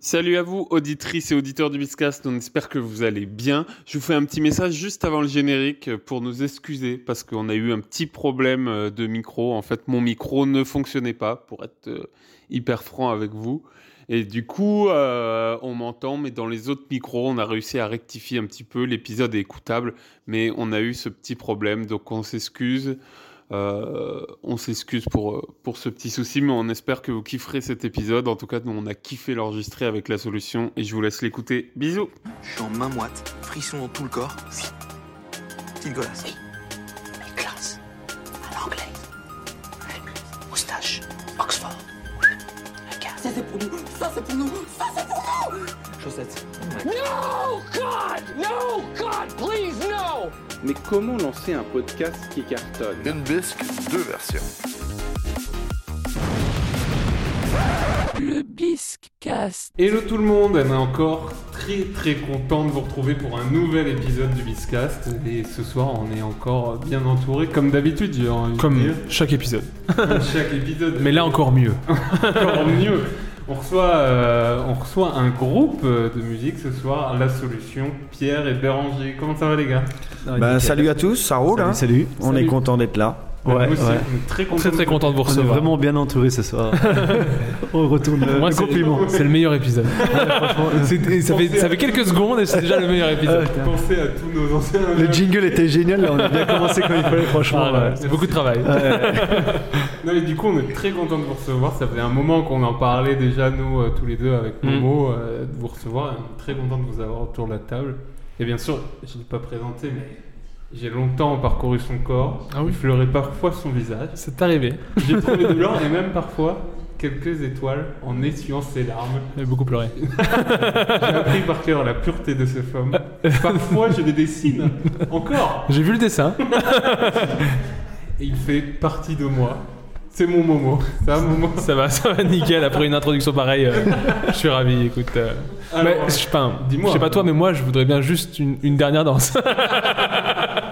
Salut à vous, auditrices et auditeurs du Biscast. On espère que vous allez bien. Je vous fais un petit message juste avant le générique pour nous excuser parce qu'on a eu un petit problème euh, de micro. En fait, mon micro ne fonctionnait pas, pour être euh, hyper franc avec vous. Et du coup, euh, on m'entend, mais dans les autres micros, on a réussi à rectifier un petit peu. L'épisode est écoutable, mais on a eu ce petit problème, donc on s'excuse. Euh, on s'excuse pour, euh, pour ce petit souci, mais on espère que vous kifferez cet épisode. En tout cas, nous, on a kiffé l'enregistrer avec la solution et je vous laisse l'écouter. Bisous Je suis en main moite, frisson dans tout le corps. Oui. Petite golasse. Mais classe, à l'anglais, moustache, Oxford, regarde. Ça c'est pour nous, ça c'est pour nous, ça c'est pour nous Chaussettes. No, God! No, God, please, no! Mais comment lancer un podcast qui cartonne Une bisque, deux versions. Le Biscast. Hello tout le monde, on est encore très très content de vous retrouver pour un nouvel épisode du Biscast. Et ce soir, on est encore bien entouré, comme d'habitude, j'ai envie de dire. Comme chaque épisode. Comme chaque épisode. Mais là encore mieux. encore mieux. On reçoit, euh, on reçoit un groupe euh, de musique ce soir, La Solution, Pierre et Béranger. Comment ça va les gars Bah, salut à tous, ça roule. hein. Salut. On Salut. est content d'être là. Ouais, Nous aussi, ouais. on est très content Très très content de vous On est recevoir. vraiment bien entouré ce soir. On retourne le, Moi, le c'est- compliment. C'est le meilleur épisode. Franchement, euh, c'est- ça, fait, ça fait quelques secondes et c'est déjà le Ah, meilleur épisode. Pensez à tous nos anciens. Le jingle était génial, là, on a bien commencé quand il fallait, franchement. Ah, là, ouais. Euh. C'est beaucoup de travail. Non mais du coup on est très content de vous recevoir, ça faisait un moment qu'on en parlait déjà nous euh, tous les deux avec Mm. Momo euh, de vous recevoir et on est très content de vous avoir autour de la table. Et bien sûr, je ne l'ai pas présenté mais j'ai longtemps parcouru son corps, Ah oui. effleuré parfois son visage, C'est arrivé. j'ai trouvé de l'or et même parfois quelques étoiles en essuyant ses larmes. J'ai beaucoup pleuré. J'ai appris par cœur la pureté de ce homme. Parfois je les dessine encore J'ai vu le dessin. et il fait partie de moi. C'est mon Momo, ça Momo. Ça va, ça va nickel. Après une introduction pareille, euh, je suis ravi. Écoute, euh, Alors, mais, je, enfin, dis-moi. je sais pas toi, mais moi, je voudrais bien juste une, une dernière danse.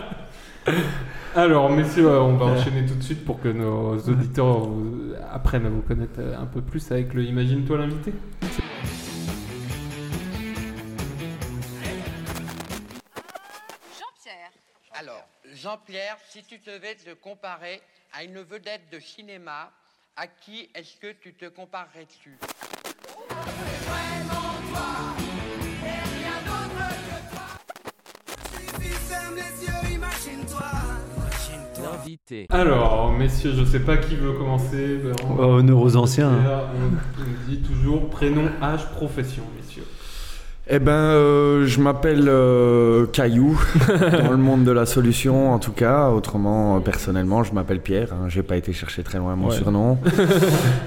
Alors, messieurs, euh, on va enchaîner tout de suite pour que nos auditeurs vous- apprennent à vous connaître euh, un peu plus avec le Imagine-toi l'invité. Jean-Pierre. Alors, Jean-Pierre, si tu devais te comparer à une vedette de cinéma, à qui est-ce que tu te comparerais-tu L'invité. Alors, messieurs, je sais pas qui veut commencer. ben, on- Oh, honneur aux anciens. hein. Pierre, On, on dit toujours prénom, âge, profession, messieurs. Eh ben, euh, je m'appelle euh, Caillou, dans le monde de la solution en tout cas. Autrement, euh, personnellement, je m'appelle Pierre. hein. J'ai pas été chercher très loin mon Ouais. surnom.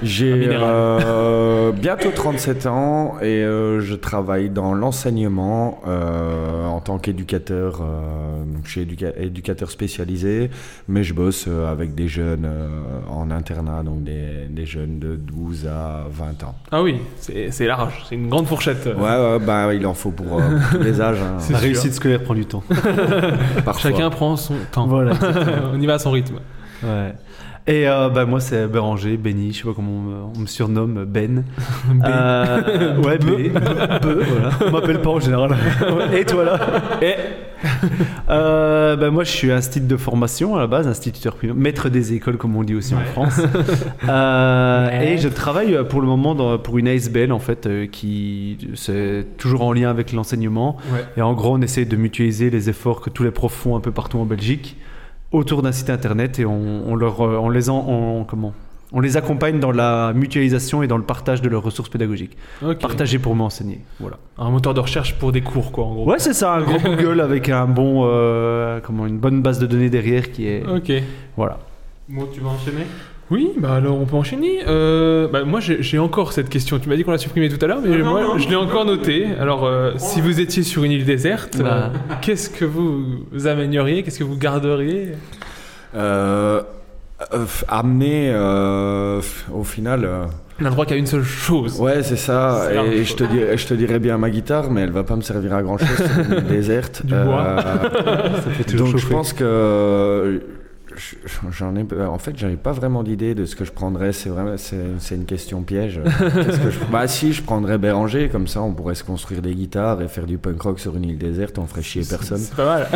J'ai euh, bientôt 37 ans et euh, je travaille dans l'enseignement euh, en tant qu'éducateur. euh, je suis éduca- éducateur spécialisé, mais je bosse euh, avec des jeunes euh, en internat, donc des, des jeunes de 12 à 20 ans. ah oui, c'est c'est large. C'est une grande fourchette. Ouais, ouais, bah, il en faut pour, euh, pour tous les âges. hein, Euh. C'est La sûr. réussite scolaire prend du temps. parfois. Chacun prend son temps. Voilà. on y va à son rythme. Ouais. Et euh, bah, moi, c'est Béranger, Benny, je sais pas comment on me, on me surnomme, Ben. Euh, ouais, B. B, voilà. On m'appelle pas en général. Et toi là Et Euh, bah, Moi, je suis institut de formation à la base, instituteur primaire, maître des écoles, comme on dit aussi en France. Euh, Et je travaille euh, pour le moment dans- pour une ASBL, en fait, euh, qui c'est toujours en lien avec l'enseignement. Ouais. Et en gros, on essaie de mutualiser les efforts que tous les profs font un peu partout en Belgique autour d'un site internet et on, on leur, euh, on les en- on- comment on les accompagne dans la mutualisation et dans le partage de leurs ressources pédagogiques. Ok. Partager pour m'enseigner. Voilà. Un moteur de recherche pour des cours, quoi, en gros. Ouais, c'est ça, un gros Google avec un bon, euh, comment, une bonne base de données derrière qui est. Ok. Voilà. Moi, tu vas enchaîner Oui, bah alors on peut enchaîner. Euh, bah moi j'ai j'ai encore cette question. Tu m'as dit qu'on l'a supprimée tout à l'heure, mais Non, moi non, je l'ai encore notée. Alors euh, si vous étiez sur une île déserte, Bah. euh, qu'est-ce que vous amèneriez Qu'est-ce que vous garderiez Euh, euh, f- amener euh, f- au final. euh, On a le droit qu'à une seule chose. Ouais, c'est ça. C'est la même Et je te, dirais, je te dirais bien ma guitare, mais elle va pas me servir à grand chose. C'est une île déserte. Du bois. Euh, Ça fait toujours donc je chauffer. pense que je- j'en ai, bah, en fait, j'avais pas vraiment d'idée de ce que je prendrais. C'est vraiment, c'est c'est une question piège. Qu'est-ce que je- bah si, je prendrais Béranger, comme ça, on pourrait se construire des guitares et faire du punk rock sur une île déserte, on ferait chier personne. C'est pas mal.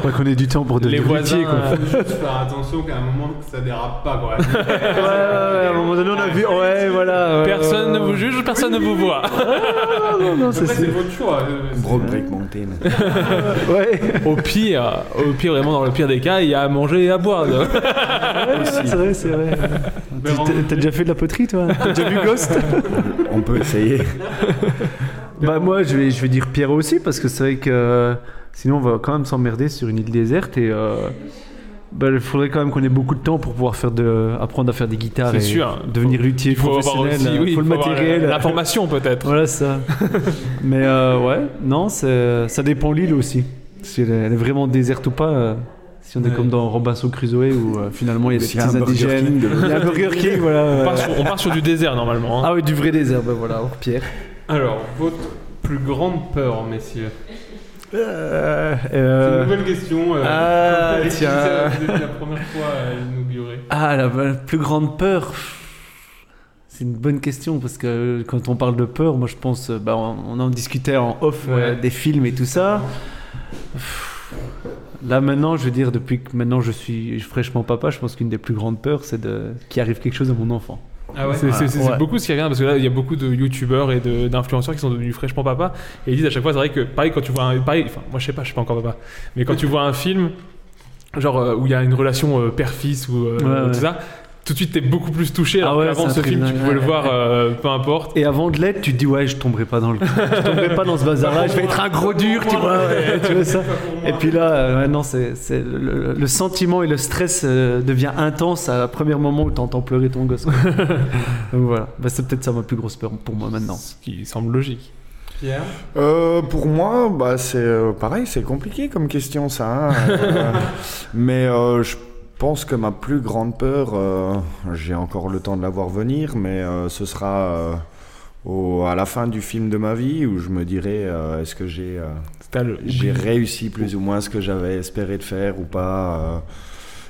Faudrait qu'on ait du temps pour Les devenir voisins. routier, quoi. euh, faut juste faire attention qu'à un moment que ça dérape pas quoi. Ouais, ouais, ouais, à un moment donné, on a vu. Ouais, voilà. ouais, Personne ne ouais, ouais. vous juge, personne ne vous voit. Non, non, non, ça, Après, c'est c'est. votre choix. euh, c'est- Broke Break Mountain. Ouais, Au pire, au pire, vraiment dans le pire des cas, il y a à manger et à boire. donc. ouais, c'est vrai, c'est vrai. T'as- en- T'as t'as déjà fait de la poterie, toi T'as déjà vu Ghost on peut essayer. Bah moi je vais, je vais dire Pierrot aussi parce que c'est vrai que euh, sinon on va quand même s'emmerder sur une île déserte et euh, bah, il faudrait quand même qu'on ait beaucoup de temps pour pouvoir faire de, apprendre à faire des guitares C'est et sûr. devenir luthier Il faut avoir professionnel. aussi, euh, oui, faut le faut avoir matériel. L'information peut-être. Voilà ça. Mais euh, ouais, non, c'est- ça dépend l'île aussi. Si elle est, elle est vraiment déserte ou pas. euh, si on est Ouais. comme dans Robinson Crusoe où euh, finalement il y a des S'il petits y a un Burger indigènes. King de l'autre Il y a un Burger King, voilà. On ouais. part sur, on part sur du désert normalement. hein. Ah oui, du vrai désert, bah voilà, hors pierre. Alors, votre plus grande peur, messieurs. Euh, C'est euh, une nouvelle question. euh, Ah, comme t'avais dit, tiens. ça, Vous êtes la première fois à inaugurer. Ah, la, la plus grande peur C'est une bonne question parce que euh, quand on parle de peur, moi je pense, euh, bah, on, on en discutait en off euh, Ouais. des films et tout ça. Pff, Là maintenant, je veux dire, depuis que maintenant je suis fraîchement papa, je pense qu'une des plus grandes peurs, c'est de... qu'il arrive quelque chose à mon enfant. Ah ouais. C'est c'est- c'est Ouais. beaucoup ce qui revient parce que là, il y a beaucoup de youtubeurs et de- d'influenceurs qui sont devenus fraîchement papa et ils disent à chaque fois, c'est vrai que pareil quand tu vois un, pareil, enfin moi je sais pas, je suis pas encore papa, mais quand tu vois un film genre euh, où il y a une relation euh, père-fils ou euh, Ouais, ouais. tout ça, tout de suite t'es beaucoup plus touché. Ah Alors ouais, qu'avant c'est un ce truc film, tu dingue, pouvais le ouais. voir, euh, peu importe. Et avant de l'être, tu te dis ouais, je tomberai pas dans le, je tomberai pas dans ce bazar-là, je vais être un gros dur, tu vois, ouais, tu vois ça. Et puis là, euh, ouais, non, c'est c'est le- le, le sentiment et le stress euh, devient intense à la première moment où t'entends pleurer ton gosse. quoi. Donc voilà, bah, c'est peut-être ça ma plus grosse peur pour moi maintenant. Ce qui semble logique. Pierre Euh, pour moi, bah, c'est euh, pareil, c'est compliqué comme question ça. hein. Euh, mais euh, je pense que ma plus grande peur, euh, j'ai encore le temps de la voir venir, mais euh, ce sera euh, au- à la fin du film de ma vie où je me dirai euh, est-ce que j'ai euh, C'était le j'ai réussi plus ou moins ce que j'avais espéré de faire ou pas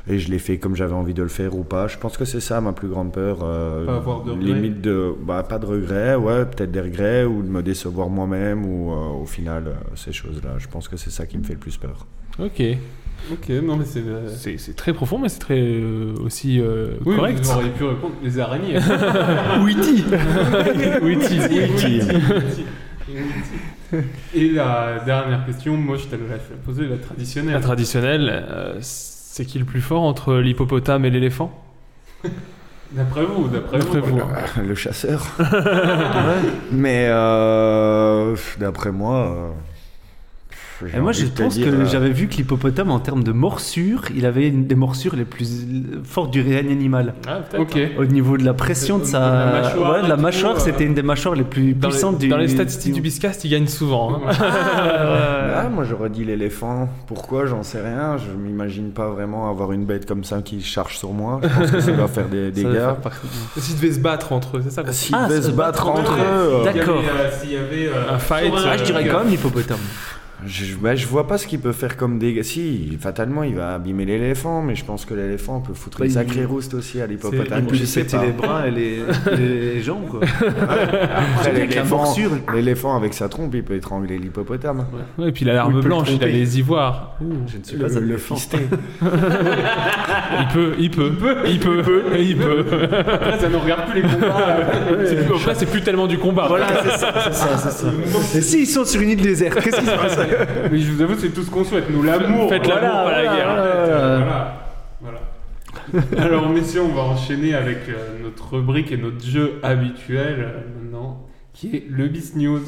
euh, et je l'ai fait comme j'avais envie de le faire ou pas. Je pense que c'est ça ma plus grande peur. euh, Pas avoir de regrets. Limite de. Bah, pas de regrets, ouais, peut-être des regrets ou de me décevoir moi-même ou euh, au final, euh, ces choses-là. Je pense que c'est ça qui me fait le plus peur. Ok. Ok, non mais c'est. C'est, très profond, mais c'est très euh, aussi euh, euh, Oui, correct. vous auriez pu répondre les araignées. Witty Witty Witty. Et la dernière question, moi je te la fais poser, la La traditionnelle. traditionnelle, euh, c'est qui le plus fort entre l'hippopotame et l'éléphant D'après vous, d'après vous. D'après vous. Le chasseur. Mais euh, d'après moi. euh, j'ai Et moi, envie je de te pense dire, que euh, j'avais vu que l'hippopotame, en termes de morsure, il avait une des morsures les plus euh, fortes du règne animal. Ah, peut-être. Ok. Au niveau de la pression de Au sa, niveau de la mâchoire ouais, de et la tout, mâchoire, euh, c'était une des mâchoires les plus Dans, puissantes les, du. dans les statistiques du- du Biscast, il gagne souvent. hein. Euh, Ah, moi j'aurais dit l'éléphant. Pourquoi J'en sais rien. Je m'imagine pas vraiment avoir une bête comme ça qui charge sur moi. Je pense que ça doit faire des Ça doit dégâts. faire partie du- S'ils devaient se battre entre eux, c'est ça quoi. S'ils Ah, devaient ça se doit battre être entre entre eux, euh, S'il y D'accord. avait, euh, S'il y avait. euh, Un fight, sur un- Ah, je dirais quand même l'hippopotame. je, bah, je vois pas ce qu'il peut faire comme dégâts. Si, fatalement, il va abîmer l'éléphant, mais je pense que l'éléphant peut foutre Bah, une il- sacrée rouste aussi à l'hippopotame. Je sais pas. les bras et les, jambes, quoi. Après, Avec la l'éléphant- morsure. L'éléphant avec sa trompe, il peut étrangler l'hippopotame. Ouais, et puis la Ou larme il peut le blanche, il a tromper. les ivoires. Je ne suis Le, pas un le éléphant. fister. Il peut, il peut, il peut, il peut. Après, ça ne regarde plus les combats. euh. C'est plus- Après, c'est plus tellement du combat. Voilà, c'est ça, c'est ça, c'est ça. Et s'ils sont sur une île déserte, qu'est-ce qui se passe Mais je vous avoue, c'est tout ce qu'on souhaite, nous, l'amour. Faites l'amour, Voilà, pas la voilà, guerre. voilà, voilà. Voilà. voilà. Alors, messieurs, on va enchaîner avec euh, notre rubrique et notre jeu habituel euh, maintenant, qui est le Bis News.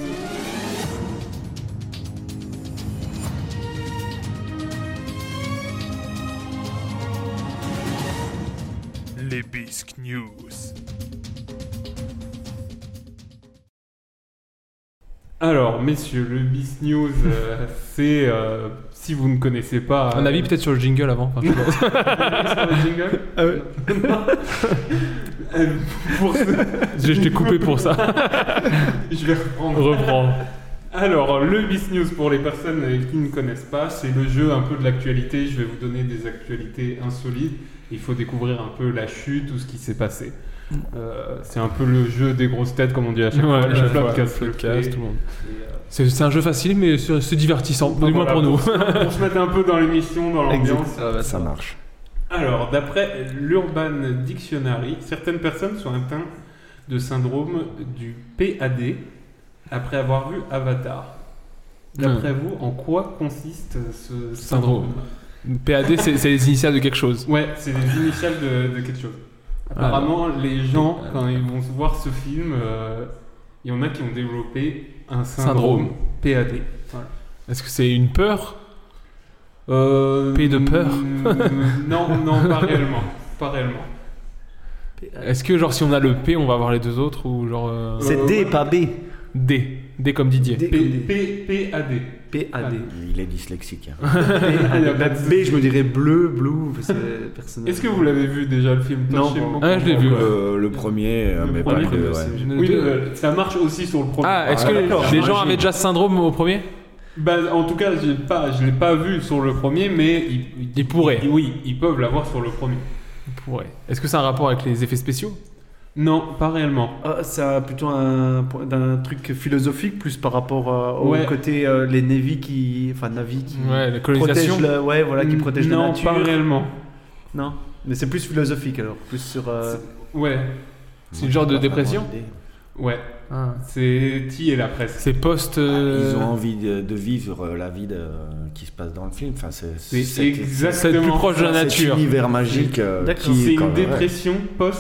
Les Bisque News. Alors, messieurs, le Bis News, euh, c'est euh, si vous ne connaissez pas. Un euh, avis peut-être sur le jingle avant. enfin, je sais pas. Ah sur le jingle Euh, pour ce- Je je t'ai coupé pour ça. Je vais reprendre. Reprends. Alors, le Bis News, pour les personnes euh, qui ne connaissent pas, c'est le jeu un peu de l'actualité. Je vais vous donner des actualités insolites. Il faut découvrir un peu la chute ou ce qui s'est passé. Euh, c'est un peu le jeu des grosses têtes, comme on dit à chaque fois. Le Flopcast le fait. tout le monde. Et, euh, C'est c'est un jeu facile, mais c'est c'est divertissant, du donc moins voilà, pour nous. pour se mettre un peu dans l'émission, dans l'ambiance. Ça marche. Alors, d'après l'Urban Dictionary, certaines personnes sont atteintes de syndrome du PAD après avoir vu Avatar. D'après vous, en quoi consiste ce syndrome, Ah. Syndrome. PAD, c'est c'est les initiales de quelque chose. Ouais, c'est les initiales de, de quelque chose. Ah. Apparemment, les gens, quand ils vont voir ce film, euh, il y en a qui ont développé un syndrome, PAD. Voilà. Est-ce que c'est une peur Euh, P de peur mm, Non, non, pas réellement. Pas réellement. Est-ce que, genre, si on a le P, on va avoir les deux autres Ou genre. euh, C'est D, pas B. D. D comme Didier. D P, comme D. P- PAD. P-A-D. Il est dyslexique. hein. La B, je me dirais bleu, blue, c'est personnel. Est-ce que vous l'avez vu déjà le film Toi, Non. sais pas Ah, je l'ai vu. pourquoi. Euh, le premier, euh, Le mais premier, pas que. le ouais. Oui, euh, ça marche aussi sur le premier. Ah, est-ce que les- les gens avaient déjà ce syndrome au premier Bah, en tout cas, j'ai pas, je l'ai pas vu sur le premier, mais ils, Ils pourraient. Oui, ils peuvent l'avoir sur le premier. Pourraient. Est-ce que c'est un rapport avec les effets spéciaux Non, pas réellement. Ah, ça a plutôt un, point- d'un truc philosophique plus par rapport euh, au Ouais. côté euh, les Navy qui enfin Navy qui Ouais, la colonisation. protègent la, ouais voilà qui N- protègent non, la nature. pas réellement. Non, mais c'est plus philosophique alors, plus sur euh, Ouais, C'est une genre de Pas vraiment dépression l'idée. ouais. Ah. C'est T et la presse. C'est post. euh, Ils ont envie de, de vivre euh, la vie de- qui se passe dans le film. Enfin, c'est C'est c'est- Ah, C'est le exactement. plus proche de la cet nature. univers magique euh, D'accord. qui C'est quand- une ouais. dépression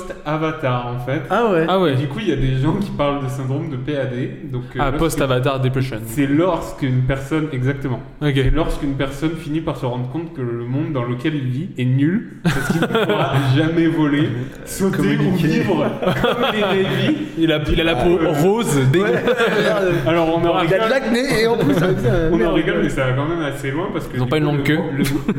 post-Avatar en fait. Ah ouais. Ah ouais. Du coup, il y a des gens qui parlent de syndrome de PAD. Donc, euh, Ah, lorsque- post-Avatar Depression. C'est lorsqu'une personne, exactement. Ok. Et lorsqu'une personne finit par se rendre compte que le monde dans lequel il vit est nul, parce qu'il ne pourra jamais voler, sauter ou communiquer. vivre comme les Navy. Il a, il a la peau Euh, rose, dégueu. Alors on en Ah, il rigole, l'acné et en plus on en rigole, mais ça va quand même assez loin parce que Ils ont du pas une coup, longue le- queue. Le,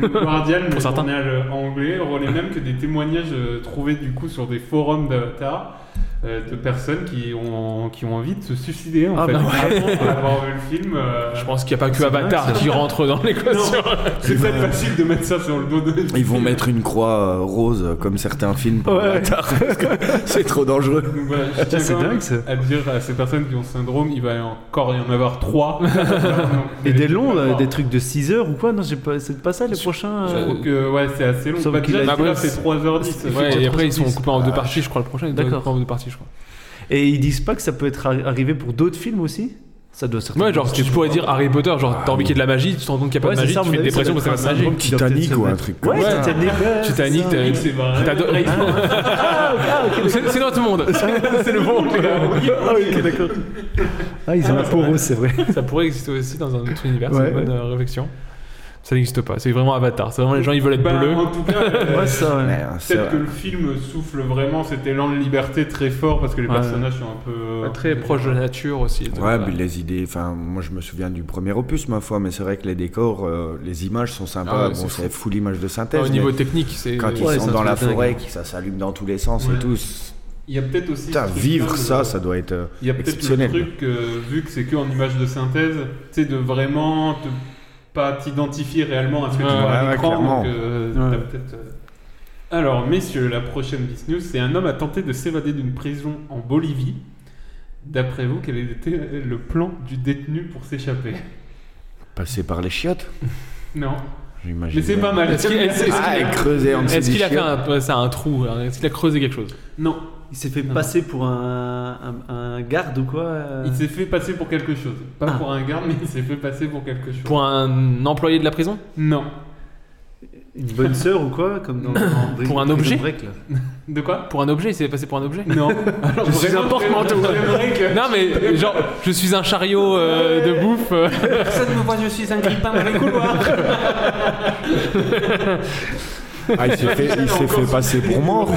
le Guardian, le Pour certains. journal anglais, relaie même que des témoignages euh, trouvés du coup sur des forums d'Avatar. euh, de personnes qui ont, qui ont envie de se suicider en Ah fait bah avant d'avoir vu le film euh, Je pense qu'il n'y a pas que Avatar qui rentre dans l'équation. c'est peut-être facile de mettre ça sur le dos de Ils vont mettre une croix euh, rose euh, comme certains films pour Avatar, parce que c'est trop dangereux. Donc voilà, Ah, je tiens C'est quand même dingue, ça. à dire à ces personnes qui ont ce syndrome, il va encore y en avoir trois. Donc, Et vous allez des longs, voir. là, des trucs de 6 heures ou quoi Non, j'ai pas- c'est pas ça les prochains. Je euh, trouve que ouais, c'est assez long. Sauf Bah, qu'il déjà, a- celui-là, c'est- c'est 3h10. Ouais, et après ils sont 90. coupés en deux parties, Ah, je crois. Le prochain, ils doivent être D'accord. coupés en deux parties, je crois. Et ils disent pas que ça peut être arri- arrivé pour d'autres films aussi Ça doit certainement. Ouais, genre tu pourrais dire Harry Potter, genre t'as envie qu'il y ait de la magie, tu te rends compte qu'il n'y a pas Ouais, de c'est magie, ça, tu fais à mon une avis, ça dépression doit parce que c'est être la magie. syndrome qui doit Titanic peut-être ou se un mettre. truc comme Ouais, ça. Titanic. ouais, Titanic, c'est ça. t'as- C'est vrai. t'as adoré- Ah, C'est c'est notre monde, c'est le bon. Ah oui, ok, d'accord. Ah, ils ont la peau rose, c'est vrai. Ça pourrait exister aussi dans un autre univers, c'est Ouais, une bonne ouais. euh, réflexion. Ça n'existe pas, c'est vraiment Avatar. C'est vraiment les gens ils veulent être Bah, bleus. En tout cas, euh, Ouais, ça, ouais. Mais, euh, c'est- peut-être que le film souffle vraiment cet élan de liberté très fort parce que les Ouais. personnages sont un peu. Pas Euh, Très proche de la nature aussi. donc, euh, Ouais, voilà. mais les idées, enfin, moi je me souviens du premier opus, ma foi, mais c'est vrai que les décors, euh, les images sont Ah sympas. ouais, bon, c'est c'est full image de synthèse. Au niveau mais technique, c'est. quand ils Ouais, sont c'est un dans la truc dingue. forêt, qui- ça s'allume dans tous les sens Ouais. et tout. c'est- Il y a peut-être aussi. Putain, ce truc-là vivre de- ça, ça doit être euh, Il y a peut-être le exceptionnel. truc, euh, vu que c'est que en image de synthèse, tu sais, de vraiment te- pas t'identifier réellement à ce que tu Ouais, vois ouais, à l'écran. clairement. donc, euh, t'as Ouais. peut-être, euh. Alors, messieurs, la prochaine Bis News, c'est un homme a tenté de s'évader d'une prison en Bolivie. D'après vous, quel était le plan du détenu pour s'échapper Passer par les chiottes, Non, j'imagine. mais c'est pas mal. Est-ce qu'il- est-ce- est-ce Ah, qu'il- et creuser en dessous Est-ce des qu'il a fait chiottes. un, ouais, ça, un trou alors, Est-ce qu'il a creusé quelque chose Non, Il s'est fait passer pour un, un- un garde ou quoi euh, il s'est fait passer pour quelque chose. Pas Ah. pour un garde, mais il s'est fait passer pour quelque chose. Pour un employé de la prison Non. Une bonne sœur ou quoi comme dans, dans Bri- Pour un Prison objet Break, là. De quoi Pour un objet Il s'est passé pour un objet Non. Alors, Je suis vraiment, un porte-manteau. j'aimerais que- Non mais genre je suis un chariot euh, de bouffe. euh. Personne ne me voit, je suis un grippin dans les couloirs. Ah, il s'est fait, il s'est fait passer pour mort.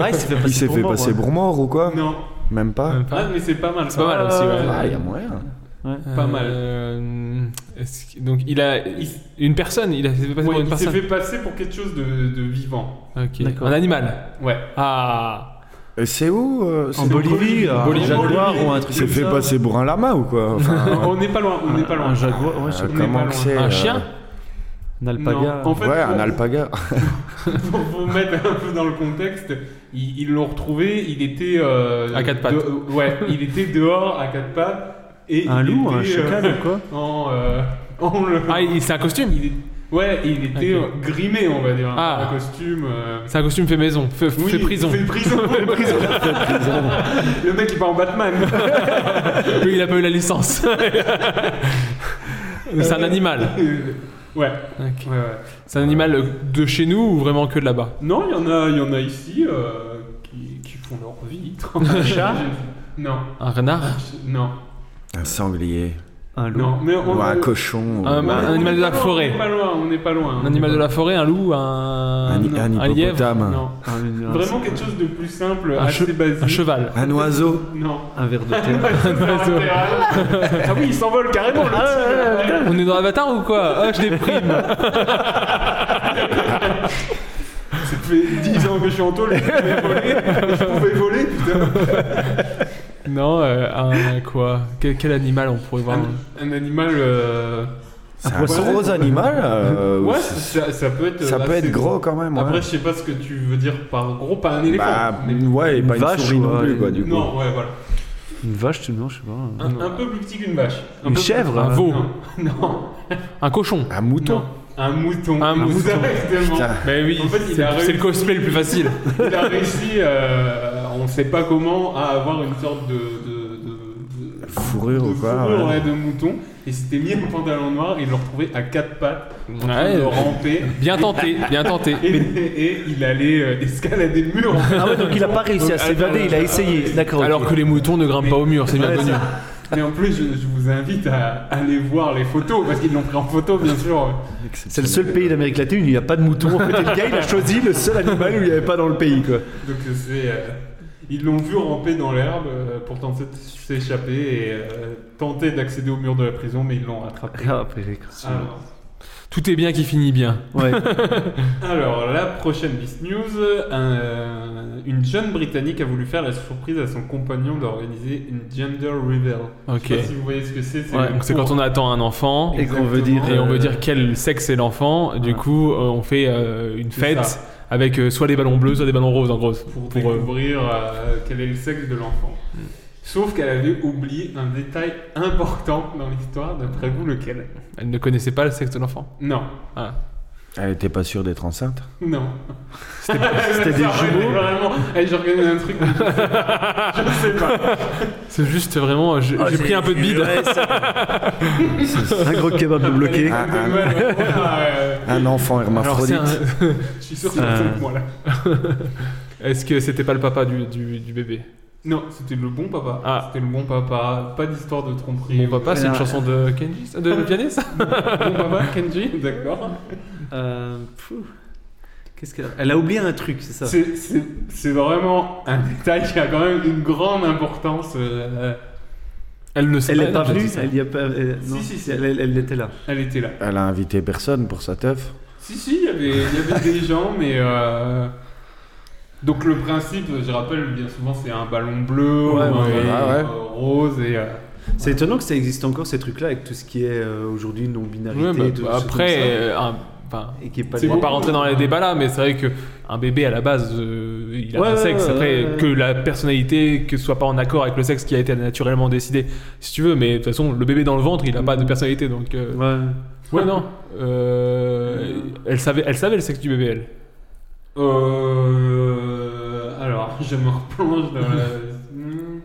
Ah, il s'est fait passer Il s'est pour fait mort, passer ouais. pour mort ou quoi Non. Même pas Ah, mais c'est pas mal. C'est pas mal aussi. Euh, ouais. Ah, il y a moyen. Pas mal. Euh, est-ce que- donc il a il- une personne, il a s'est fait passer Ouais, pour une il s'est personne. fait passer pour quelque chose de, de vivant. Ok. D'accord. Un animal. Ouais. Ah. Et C'est où euh, En c'est- Bolivie, en un jaguar Bolivie. ou un truc C'est comme fait ça. passer pour un lama ou quoi Enfin, on n'est pas loin, on n'est pas loin. Ah, Un jaguar, ouais, je sais euh, pas. comment loin. que c'est Un euh, chien Un alpaga. Non, en fait, Ouais, un pour- alpaga. pour vous mettre un peu dans le contexte, ils ils l'ont retrouvé, il était euh, À quatre pattes. de- ouais, il était dehors à quatre pattes et Un il loup, un était, euh, chacal ou quoi en, euh, en le- Ah, il- c'est un costume il est- ouais, il était Ok. euh, grimé, on va dire, Ah. un costume. euh, C'est un costume fait maison, fait, fait oui, prison. Fait prison. le mec il part en Batman. Lui, il a pas eu la licence. c'est Euh, un animal. ouais. Ok. ouais, ouais. C'est un animal de chez nous ou vraiment que de là-bas Non, il y en a, il y en a ici euh, qui, qui font leur vie. Un chat Non, Un renard non, Un sanglier. Un loup. non. Mais Euh, on, Ou un on- cochon. ou un- un- on est animal de la pas loin, forêt. On n'est pas loin, on n'est pas loin. Un animal de la forêt, un loup, un, un, un un lièvre, hippopotame. Non. Un, un- Vraiment quelque chose de plus simple, Un assez che- basique. un cheval. Un oiseau. Non. un verre de terre. ah oui, il s'envole carrément. Ah, le type. On est dans Avatar ou quoi Ah, je déprime. Ça fait 10 ans que je suis en tôle, je pouvais voler. Je pouvais voler, putain. non, euh, un quoi quel, quel animal on pourrait voir Un, un animal. euh, C'est un poisson. gros animal. euh, Ouais, c'est- ça, ça peut être. ça euh, peut assez être gros quand même. ouais. Après, je sais pas ce que tu veux dire par gros, pas un éléphant. Bah, mais- ouais, et Une pas une vache souris ou non un- plus, quoi, du coup. Non, ouais, voilà. Une vache, tu non, je sais pas. Un, un peu plus petit qu'une vache. Un Une peu- chèvre un veau. Non. non. Un cochon. Un mouton. Non. Un mouton. Un mouton. Exactement. Putain. Mais Bah oui, En fait, il c'est a c'est le réussi. cosplay le plus facile. Il a réussi, euh, on sait pas comment, à avoir une sorte de. de, de, de- Fourrure de ou quoi fourrure, ouais. ouais, de mouton. Et s'était mis un pantalon noir et il le retrouvait à quatre pattes, en train Ouais. euh, de ramper. Bien tenté, bien tenté. Et, et il allait euh, escalader le mur. Ah ouais, donc euh, il a pas réussi à s'évader, il a essayé. D'accord. Alors que les moutons ne grimpent pas au mur, c'est bien Ouais, connu. Mais en plus, je, je vous invite à aller voir les photos, parce qu'ils l'ont pris en photo, bien sûr. c'est le seul pays d'Amérique latine où il n'y a pas de mouton. En fait, et le gars, il a choisi le seul animal où il n'y avait pas dans le pays, quoi. Donc c'est, euh, ils l'ont vu ramper dans l'herbe euh, pour tenter de s'échapper et euh, tenter d'accéder au mur de la prison, mais ils l'ont rattrapé. Ah, après, j'ai cru. Alors, Ah. Tout est bien qui finit bien. Ouais. alors, la prochaine Beast News, un- euh, une jeune Britannique a voulu faire la surprise à son compagnon d'organiser une gender reveal. Ok. Je sais pas si vous voyez ce que c'est. Ouais, donc c'est quand on attend un enfant Et qu'on veut dire. et on veut euh, dire quel sexe est l'enfant. Du coup, euh, on fait euh, une C'est fête ça. avec euh, soit des ballons bleus, soit des ballons roses en gros. pour, Pour, euh, Mm. découvrir euh, quel est le sexe de l'enfant. Sauf qu'elle avait oublié un détail important dans l'histoire, d'après vous lequel euh, elle ne connaissait pas le sexe de l'enfant. Non, Ah. Elle était pas sûre d'être enceinte. non. C'était des jumeaux Vraiment, Hey, j'organise un truc, mais je sais pas. Je sais pas. C'est juste vraiment, euh, je- j'ai pris un peu de bide. Ah, Ouais, ça- un gros kebab de bloqué. Ah, ah, De mal, voilà, euh, Un enfant Alors, c'est hermaphrodite. un- je suis sûr que c'est Euh. le moi là. Est-ce que c'était pas le papa du, du- du bébé Non, c'était le bon papa. Ah. C'était le bon papa. Pas d'histoire de tromperie. Mon papa, c'est une Alors- euh, chanson de Kenji, ça, de le pianiste Bon papa, Kenji, d'accord. Euh, pfou. Qu'est-ce qu'elle a Elle a oublié un truc, c'est ça C'est- C'est c'est vraiment un détail qui a quand même une grande importance. euh, Elle ne sait Elle pas. n'est pas non, j'ai venue dit ça. Elle y a pas. elle- Si, non, si, si. Elle, elle- elle était là. elle était là. Elle a invité personne pour sa teuf. Si, si, il y avait- il y avait des gens, mais. euh, Donc, le principe, je rappelle, bien souvent, c'est un ballon bleu, Ouais, ou un ouais, ballon, ouais, ouais. euh, rose, et. euh, C'est étonnant que ça existe encore ces trucs-là avec tout ce qui est euh, aujourd'hui non binarité. Ouais, bah, tout bah, ce truc comme après, ça. euh, un- enfin, et qui est pas c'est on va beaucoup. pas rentrer dans les débats là, mais c'est vrai que un bébé à la base, euh, il a Ouais, un ouais, sexe. ouais, Après, ouais, ouais. que la personnalité que ce soit pas en accord avec le sexe qui a été naturellement décidé, si tu veux. Mais de toute façon, le bébé dans le ventre, il a pas de personnalité, donc. euh, Ouais. Ouais, non. Euh, elle savait, elle savait le sexe du bébé, elle. euh, Alors, je me replonge dans la. Hmm.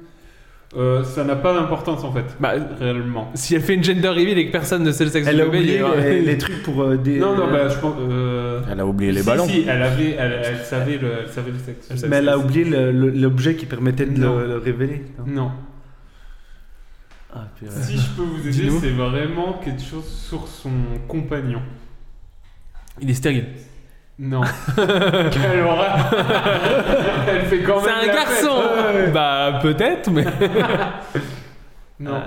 Euh, ça n'a pas d'importance, en fait, Bah, réellement. si elle fait une gender reveal et que personne ne sait le sexe Elle du a bébé, il y oublié aura- les, les trucs pour euh, des. Non, non, bah, je pense. euh, Elle a oublié les si, ballons. Si, elle, avait, elle, elle savait le, elle savait le sexe. mais elle a oublié le- le- l'objet qui permettait de Non. le, le révéler. non Non. Ah, puis, euh, Si je peux vous aider, Dis-nous. c'est vraiment quelque chose sur son compagnon. il est stérile. Non. Quelle horreur Elle fait quand même. C'est un la garçon. fête. Ouais. Bah peut-être, mais Non.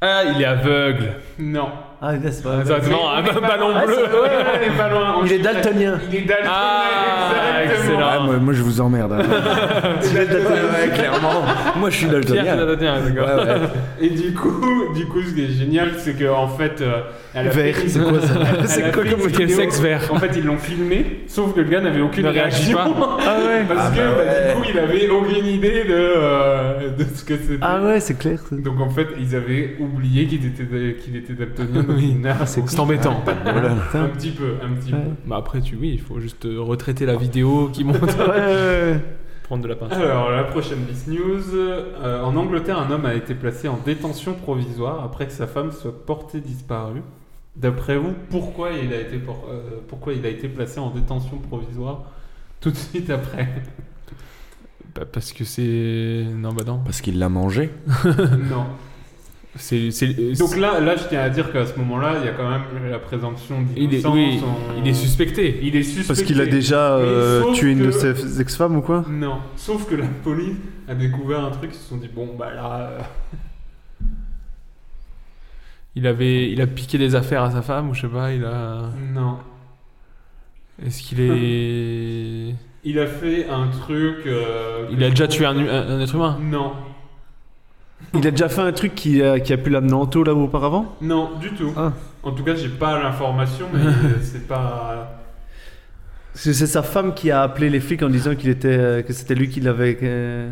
ah, il est aveugle. Non. Ah, là, c'est pas. Exactement, un ballon Ah, bleu. c'est- ouais, ouais, on est pas loin. Il est daltonien. Il est daltonien. Ah, Ah, excellent. moi, moi, je vous emmerde. hein. Il est daltonien. Ouais, clairement. Moi, je suis Pierre, c'est daltonien. daltonien, d'accord. Ouais, ouais. Et du coup, du coup, ce qui est génial, c'est que en fait, euh, elle a fait- Vert, c'est quoi ça elle a C'est quoi fait comme- une quel vidéo. sexe vert En fait, ils l'ont filmé, sauf que le gars n'avait aucune Ne réagit réaction. Ah ouais. Parce Ah que bah bah, ouais. du coup, il avait aucune idée de, euh, de ce que c'était. Ah ouais, c'est clair. ça. Donc en fait, ils avaient oublié qu'il était qu'il était daltonien. donc Oui. ils n'ont- Ah, C'est c'est embêtant. bah, un petit peu, un petit peu. Bah après, tu, oui, il faut juste euh, retraiter la vidéo qui monte. Ouais, ouais, ouais. Prendre de la peinture. Alors, la prochaine Miss News. Euh, en Angleterre, un homme a été placé en détention provisoire après que sa femme soit portée disparue. D'après vous, pourquoi il, a été por- euh, pourquoi il a été placé en détention provisoire tout de suite après Bah, parce que c'est. Non, bah non. Parce qu'il l'a mangé. Non. C'est. c'est- euh, Donc c'est- là, là, je tiens à dire qu'à ce moment-là, il y a quand même la présomption il est, d'innocence. oui, on- il est suspecté. Il est suspecté. Parce qu'il a déjà Mais euh, sauf tué une de que- ses ex-femmes ou quoi Non. Sauf que la police a découvert un truc. Ils se sont dit, bon, bah là... euh, Il avait, il a piqué des affaires à sa femme ou je sais pas. Il a. Non. Est-ce qu'il est. Il a fait un truc... euh, Il a déjà tué un, hu- un- un être humain. Non. Il a déjà fait un truc qui a, qui a pu l'amener en taux là auparavant Non, du tout. Ah. En tout cas, j'ai pas l'information, mais euh, c'est pas. Parce que c'est sa femme qui a appelé les flics en disant qu'il était, euh, que c'était lui qui l'avait euh,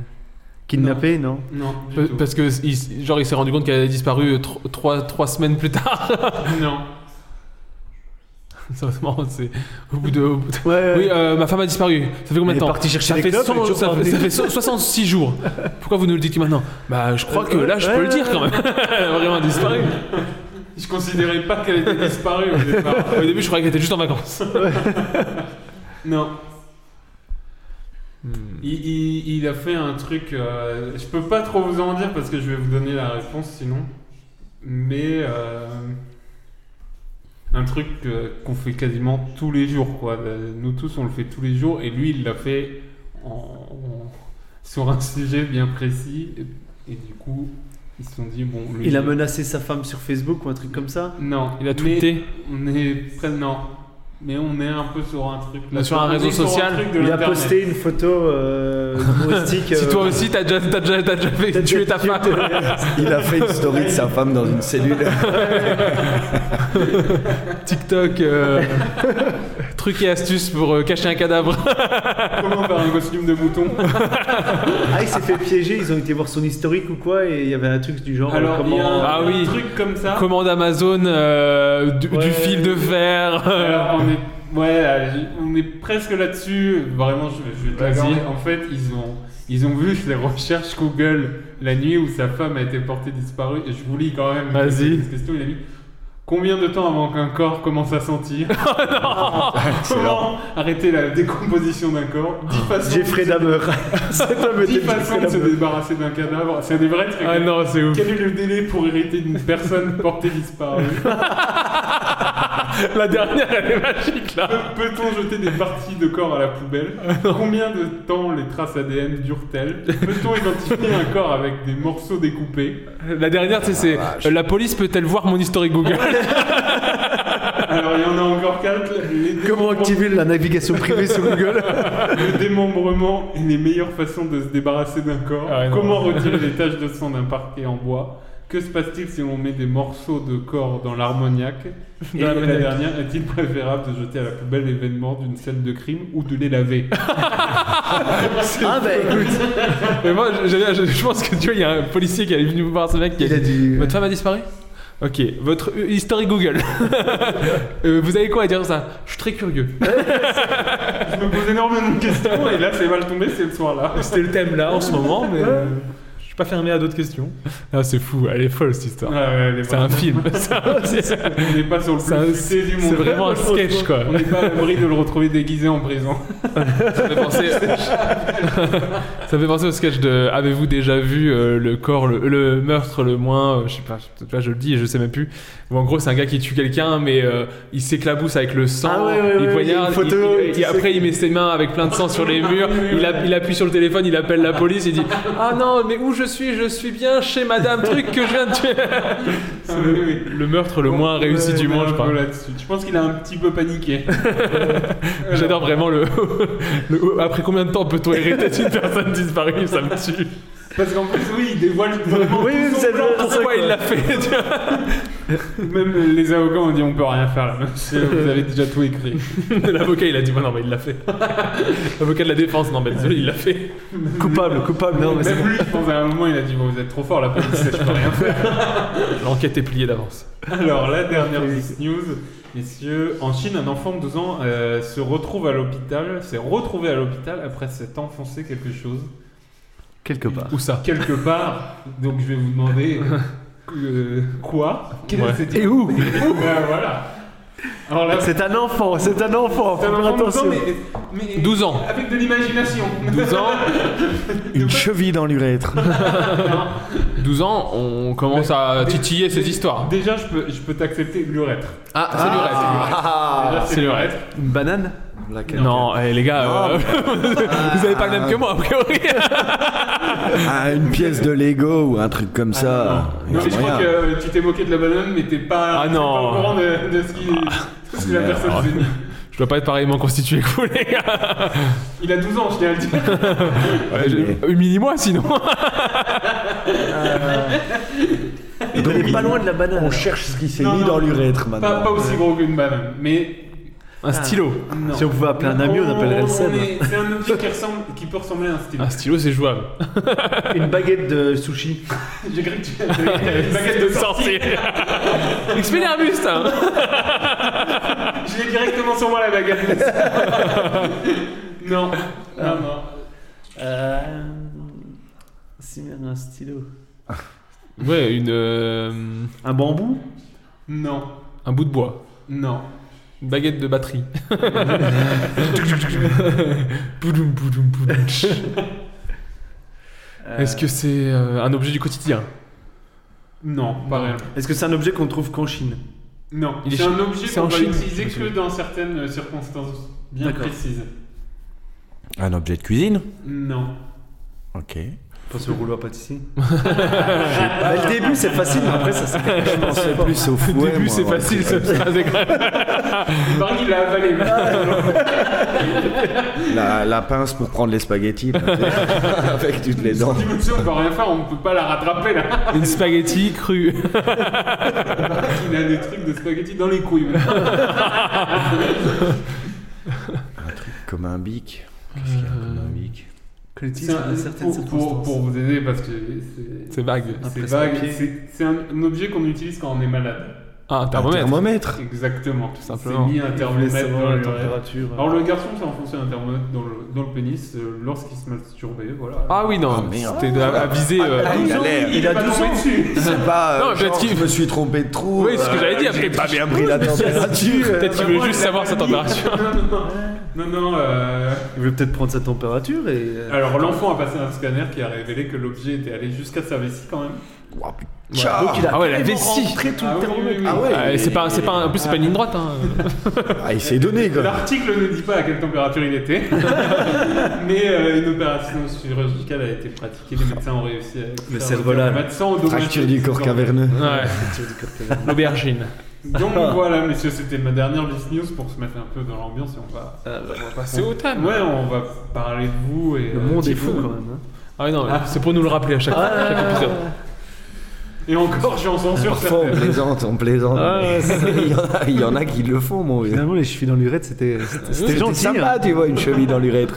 kidnappé, non, Non, du Pa- tout. Parce que, il s- genre, il s'est rendu compte qu'elle avait disparu euh, tro- trois, trois semaines plus tard. Non. Ça, c'est marrant, c'est. Au bout de. au bout de- Ouais, ouais. Oui, euh, ma femme a disparu. Ça fait combien Elle de est temps partie chercher ça des fait, clopes, elle est toujours ça, pas fait, ça revenue. fait so- 66 jours. Pourquoi vous nous le dites que maintenant Bah, je crois que là, je ouais, peux le ouais, dire quand même. Elle a vraiment disparu. Je considérais pas qu'elle était disparue au départ. Au début, je croyais qu'elle était juste en vacances. Non. Il, il- il a fait un truc. euh, je peux pas trop vous en dire parce que je vais vous donner la réponse sinon. Mais. euh, un truc que- qu'on fait quasiment tous les jours, quoi. Euh, Nous tous, on le fait tous les jours et lui, il l'a fait en- en- sur un sujet bien précis. Et, et du coup, ils se sont dit, bon. lui- Il a menacé sa femme sur Facebook ou un truc comme ça Non. Il a mais tweeté. On est. près- Non. Mais on est un peu sur un truc. là. Sur un On est réseau sur social. truc de Il a l'Internet. posté une photo euh, humoristique. Si euh, toi aussi, t'as déjà, t'as déjà, t'as déjà fait t'as tuer ta déjà femme. Il a fait une story de sa femme dans une cellule. TikTok, euh, trucs et astuces pour euh, cacher un cadavre. Comment faire un costume de mouton Ah, il s'est fait piéger, ils ont été voir son historique ou quoi, et il y avait un truc du genre. euh, Alors, il y a un, Ah un oui. truc comme ça. Commande Amazon euh, du, du Ouais. fil de fer. Alors, on est, ouais, euh, on est presque là-dessus. Vraiment, je, je vais te Vas-y. l'accorder. En fait, ils ont, ils ont vu les recherches Google la nuit où sa femme a été portée disparue. Et je vous lis quand même. Vas-y. cette question, il a mis. Combien de temps avant qu'un corps commence à sentir Comment arrêter la décomposition d'un corps 10 Ah, façons, Jeffrey Dahmer. Cet homme dix était façons Jeffrey de se Dahmer. débarrasser d'un cadavre. C'est des vrais trucs. Ah non, c'est ouf. Quel est le délai pour hériter d'une personne portée disparue La dernière, elle est magique là. Pe- Peut-on jeter des parties de corps à la poubelle Ah Combien de temps les traces ADN durent-elles Peut-on identifier un corps avec des morceaux découpés La dernière, tu sais, c'est euh, la police peut-elle voir mon historique Google Alors il y en a encore quatre. Les Comment activer la navigation privée sur Google le démembrement et les meilleures façons de se débarrasser d'un corps. Ah ouais, non. Comment retirer les taches de sang d'un parquet en bois Que se passe-t-il si on met des morceaux de corps dans l'harmoniac Et la l'harmoniac. dernière, est-il préférable de jeter à la poubelle l'événement d'une scène de crime ou de les laver Ah, bah écoute, Mais moi, je, je- je- je pense que tu vois, il y a un policier qui est venu voir ce mec qui a il a dit euh, dit. Votre femme a disparu Ok, votre euh, historique Google. Euh, vous avez quoi à dire sur ça Je suis très curieux. Je me pose énormément de questions et là c'est mal tombé, c'est le soir là. C'était le thème là en ce moment, mais euh, je suis pas fermé à d'autres questions. Ah, c'est fou, elle est folle cette histoire. C'est un film. C'est un- c'est- On n'est pas sur le c'est un- plus futé du monde. c'est vraiment un sketch quoi. On n'est pas à l'abri de le retrouver déguisé en prison. Ça fait penser, ça fait penser au sketch de Avez-vous déjà vu euh, le corps, le, le meurtre le moins. euh, je sais pas, peut-être là je le dis et je sais même plus. Où en gros, c'est un gars qui tue quelqu'un, mais euh, il s'éclabousse avec le sang, Ah ouais, ouais, il ouais, poignarde, il y a une photo, il- il- tu sais après il met ses mains avec plein de sang sur les murs, il, a- il appuie sur le téléphone, il appelle la police, il dit Ah non, mais où je je suis Je suis bien chez Madame Truc que je viens de tuer. C'est le, le meurtre le moins réussi du monde, je crois. Je pense qu'il a un petit peu paniqué. J'adore vraiment le, le- Après combien de temps peut-on hériter d'une personne disparue Ça me tue. Parce qu'en plus, oui, il dévoile vraiment Oui, tout son c'est plan. vrai. Pourquoi il l'a fait tu vois Même les avocats ont dit on peut rien faire là, monsieur, vous avez déjà tout écrit. L'avocat, il a dit bah, Non, mais il l'a fait. L'avocat de la défense, non, mais désolé, il l'a fait. Coupable, coupable. Non, mais c'est Même lui, je pense à un moment, il a dit bon, vous êtes trop fort la police, je peux rien faire. L'enquête est pliée d'avance. Alors, la dernière Vice News, messieurs, en Chine, un enfant de 2 ans euh, se retrouve à l'hôpital, s'est retrouvé à l'hôpital après s'être enfoncé quelque chose. quelque part. Où ça Quelque part, donc je vais vous demander euh, quoi Quel- Ouais. c'était- Et où Ben, voilà. Alors là, C'est un enfant, c'est un enfant. c'est un faut faire enfant de 12 ans, attention. mais, mais 12 ans. avec de l'imagination. 12 ans, Une cheville dans l'urètre. 12 ans, on commence à titiller ces histoires. Déjà, je peux, je peux t'accepter l'urètre. Ah, c'est du reste. Déjà, c'est l'urètre. l'urètre. Une banane Non, eh, les gars, euh, vous avez pas le même que moi, a priori. Ah, une pièce de Lego ou un truc comme ça. Non, mais je crois Moyen. que tu t'es moqué de la banane, mais t'es pas, Ah t'es pas non. Ah. au courant de, de ce, qui, de ce que la merde. personne s'est dit. Je dois pas être pareillement constitué que vous, les gars. Il a 12 ans, je tiens à le dire. Ouais, je- Euh, Humilie-moi sinon. Donc, Elle est pas il- loin de la banane. On cherche ce qui s'est Non, mis non. dans l'urètre maintenant. Pas, pas aussi gros qu'une banane, mais. Un stylo. Non. Si on pouvait appeler un ami, on appellerait le Seb. on est- C'est un objet qui, ressemble, qui peut ressembler à un stylo. Ah. Un stylo, c'est jouable. Une baguette de sushi. J'ai cru que tu avais une baguette de sortie. Expédie un buste hein. Je l'ai directement sur moi la baguette. non, non, non. Euh. Si, merde, un stylo. Ouais, une. euh, Un bambou Non, un bout de bois. non. Une baguette de batterie. Poudoum, poudoum, poudoum. Est-ce que c'est euh, un objet du quotidien Non, pas réellement. Est-ce que c'est un objet qu'on trouve qu'en Chine Non, Il est c'est un chi- objet c'est qu'on en va Chine, utiliser je me que souviens. dans certaines euh, circonstances bien D'accord. précises. Un objet de cuisine Non. Ok. Pas ce rouleau à pâtisserie bah, Le début, c'est facile, mais après, ça c'est. Je pensais plus au fouet. Au début, moi, c'est ouais. facile, ça Il paraît qu'il l'a avalé. La, la pince pour prendre les spaghettis. là, tu sais, Avec toutes les dents. Sans dimension, on peut rien faire, on peut pas la rattraper là. Une spaghetti crue. Il a des trucs de spaghetti dans les couilles. Comme un bic. Qu'est-ce qu'il y a comme un bic C'est un- pour, pour, pour vous aider parce que c'est- C'est vague. c'est presse vague. papier. C'est- C'est un, un objet qu'on utilise quand on est malade. Ah, un Un thermomètre. thermomètre. Exactement. C'est simplement. mis un thermomètre dans la le- température. Alors le garçon s'est enfoncé un thermomètre dans le, dans le pénis euh, lorsqu'il se masturbait, voilà. Ah oui, non, merde. c'était à, à viser. euh, Ah, il a l'air. il, a 12 ans dessus. C'est pas. Non, euh, peut-être genre, qu'il- je me suis trompé de trou. Oui, c'est ce que j'allais dire, Ah, J'ai peut-être pas qu'il- bien pris la température. Peut-être qu'il Bah, voulait moi, juste je savoir l'ai sa pas dit. température. Non, non, euh, Il veut peut-être prendre sa température et. euh, Alors l'enfant a passé un scanner qui a révélé que l'objet était allé jusqu'à sa vessie quand même. Oh, putain. donc il a Ah ouais, la tellement vessie. rentré tout Ah le oui, thermomètre. oui, oui. Ah ouais. Ah, et c'est pas, c'est pas, un- en plus, c'est pas une ligne droite. Hein. Ah, il s'est donné quoi. L'article ne dit pas à quelle température il était, mais euh, une opération chirurgicale a été pratiquée. Les médecins ont réussi à Le faire cervelas. remettre sans endommager Fracture du ses corps dents. caverneux. Ouais. L'aubergine. Donc voilà, messieurs, c'était ma dernière list news pour se mettre un peu dans l'ambiance et on va. C'est au thème. Ouais, on va parler de vous et. Le euh, monde est de fou vous. quand même. hein. Ah oui, non, c'est pour nous le rappeler à chaque, chaque épisode. Et encore, j'en censure Parfois on certaines. plaisante, on plaisante. Ah, ouais, il, y en a, il y en a qui le font, mon vieux. Finalement, les chevilles dans l'urette, c'était c'était- c'était C'était gentil. sympa, hein. tu vois, une cheville dans l'urètre.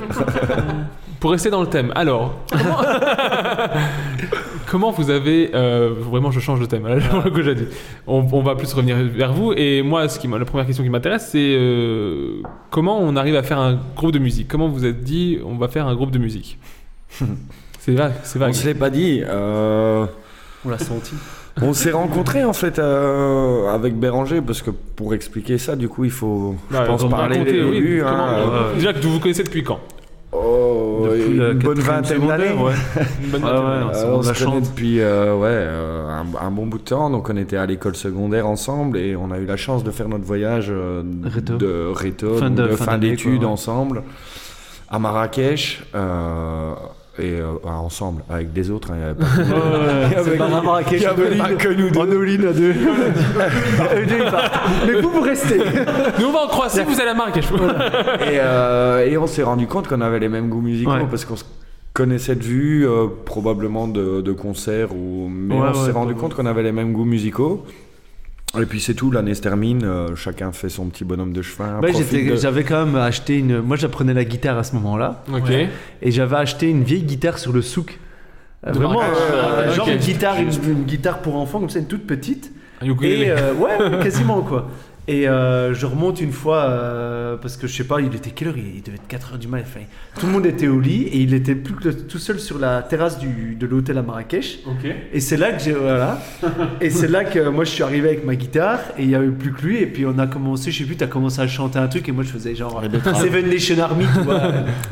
Pour rester dans le thème, alors. comment- Comment vous avez. euh, vraiment, je change de thème, là, pour le coup, j'ai dit. On, on va plus revenir vers vous. Et moi, ce qui, m'a- la première question qui m'intéresse, c'est euh, comment on arrive à faire un groupe de musique Comment vous êtes dit, on va faire un groupe de musique C'est vague, c'est On vague. se l'est pas dit. euh, On l'a senti. on s'est rencontrés en fait euh, avec Béranger parce que pour expliquer ça, du coup, il faut, je Ouais, pense, vous parler racontez, des oui, débuts. comment- hein, euh, euh, Déjà que vous vous connaissez depuis quand oh, Depuis la une bonne quatrième vingtaine secondaire, d'années. ouais. Une bonne Ouais, vingtaine ouais. d'années. Euh, on on a se chance. connaît depuis euh, ouais, euh, un, un bon bout de temps, donc on était à l'école secondaire ensemble et on a eu la chance de faire notre voyage euh, Réto. de réto, Fin donc de- de fin fin d'année, d'études quoi, ouais. ensemble à Marrakech. euh, et euh, ensemble avec des autres. hein, il y avait pas- C'est pas vraiment à Il y avait pas que nous deux. En all-in à deux. Eux deux, ils partent. Mais vous, vous restez. Nous on va en Croatie, vous allez à Marrakech. et, euh, et on s'est rendu compte qu'on avait les mêmes goûts musicaux Ouais. parce qu'on se connaissait de vue, euh, probablement de, de concerts, ou... mais Ouais, on s'est ouais, rendu pas- compte qu'on avait les mêmes goûts musicaux. Et puis c'est tout, l'année se termine, euh, chacun fait son petit bonhomme de chemin. Bah, profite j'étais- de- J'avais quand même acheté une. Moi, j'apprenais la guitare à ce moment-là. Ok. Et j'avais acheté une vieille guitare sur le souk. Euh, Vraiment, Marrakech. euh, Ah, genre ok. une guitare, une, une guitare pour enfants, comme ça, une toute petite. Un ukulélé. Et euh, ouais, ouais, quasiment quoi. Et euh, je remonte une fois, euh, parce que je sais pas, il était quelle heure Il il devait être 4 heures du mat. enfin, tout le monde était au lit et il était plus que le- tout seul sur la terrasse du, de l'hôtel à Marrakech. Ok. Et c'est là que j'ai voilà. Et c'est là que moi je suis arrivé avec ma guitare et il y avait plus que lui et puis on a commencé, je sais plus, t'as commencé à chanter un truc et moi je faisais genre Seven Nation Army, tu vois.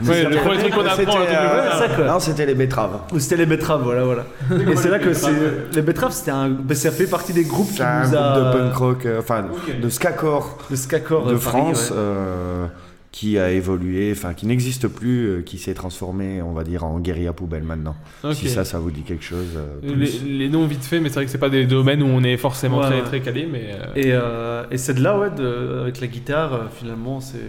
Ouais, le premier truc qu'on C'était, apprend, le truc euh, de- ouais, ça, quoi. Non, c'était les betteraves. Ou c'était les betteraves, voilà, voilà. Et c'est là que c'est les betteraves, c'était un, ben, ça fait partie des groupes qui C'est un nous groupe a de punk rock, euh, enfin Ok. de skacore le de Skakor Paris, France ouais. euh, qui a évolué, enfin qui n'existe plus, euh, qui s'est transformé, on va dire, en guérilla poubelle maintenant. Ok. Si ça, ça vous dit quelque chose. euh, plus. Les, les noms vite fait, mais c'est vrai que c'est pas des domaines où on est forcément Ouais, très, ouais. très calé, mais. euh, Et, euh, et c'est de là, ouais, de- avec la guitare, euh, finalement, c'est.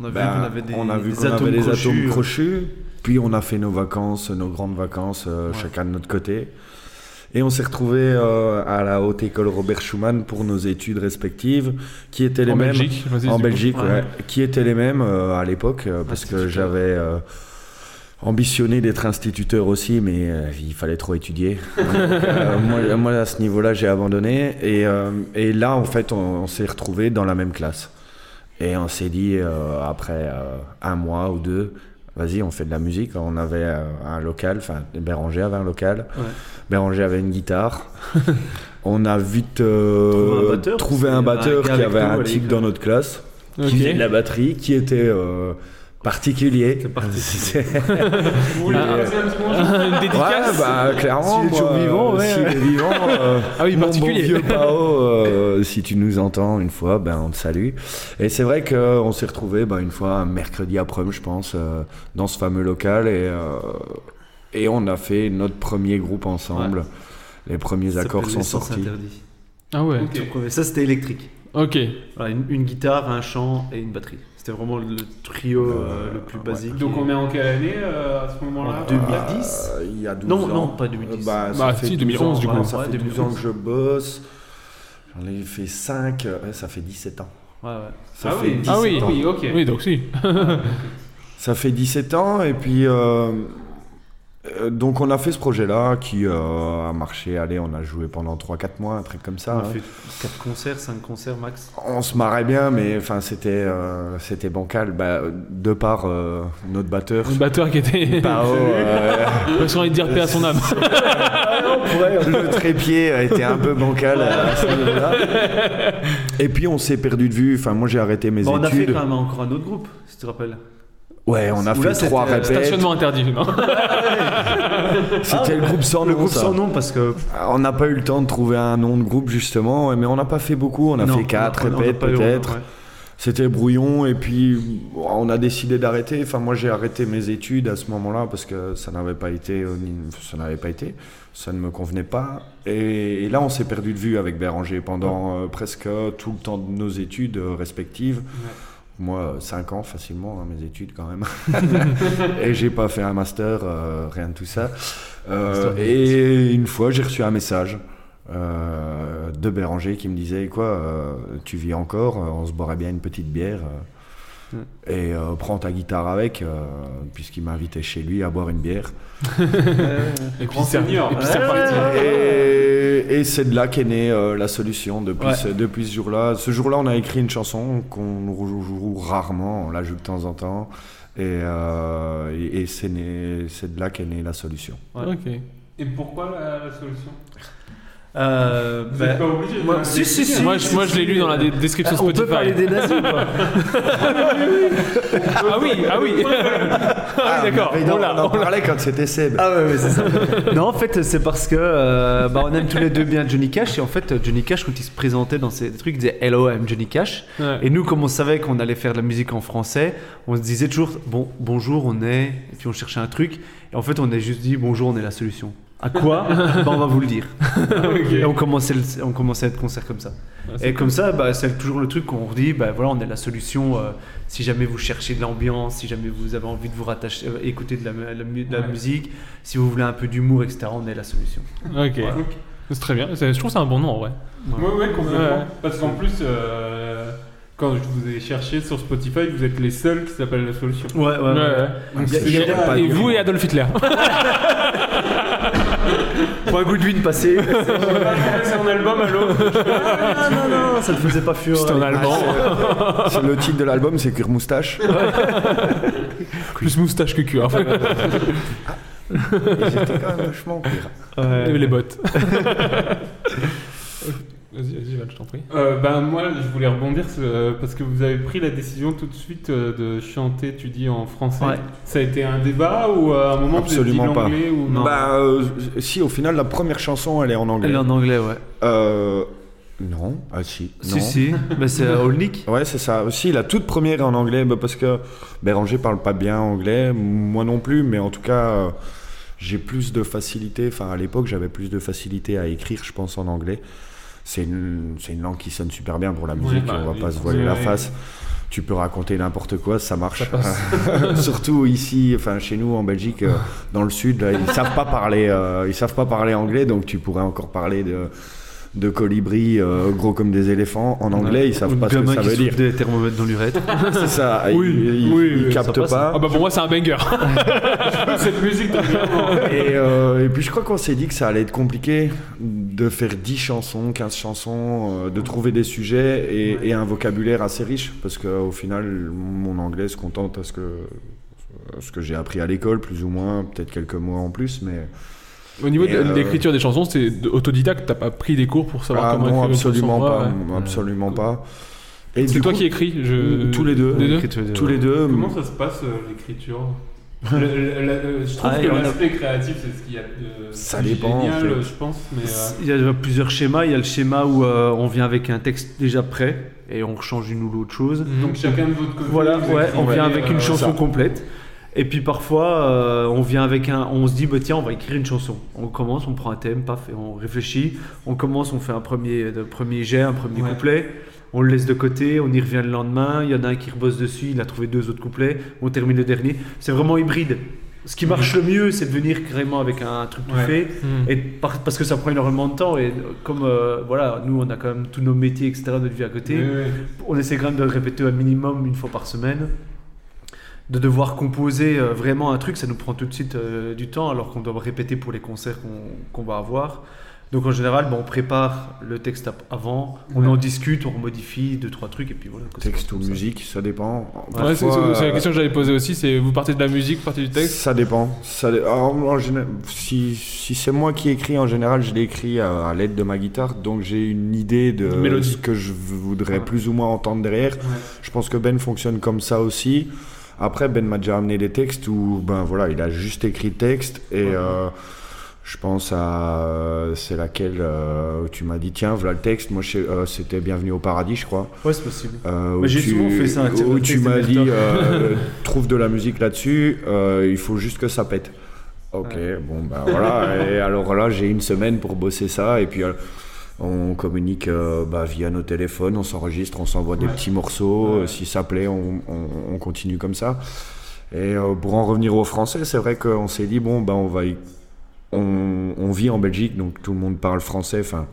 On a vu Ben, qu'on avait des, on a vu des qu'on avait atomes des crochus, atomes euh. crochus. Puis on a fait nos vacances, nos grandes vacances, euh, chacun de notre côté. Et on s'est retrouvés euh, à la haute école Robert Schumann pour nos études respectives, qui étaient les en mêmes. Belgique, je précise, en du coup. Belgique, Ouais. ouais. qui étaient les mêmes euh, à l'époque, euh, parce que j'avais euh, ambitionné d'être instituteur aussi, mais euh, il fallait trop étudier. Donc, euh, moi, moi, à ce niveau-là, j'ai abandonné. Et, euh, et là, en fait, on, on s'est retrouvés dans la même classe. Et on s'est dit, euh, après euh, un mois ou deux, vas-y, on fait de la musique. On avait euh, un local, enfin, Béranger avait un local. Ouais. Béranger avait une guitare. on a vite euh, Trouvé un trouvé batteur, parce un batteur qu'il y avait un gars qui avec avait nous à un l'école. type dans notre classe Ok. qui faisait de la batterie, qui était euh, particulier. C'est- Une dédicace. Ouais, bah clairement. Ah. S'il est moi, toujours vivant, euh, ouais. s'il est vivant, euh, Ah oui, mon particulier. bon vieux Pao, euh, si tu nous entends une fois, ben on te salue. Et c'est vrai qu'on s'est retrouvé une fois un mercredi après-midi, je pense, euh, dans ce fameux local et euh, et on a fait notre premier groupe ensemble. Les premiers Ça accords s'appelle sont L'essence sortis. Interdite. Ah ouais. Tout premier. Ça, c'était électrique. Ok. Voilà, une, une guitare, un chant et une batterie. C'était vraiment le trio euh, le plus basique. Donc Et- on est en quelle année euh, à ce en moment-là 2010. Euh, il y a 12 Non, ans. non, pas 2010. Bah, ça Bah, fait si, 12 2011 ans, du coup. ouais, ça Ouais, fait 12 2011. ans que je bosse. J'en ai fait 5, ça fait 17 ans. Ouais, ouais. Ça Ah fait oui. 17 Ah oui. ans. Oui, ok. Oui, donc si. Ça fait 17 ans et puis euh, euh, donc on a fait ce projet-là qui euh, a marché. Allez, on a joué pendant 3-4 mois, un truc comme ça. On a hein. fait 4 concerts, 5 concerts max. On se marrait bien, mais enfin c'était euh, c'était bancal. Bah, de par euh, notre batteur. Le batteur qui était. Pao, euh, J'ai envie de dire paix à son âme. le trépied a été un peu bancal à ce niveau-là. Et puis on s'est perdu de vue. Enfin, moi j'ai arrêté mes Bah, on a fait études. quand même encore un autre groupe, si tu te rappelles. Ouais, on a Où là, fait trois c'était, euh, répètes. Stationnement interdit. non C'était le groupe sans Ah, le nom. groupe ça. sans nom parce que Euh, On n'a pas eu le temps de trouver un nom de groupe justement, ouais, mais on n'a pas fait beaucoup. On a Non, fait quatre on a- on a répètes pas eu- peut-être. ouais. C'était brouillon et puis on a décidé d'arrêter. Enfin, moi j'ai arrêté mes études à ce moment-là parce que ça n'avait pas été, euh, ni- ça n'avait pas été, ça ne me convenait pas. Et, et là, on s'est perdu de vue avec Béranger pendant euh, presque tout le temps de nos études euh, respectives. Moi, 5 ans facilement, hein, mes études quand même. et j'ai pas fait un master, euh, rien de tout ça. Euh, et une fois, j'ai reçu un message euh, de Béranger qui me disait Quoi, euh, tu vis encore Euh, On se boirait bien une petite bière. euh, Et euh, prends ta guitare avec, euh, puisqu'il m'invitait chez lui à boire une bière. Et puis c'est et puis c'est reparti. Et, et c'est de là qu'est née euh, la solution depuis, Ouais. ce, depuis ce jour-là. Ce jour-là, on a écrit une chanson qu'on joue- joue rarement, on la joue de temps en temps. Et, euh, et- et c'est né- c'est de là qu'est née la solution. Ok. Et pourquoi la, solution Euh, Vous bah, êtes pas obligé. moi- hein. de- si, si, si. moi, je- moi, je l'ai lu dans la dé- description Ah, on Spotify. peut parler des nazis ou pas Ah oui, ah oui. ah oui, Oh d'accord. Mais non, on l'a, on en on l'a. parlait quand c'était Seb. Ah ouais, ouais, c'est ça. non, en fait, c'est parce que euh, bah, on aime tous les deux bien Johnny Cash. Et en fait, Johnny Cash, quand il se présentait dans ces trucs, il disait Hello, I'm Johnny Cash. Ouais. Et nous, comme on savait qu'on allait faire de la musique en français, on se disait toujours bon, Bonjour, on est. Et puis on cherchait un truc. Et en fait, on a juste dit Bonjour, on est la solution. À quoi Bah, On va vous le dire. Et on commençait, le- on commençait notre concert comme ça. et comme ça, bah, c'est toujours le truc qu'on dit, bah, voilà, on est la solution euh, si jamais vous cherchez de l'ambiance, si jamais vous avez envie de vous rattacher, euh, écouter de la, mu- la mu- de la musique, si vous voulez un peu d'humour, etc., on est la solution. Ok. C'est très bien. C'est- Je trouve que c'est un bon nom en vrai. Ouais, ouais, complètement. Ouais. Parce qu'en plus, euh, quand je vous ai cherché sur Spotify, vous êtes les seuls qui s'appellent La Solution. Ouais, ouais. Ouais, ouais. Y a- y a- pas Et dur. vous et Adolf Hitler. Pour un Goodwin passé, C'est un album à l'autre. non, non, ça ne faisait pas fureur. C'est en allemand. Ah, c'est- c'est le titre de l'album, c'est Cuir Moustache. Plus moustache que cul. hein. Ils étaient quand même vachement en cuir. Et les bottes. Vas-y, vas-y, Val, je t'en prie. Euh, ben, moi, je voulais rebondir euh, parce que vous avez pris la décision tout de suite euh, de chanter, tu dis, en français. Ouais. Ça a été un débat ou euh, à un moment Absolument vous pas. avez dit l'anglais ou non Bah, euh, si, au final, la première chanson, elle est en anglais. Elle est en anglais, ouais. Euh, non, ah si. Si, non. si, bah, c'est euh, Olnik. Ouais, c'est ça. Aussi, la toute première est en anglais, bah, parce que Béranger parle pas bien anglais, moi non plus, mais en tout cas, euh, j'ai plus de facilité. Enfin, à l'époque, j'avais plus de facilité à écrire, je pense, en anglais. C'est une, c'est une langue qui sonne super bien pour la musique, bah, on va oui, pas se voiler la ouais. face. Tu peux raconter n'importe quoi, ça marche. Surtout ici, enfin chez nous en Belgique, euh, dans le sud, là, ils savent pas parler, euh, ils savent pas parler anglais, donc tu pourrais encore parler de de colibris euh, gros comme des éléphants en anglais, ils savent Ou pas ce que gamin ça qui veut dire. souffle des thermomètres dans l'urètre. C'est ça, ils- ils, oui, ils oui, ça captent passe. pas. Ah bah pour moi c'est un banger. cette musique, t'as bien bah. et, euh, et puis je crois qu'on s'est dit que ça allait être compliqué de faire 10 chansons, 15 chansons, euh, de trouver des sujets et, et un vocabulaire assez riche parce qu'au final, mon anglais se contente à ce que, à ce que j'ai appris à l'école, plus ou moins, peut-être quelques mots en plus, mais. Au niveau Et, de euh, l'écriture des chansons, c'est de- autodidacte, t'as pas pris des cours pour savoir Ah comment non, écrire une absolument chanson. pas, Ouais, ouais. absolument pas. Et C'est du toi coup, qui écris je... tous les deux, Les deux euh, tous les deux, Comment ça se passe euh, l'écriture Le- le- le- Je trouve Ah, que et on a- l'aspect créatif, c'est ce qu'il y a de Ça plus dépend, en génial, fait. je pense. Mais, euh, Il y a plusieurs schémas. Il y a le schéma où euh, on vient avec un texte déjà prêt et on change une ou l'autre chose. Donc chacun de votre côté. Mm-hmm. Voilà, vous ouais, écrivez, on vient avec euh, une chanson ça. complète. Et puis parfois, euh, on vient avec un, on se dit, bah, tiens, on va écrire une chanson. On commence, on prend un thème, paf, et on réfléchit. On commence, on fait un premier, de premier jet, un premier Ouais. couplet. On le laisse de côté, on y revient le lendemain. Il y en a un qui rebosse dessus, il a trouvé deux autres couplets. On termine le dernier. C'est vraiment hybride. Ce qui marche le mieux, c'est de venir carrément avec un truc tout Mhm. Ouais. fait. Hmm. Et par- parce que ça prend énormément de temps. Et comme euh, voilà, nous, on a quand même tous nos métiers, etc., notre vie à côté. Oui, oui. On essaie quand même de le répéter un minimum une fois par semaine. De devoir composer euh, vraiment un truc, ça nous prend tout de suite euh, du temps, alors qu'on doit répéter pour les concerts qu'on qu'on va avoir. Donc en général, bah, on prépare le texte ap- avant, on Ouais. en discute, on modifie deux trois trucs et puis voilà. quoi, ça texte ou comme ça. musique, ça dépend. Ouais, c'est Parfois, c'est- c'est la euh, question que j'avais posée aussi, c'est vous partez de la musique, vous partez du texte Ça dépend. Ça dé- ah, en- en géné- si si c'est moi qui écris, en général, je l'écris à, à l'aide de ma guitare, donc j'ai une idée de Une mélodie. ce que je voudrais plus ou moins entendre derrière. Je pense que Ben fonctionne comme ça aussi. Après, Ben m'a déjà amené des textes où, ben voilà, il a juste écrit le texte et euh, je pense à euh, c'est laquelle euh, tu m'as dit tiens voilà le texte. Moi, je sais- euh, c'était Bienvenue au paradis, je crois. Ouais, c'est possible. Euh, Mais où j'ai tu- souvent fait ça, un Où petit tu texte m'as dit, d'Alberto. euh, trouve de la musique là-dessus, euh, il faut juste que ça pète. Ok, bon, bah voilà. et alors là, j'ai une semaine pour bosser ça. Et puis, euh, on communique euh, bah, via nos téléphones, on s'enregistre, on s'envoie des petits morceaux. euh, si ça plaît, on, on- on continue comme ça. Et euh, pour en revenir au français, c'est vrai qu'on s'est dit, bon, bah on va. y- On, on vit en Belgique, donc tout le monde parle français, enfin,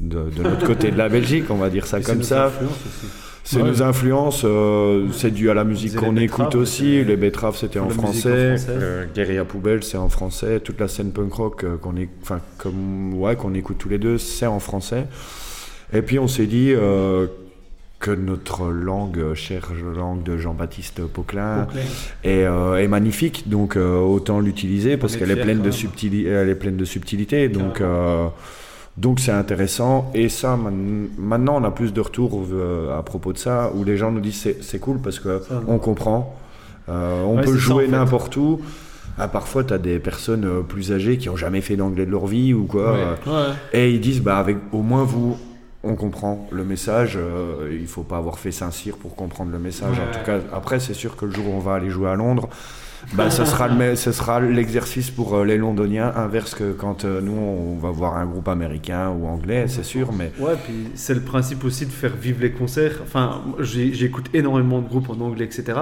de, de notre côté de la Belgique, on va dire ça comme ça. C'est nos influences, euh, c'est dû à la musique disait les qu'on écoute betteraves, aussi. c'était- Les betteraves, c'était en la musique en français. français. Euh, Guerilla Poubelle, c'est en français. Toute la scène punk rock euh, qu'on est, enfin, comme ouais, qu'on écoute tous les deux, c'est en français. Et puis on s'est dit euh, que notre langue, euh, chère langue de Jean-Baptiste Ah, Poquelin, est, euh, est magnifique. Donc euh, autant l'utiliser parce est qu'elle est fiers pleine quand de même. subtili- elle est pleine de subtilité. Donc euh, Donc c'est intéressant. Et ça, man- maintenant, on a plus de retours euh, à propos de ça, où les gens nous disent c'est- c'est cool parce que on comprend. Euh, on Ouais, peut c'est ça, jouer en fait. n'importe où. Ah, parfois, tu as des personnes euh, plus âgées qui ont jamais fait d'anglais de leur vie ou quoi. Ouais. euh, Ouais. Et ils disent, bah, avec au moins vous, on comprend le message. euh, il faut pas avoir fait Saint-Cyr pour comprendre le message. En Ouais. tout cas, après, c'est sûr que le jour où on va aller jouer à Londres, bah, ce sera le mais- ce sera l'exercice pour euh, les Londoniens, inverse que quand euh, nous, on va voir un groupe américain ou anglais, c'est sûr, mais. Ouais, puis c'est le principe aussi de faire vivre les concerts. Enfin, moi, j'ai- j'écoute énormément de groupes en anglais, etc.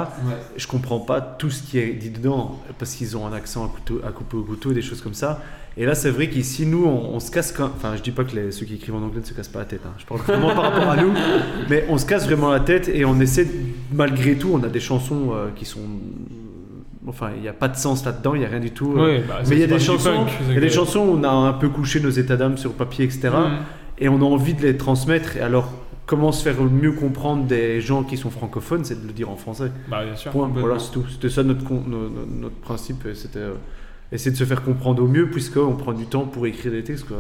Je comprends pas tout ce qui est dit dedans parce qu'ils ont un accent à, couteau- à couper au couteau, des choses comme ça. Et là, c'est vrai qu'ici, nous, on, on se casse. quand- Enfin, je dis pas que les- ceux qui écrivent en anglais ne se cassent pas la tête. hein. Je parle vraiment par rapport à nous, mais on se casse vraiment la tête et on essaie, malgré tout, on a des chansons euh, qui sont. Enfin, il n'y a pas de sens là-dedans, il n'y a rien du tout. euh. Ouais, bah, ça, mais il y c'est a des pas du chansons, punk, c'est il y a que- des chansons où on a un peu couché nos états d'âme sur papier, etc Mhm. et on a envie de les transmettre. Et alors, comment se faire mieux comprendre des gens qui sont francophones, c'est de le dire en français. Bah, bien sûr. Point. complètement. Voilà, c'est tout. C'était ça notre, con- no- no- notre principe. et C'était euh, essayer de se faire comprendre au mieux, puisqu'on prend du temps pour écrire des textes. quoi.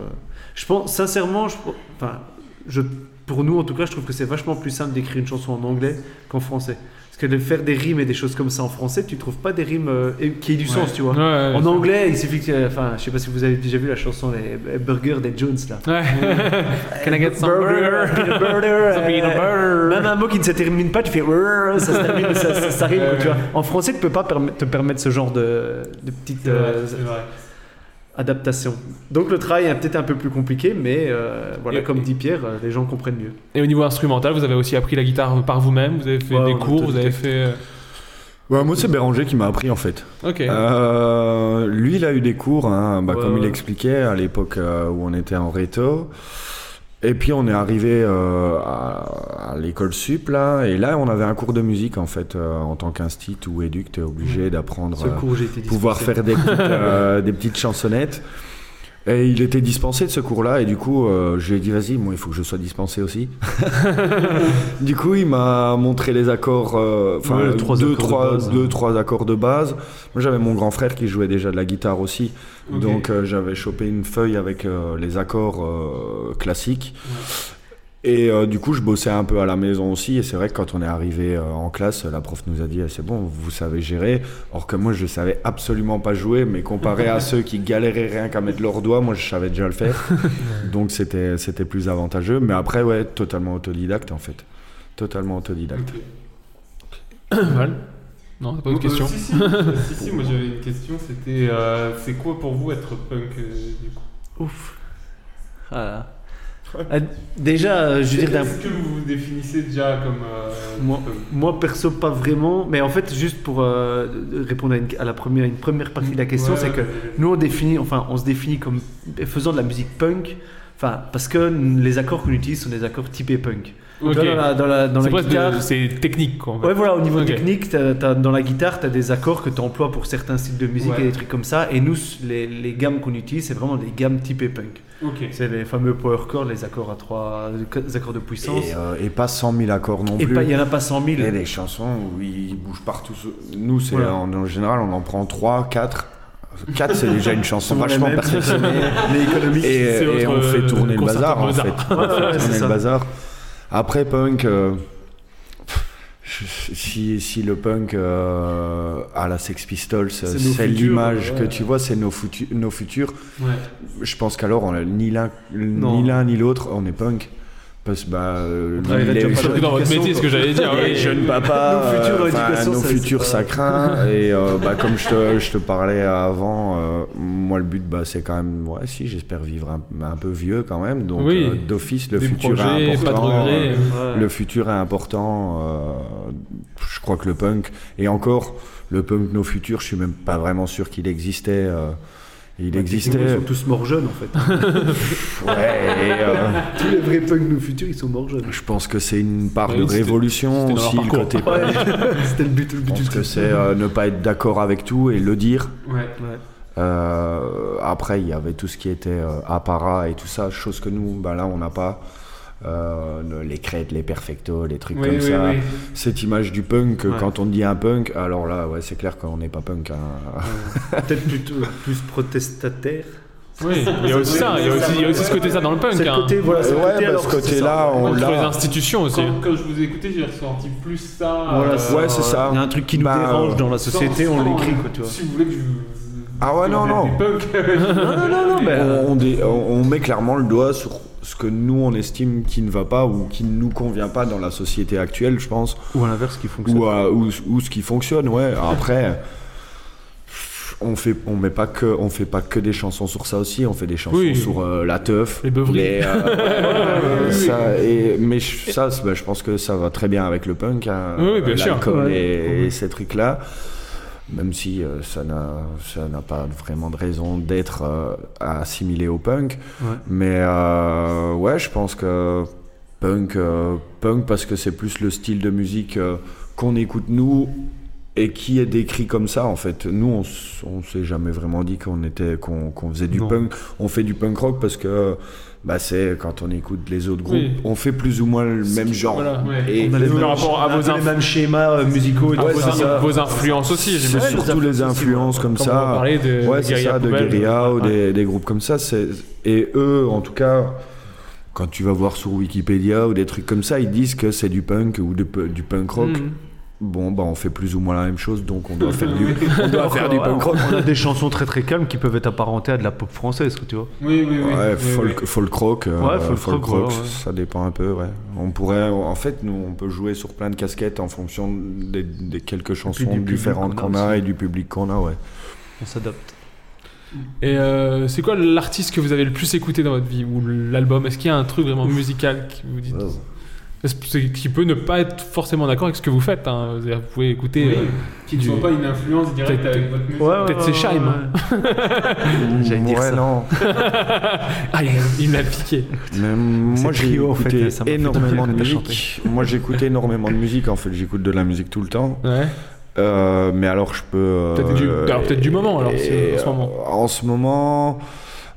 Je pense, sincèrement, je, enfin, je, pour nous en tout cas, je trouve que c'est vachement plus simple d'écrire une chanson en anglais qu'en français. Parce que de faire des rimes et des choses comme ça en français, tu trouves pas des rimes euh, et- qui aient du sens, tu vois. Ouais, ouais, en c'est- anglais, il suffit que. Enfin, je sais pas si vous avez déjà vu la chanson Les Burgers des Jones, là. Can I get some Burger, burger? peanut butter, Some peanut euh, butter. Même un mot qui ne se termine pas, tu fais brrr, ça se termine, ça, ça, ça rime, quoi, tu vois. En français, tu peux pas perm- te permettre ce genre de, de petite euh, adaptation. Donc le travail est peut-être un peu plus compliqué, mais euh, voilà, Et- comme dit Pierre, euh, les gens comprennent mieux. Et au niveau instrumental, vous avez aussi appris la guitare par vous-même, vous avez fait Ouais, des on a cours, tout vous avez détecté. fait. euh, Ouais, moi, c'est Béranger qui m'a appris, en fait. Ok. Euh, lui, il a eu des cours, hein, bah, Ouais, comme il ouais. expliquait à l'époque euh, où on était en réto. Et puis on est arrivé euh, à, à l'école sup là, et là on avait un cours de musique en fait euh, en tant qu'instit ou éduc, t'es obligé d'apprendre. Ce euh, cours, j'ai été dispensé. pouvoir faire des petites, euh, des petites chansonnettes. Et il était dispensé de ce cours-là, et du coup, euh, je lui ai dit, vas-y, moi, il faut que je sois dispensé aussi. du coup, il m'a montré les accords, euh, enfin, Ouais, les trois deux, accords de trois, base. deux, trois accords de base. Moi, j'avais mon grand frère qui jouait déjà de la guitare aussi, Ok. donc euh, j'avais chopé une feuille avec euh, les accords euh, classiques. Et euh, du coup, je bossais un peu à la maison aussi. Et c'est vrai que quand on est arrivé euh, en classe, la prof nous a dit eh, c'est bon, vous savez gérer. Or que moi, je savais absolument pas jouer. Mais comparé à ceux qui galéraient rien qu'à mettre leurs doigts, moi, je savais déjà le faire. Donc c'était c'était plus avantageux. Mais après, ouais, totalement autodidacte en fait. Totalement autodidacte. Val Non, t'as pas d'autres euh, questions Euh, si, si, si, si, moi j'avais une question, c'était euh, c'est quoi pour vous être punk euh, du coup Ouf. Voilà. Ah, Déjà, euh, je veux dire, d'un- Est-ce que vous vous définissez déjà comme euh, Moi, punk moi, perso, pas vraiment. Mais en fait, juste pour euh, répondre à, une, à la première, une première partie de la question, Ouais, c'est que ouais, nous, on, définit, enfin, on se définit comme faisant de la musique punk. Enfin, parce que les accords qu'on utilise sont des accords typés punk. Ok. Dans la, dans la, dans C'est la presque de- guitare. C'est technique, quoi. en fait. Ouais, voilà, au niveau Ok. technique, t'as- t'as- dans la guitare, tu as des accords que tu emploies pour certains styles de musique Ouais. et des trucs comme ça. Et nous, les, les gammes qu'on utilise, c'est vraiment des gammes typées punk. Ok. C'est les fameux power chords, les accords à trois, les accords de puissance. Et, euh, et pas 100 000 accords non Et plus. pas- il y en a pas 100 000. Il y a des chansons où ils bougent partout. Nous, c'est Voilà. en, en général, on en prend 3, 4. 4, c'est déjà une chanson Souvent la vachement même. perfectionnée. et, c'est et votre, on fait euh, tourner le concerto bazar, en fait. Mozart. On fait ouais, c'est tourner le ça. bazar. Après, punk... euh, si, si le punk euh, à la Sex Pistols, nos c'est futurs, l'image ouais. que tu vois, c'est nos, futu- nos futurs. Je pense qu'alors, on a ni l'un Non. ni l'un ni l'autre, on est punk. Parce que bah, euh, travaillerait les- déjà pas Surtout dans votre métier, ce que j'allais dire. les oui. jeunes papas, Nos futurs dans euh, enfin, l'éducation, nos ça, futurs, c'est ça pas- craint. Et euh, bah, comme je te, je te parlais avant, euh, moi le but, bah, c'est quand même, ouais, si, j'espère vivre un, un peu vieux quand même. Donc Oui. euh, d'office, le Des futur projets, est important. pas de regrets. euh, Ouais. le futur est important. euh, je crois que le punk, et encore, le punk, nos futurs, je suis même pas vraiment sûr qu'il existait. euh, Bah, il Ils existait. sont tous morts jeunes en fait. Ouais, et, euh, tous les vrais punks de futur, ils sont morts jeunes. je pense que c'est une part Bah Oui, de c'était- révolution c'était dans leur aussi, le parcours. côté punk. C'était le but, le Je but pense du que truc. c'est euh, ne pas être d'accord avec tout et le dire. Ouais. Ouais. Euh, après, il y avait tout ce qui était euh, apparat et tout ça, chose que nous, bah, là, on n'a pas. Euh, le- les crêtes, les perfectos, les trucs Oui, comme oui, ça. oui. Cette image du punk, que Ouais. quand on dit un punk, alors là, ouais, c'est clair qu'on n'est pas punk. hein. Peut-être plutôt plus protestataire. Oui, il y a aussi ça, il y a aussi, il y a aussi ce côté-là dans le punk. C'est le hein. côté, voilà, c'est le Ouais, côté, bah, alors, ce c'est côté-là, ça. on Contre les l'a. institutions aussi. Quand, quand je vous ai écouté, j'ai ressenti plus ça. Voilà, euh, c'est Ouais, c'est ça. Il y a un truc qui nous Bah, dérange euh, dans la société, on sans- l'écrit, quoi, tu vois. Si vous voulez que je vous- Ah ouais, non, non. des punks. Non, non, non, non, mais. euh, On, on dé- on- on met clairement le doigt sur ce que nous on estime qui ne va pas ou qui ne nous convient pas dans la société actuelle, je pense, Ou à l'inverse, qui fonctionne. ou, à- ou- ou ce qui fonctionne. Ouais. Après, on fait, on met pas que, on fait pas que des chansons sur ça aussi. On fait des chansons Oui. sur euh, la teuf, Les beuveries. mais, euh, euh, ça, et- mais je- ça, c'est- bah, je pense que ça va très bien avec le punk, hein, Oui, oui, bien sûr. l'alcool Ouais. et, et ces trucs-là. Même si euh, ça n'a ça n'a pas vraiment de raison d'être euh, assimilé au punk, Ouais. mais euh, ouais, je pense que punk, euh, punk parce que c'est plus le style de musique euh, qu'on écoute nous et qui est décrit comme ça en fait. Nous, on, s- on s'est jamais vraiment dit qu'on était, qu'on, qu'on faisait du Non. punk. On fait du punk rock parce que bah c'est quand on écoute les autres groupes, Oui. on fait plus ou moins le même genre. Voilà, ouais. Et On a les Par mêmes, rapport à on a un vos peu les inf- mêmes schémas euh, musicaux et à Ouais, tout. vos, c'est ça. vos influences aussi, c'est j'imagine. surtout les influences comme Comme ça. on parlait de- ouais, de c'est Guerilla ça, de Poubelle. euh, guérilla ou Ouais. des, des groupes comme ça. c'est- Et eux, en tout cas, quand tu vas voir sur Wikipédia ou des trucs comme ça, ils disent que c'est du punk ou de- du punk rock. Mhm. Bon, bah on fait plus ou moins la même chose, donc on doit faire du, on doit faire du Voilà, punk rock. On a des chansons très très calmes qui peuvent être apparentées à de la pop française, quoi, tu vois. Oui, oui, Ouais, oui. oui, oui. folk, folk rock, euh, Ouais, folk folk, rock, rock, ouais, ouais. ça dépend un peu, ouais. On pourrait, en fait, nous, on peut jouer sur plein de casquettes en fonction des, des quelques du chansons public différentes qu'on a qu'on a, aussi. et du public qu'on a, ouais. On s'adapte. Et euh, c'est quoi l'artiste que vous avez le plus écouté dans votre vie ou l'album Est-ce qu'il y a un truc vraiment musical qui vous dites Est-ce que c'est- qui peut ne pas être forcément d'accord avec ce que vous faites hein C'est-à-dire, Vous pouvez écouter Oui, euh, Qui ne du- soit pas une influence directe Peut-être- avec votre musique. Peut-être c'est Scheim, hein. J'allais dire ouais, ça. non. Ah, il il me l'a piqué. Mais moi C'est j'ai trio, en fait, écouté ça m'a fait énormément de plaisir quand t'as musique. Moi j'écoute énormément de musique en fait, j'écoute de la musique tout le temps. Ouais. Euh, mais alors je peux. euh, Peut-être du- alors, peut-être du moment, alors, c'est- en ce moment. euh, En ce moment.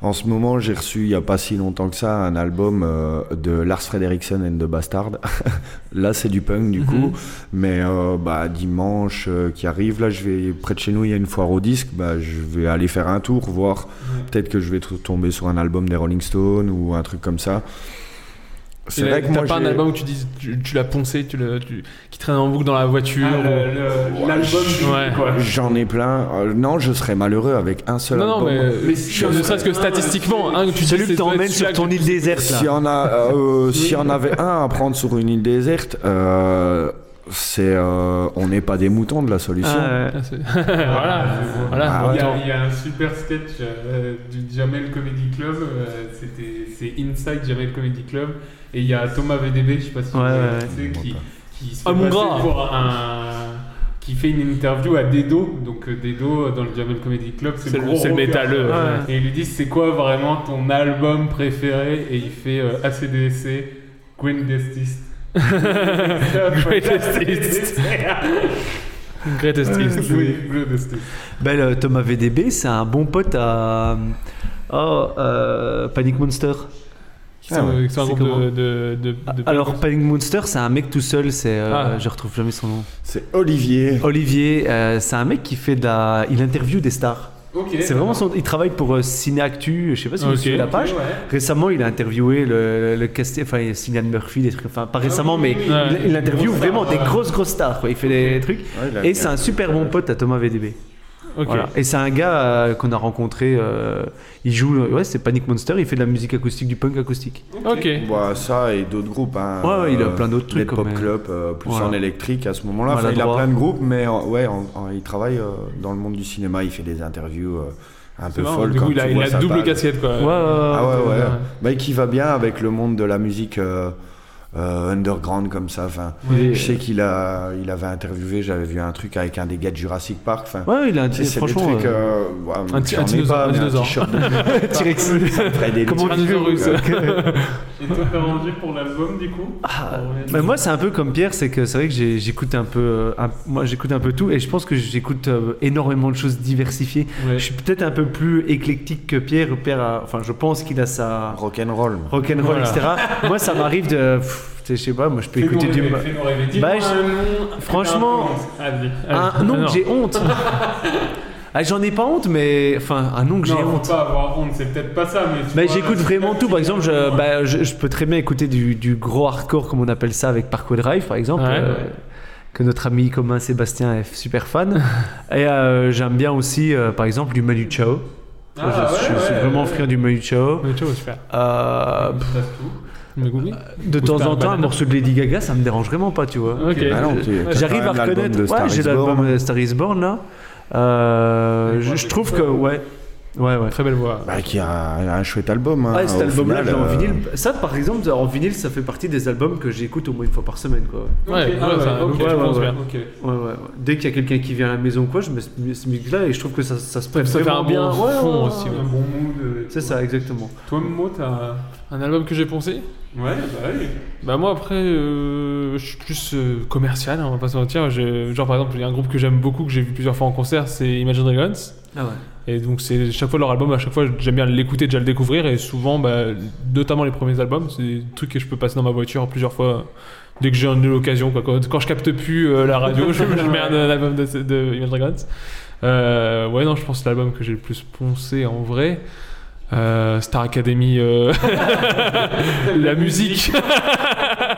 En ce moment, j'ai reçu il n'y a pas si longtemps que ça un album euh, de Lars Frederiksen and the Bastard. là, c'est du punk du Mhm. coup, mais euh, bah, dimanche euh, qui arrive, là, je vais près de chez nous, il y a une foire au disque. Bah, je vais aller faire un tour, voir. Peut-être que je vais t- tomber sur un album des Rolling Stones ou un truc comme ça. Et C'est là, vrai que T'as moi, pas un j'ai- album où tu dis, tu, tu l'as poncé, tu le, tu- qui traîne en boucle dans la voiture. Ah, ou- le- le- L'album. du- Ouais. quoi. J'en ai plein. Euh, non, je serais malheureux avec un seul Non, non, album. mais, euh, Mais si- ne serait-ce que statistiquement, hein, tu dis, Celui c'est- que t'emmènes celui-là sur que- ton île déserte, S'il y là. en a, euh, s'il y en avait un à prendre sur une île déserte, euh, c'est euh, on n'est pas des moutons de la solution. Ah, ouais. Ah, c'est- voilà, voilà. Ah, Il y, Attends. a, il y a un super sketch euh, du Jamel Comedy Club, euh, c'était- c'est Inside Jamel Comedy Club, et il y a Thomas VDB, je sais pas si Ouais, vous ouais, connaissez, ouais. qui, qui se fait Ah, mon passer gars. pour un- qui fait une interview à Dedo, donc euh, Dedo euh, dans le Jamel Comedy Club, c'est C'est le le- gros c'est le rocker. métalleux, Euh, Et ils lui disent c'est quoi vraiment ton album préféré, et il fait euh, ACDC, Queen Destist. Greatest Hits. Greatest Hits. Ben, le Thomas VDB, c'est un bon pote à. Oh, euh, Panic Monster. Qui Ah, sont- qui sont un C'est groupe comment de, de, de, de- Alors, Panic Monster, c'est un mec tout seul, c'est. euh, Ah. Je retrouve jamais son nom. C'est Olivier. Olivier, euh, c'est un mec qui fait de la. Il interview des stars. C'est vraiment son. Il travaille pour euh, Ciné Actu, je sais pas si vous Ok. suivez la page. ouais. Récemment, il a interviewé le, le cast, enfin Cillian Murphy, des trucs, enfin pas récemment, mais Ah oui, oui. il, il interviewe Grosse vraiment des star, ouais. grosses grosses stars. quoi. Il fait des trucs. Ouais, il a- Et c'est un super bon pote à Thomas VDB. Ok. Voilà. Et c'est un gars euh, qu'on a rencontré. euh, il joue, ouais, c'est Panic Monster. Il fait de la musique acoustique, du punk acoustique. Ok. Bah, ça et d'autres groupes. hein. Ouais, ouais, il a plein d'autres Les trucs, pop mais- club, euh, plus Voilà. en électrique à ce moment-là. Enfin, il a Maladroit. plein de groupes, mais euh, ouais, en- en- il travaille euh, dans le monde du cinéma. Il fait des interviews euh, un C'est peu marrant, folles. Du coup, quand il a, tu il vois a sa double page. casquette, quoi. Ouais, ouais, Ah ouais, ouais. ouais. Bah, qui va bien avec le monde de la musique euh, euh, underground comme ça. Enfin, Ouais. Je sais euh, qu'il a, il avait interviewé, j'avais vu un truc avec un des gars de Jurassic Park. Enfin, Ouais, il a un c'est- c'est des franchement. trucs. euh, euh, ouais, Un ti- j'en un ai dinosaure, pas, un mais dinosaure. t-shirt de- T-Rex. Après, des Comment on dit Tyrannosaurus. euh, Et toi, t'as rangé pour l'album du coup Ah, bah, moi, c'est un peu comme Pierre, c'est que c'est vrai que j'ai- j'écoute un peu, euh, un- moi j'écoute un peu tout, et je pense que j'écoute euh, énormément de choses diversifiées. Ouais. Je suis peut-être un peu plus éclectique que Pierre. Pierre, a- enfin, je pense qu'il a sa Rock'n'roll. rock'n'roll, Voilà. etc. moi, ça m'arrive de, pff, tu sais, je sais pas, moi je peux écouter du. euh, Bah, je- franchement, Allez, Ah, Ah, non, non. j'ai honte. Ah, j'en ai pas honte, mais. Enfin, un nom que j'ai Non, honte. faut pas avoir honte, c'est peut-être pas ça, mais. tu Mais vois, euh, j'écoute c'est vraiment peut-être tout. Par exemple, je, Ouais. bah, je, je peux très bien écouter du, du gros hardcore, comme on appelle ça, avec Parkway Drive, par exemple. euh, Ouais. Que notre ami commun Sébastien est super fan. Et euh, j'aime bien aussi, euh, par exemple, du Manu Chao. Ah, je, ouais, je suis ouais, vraiment ouais. friand du Manu Chao. Mais tu vois, super. Euh, Tu tasses tout. Mais googly. de Ou temps Star en temps, un Banana. morceau de Lady Gaga, ça me dérange vraiment pas, tu vois. Ok. Ah non, tu- t'as J'arrive quand à même l'album reconnaître. de Star Ouais, is j'ai l'album Born. euh, Star is Born là. Euh, Et je, moi, je j'ai trouve ça. que ouais, ouais, ouais. Très belle voix. Bah, qui a un, un chouette album. Hein, Ouais, cet au album-là, final, je l'ai en euh, vinyle. Ça, par exemple, en vinyle, ça fait partie des albums que j'écoute au moins une fois par semaine, quoi. Ouais, ouais, Ah ça- ok, ok, ouais, je pense ouais. bien. Ouais, ouais, ouais. Dès qu'il y a quelqu'un qui vient à la maison, ou quoi, je mets ce ce mix-là et je trouve que ça, ça se prête Ça fait vraiment un bien. bon Ouais, ouais, fond ouais, aussi. ouais. Un bon mood. C'est ça, exactement. euh, Toi, Momo, t'as. Un album que j'ai poncé Ouais, bah oui. Bah moi après, euh, je suis plus euh, commercial, hein, on va pas se mentir. J'ai- Genre par exemple, il y a un groupe que j'aime beaucoup, que j'ai vu plusieurs fois en concert, c'est Imagine Dragons. Ah ouais. Et donc c'est chaque fois leur album, à chaque fois j'aime bien l'écouter, déjà le découvrir. Et souvent, bah, notamment les premiers albums, c'est des trucs que je peux passer dans ma voiture plusieurs fois euh, dès que j'ai une l'occasion. quoi. Quand, quand je capte plus euh, la radio, je, je mets un, un album de, de Imagine Dragons. Euh, ouais non, je pense que c'est l'album que j'ai le plus poncé en vrai. Euh, Star Academy, euh, la musique.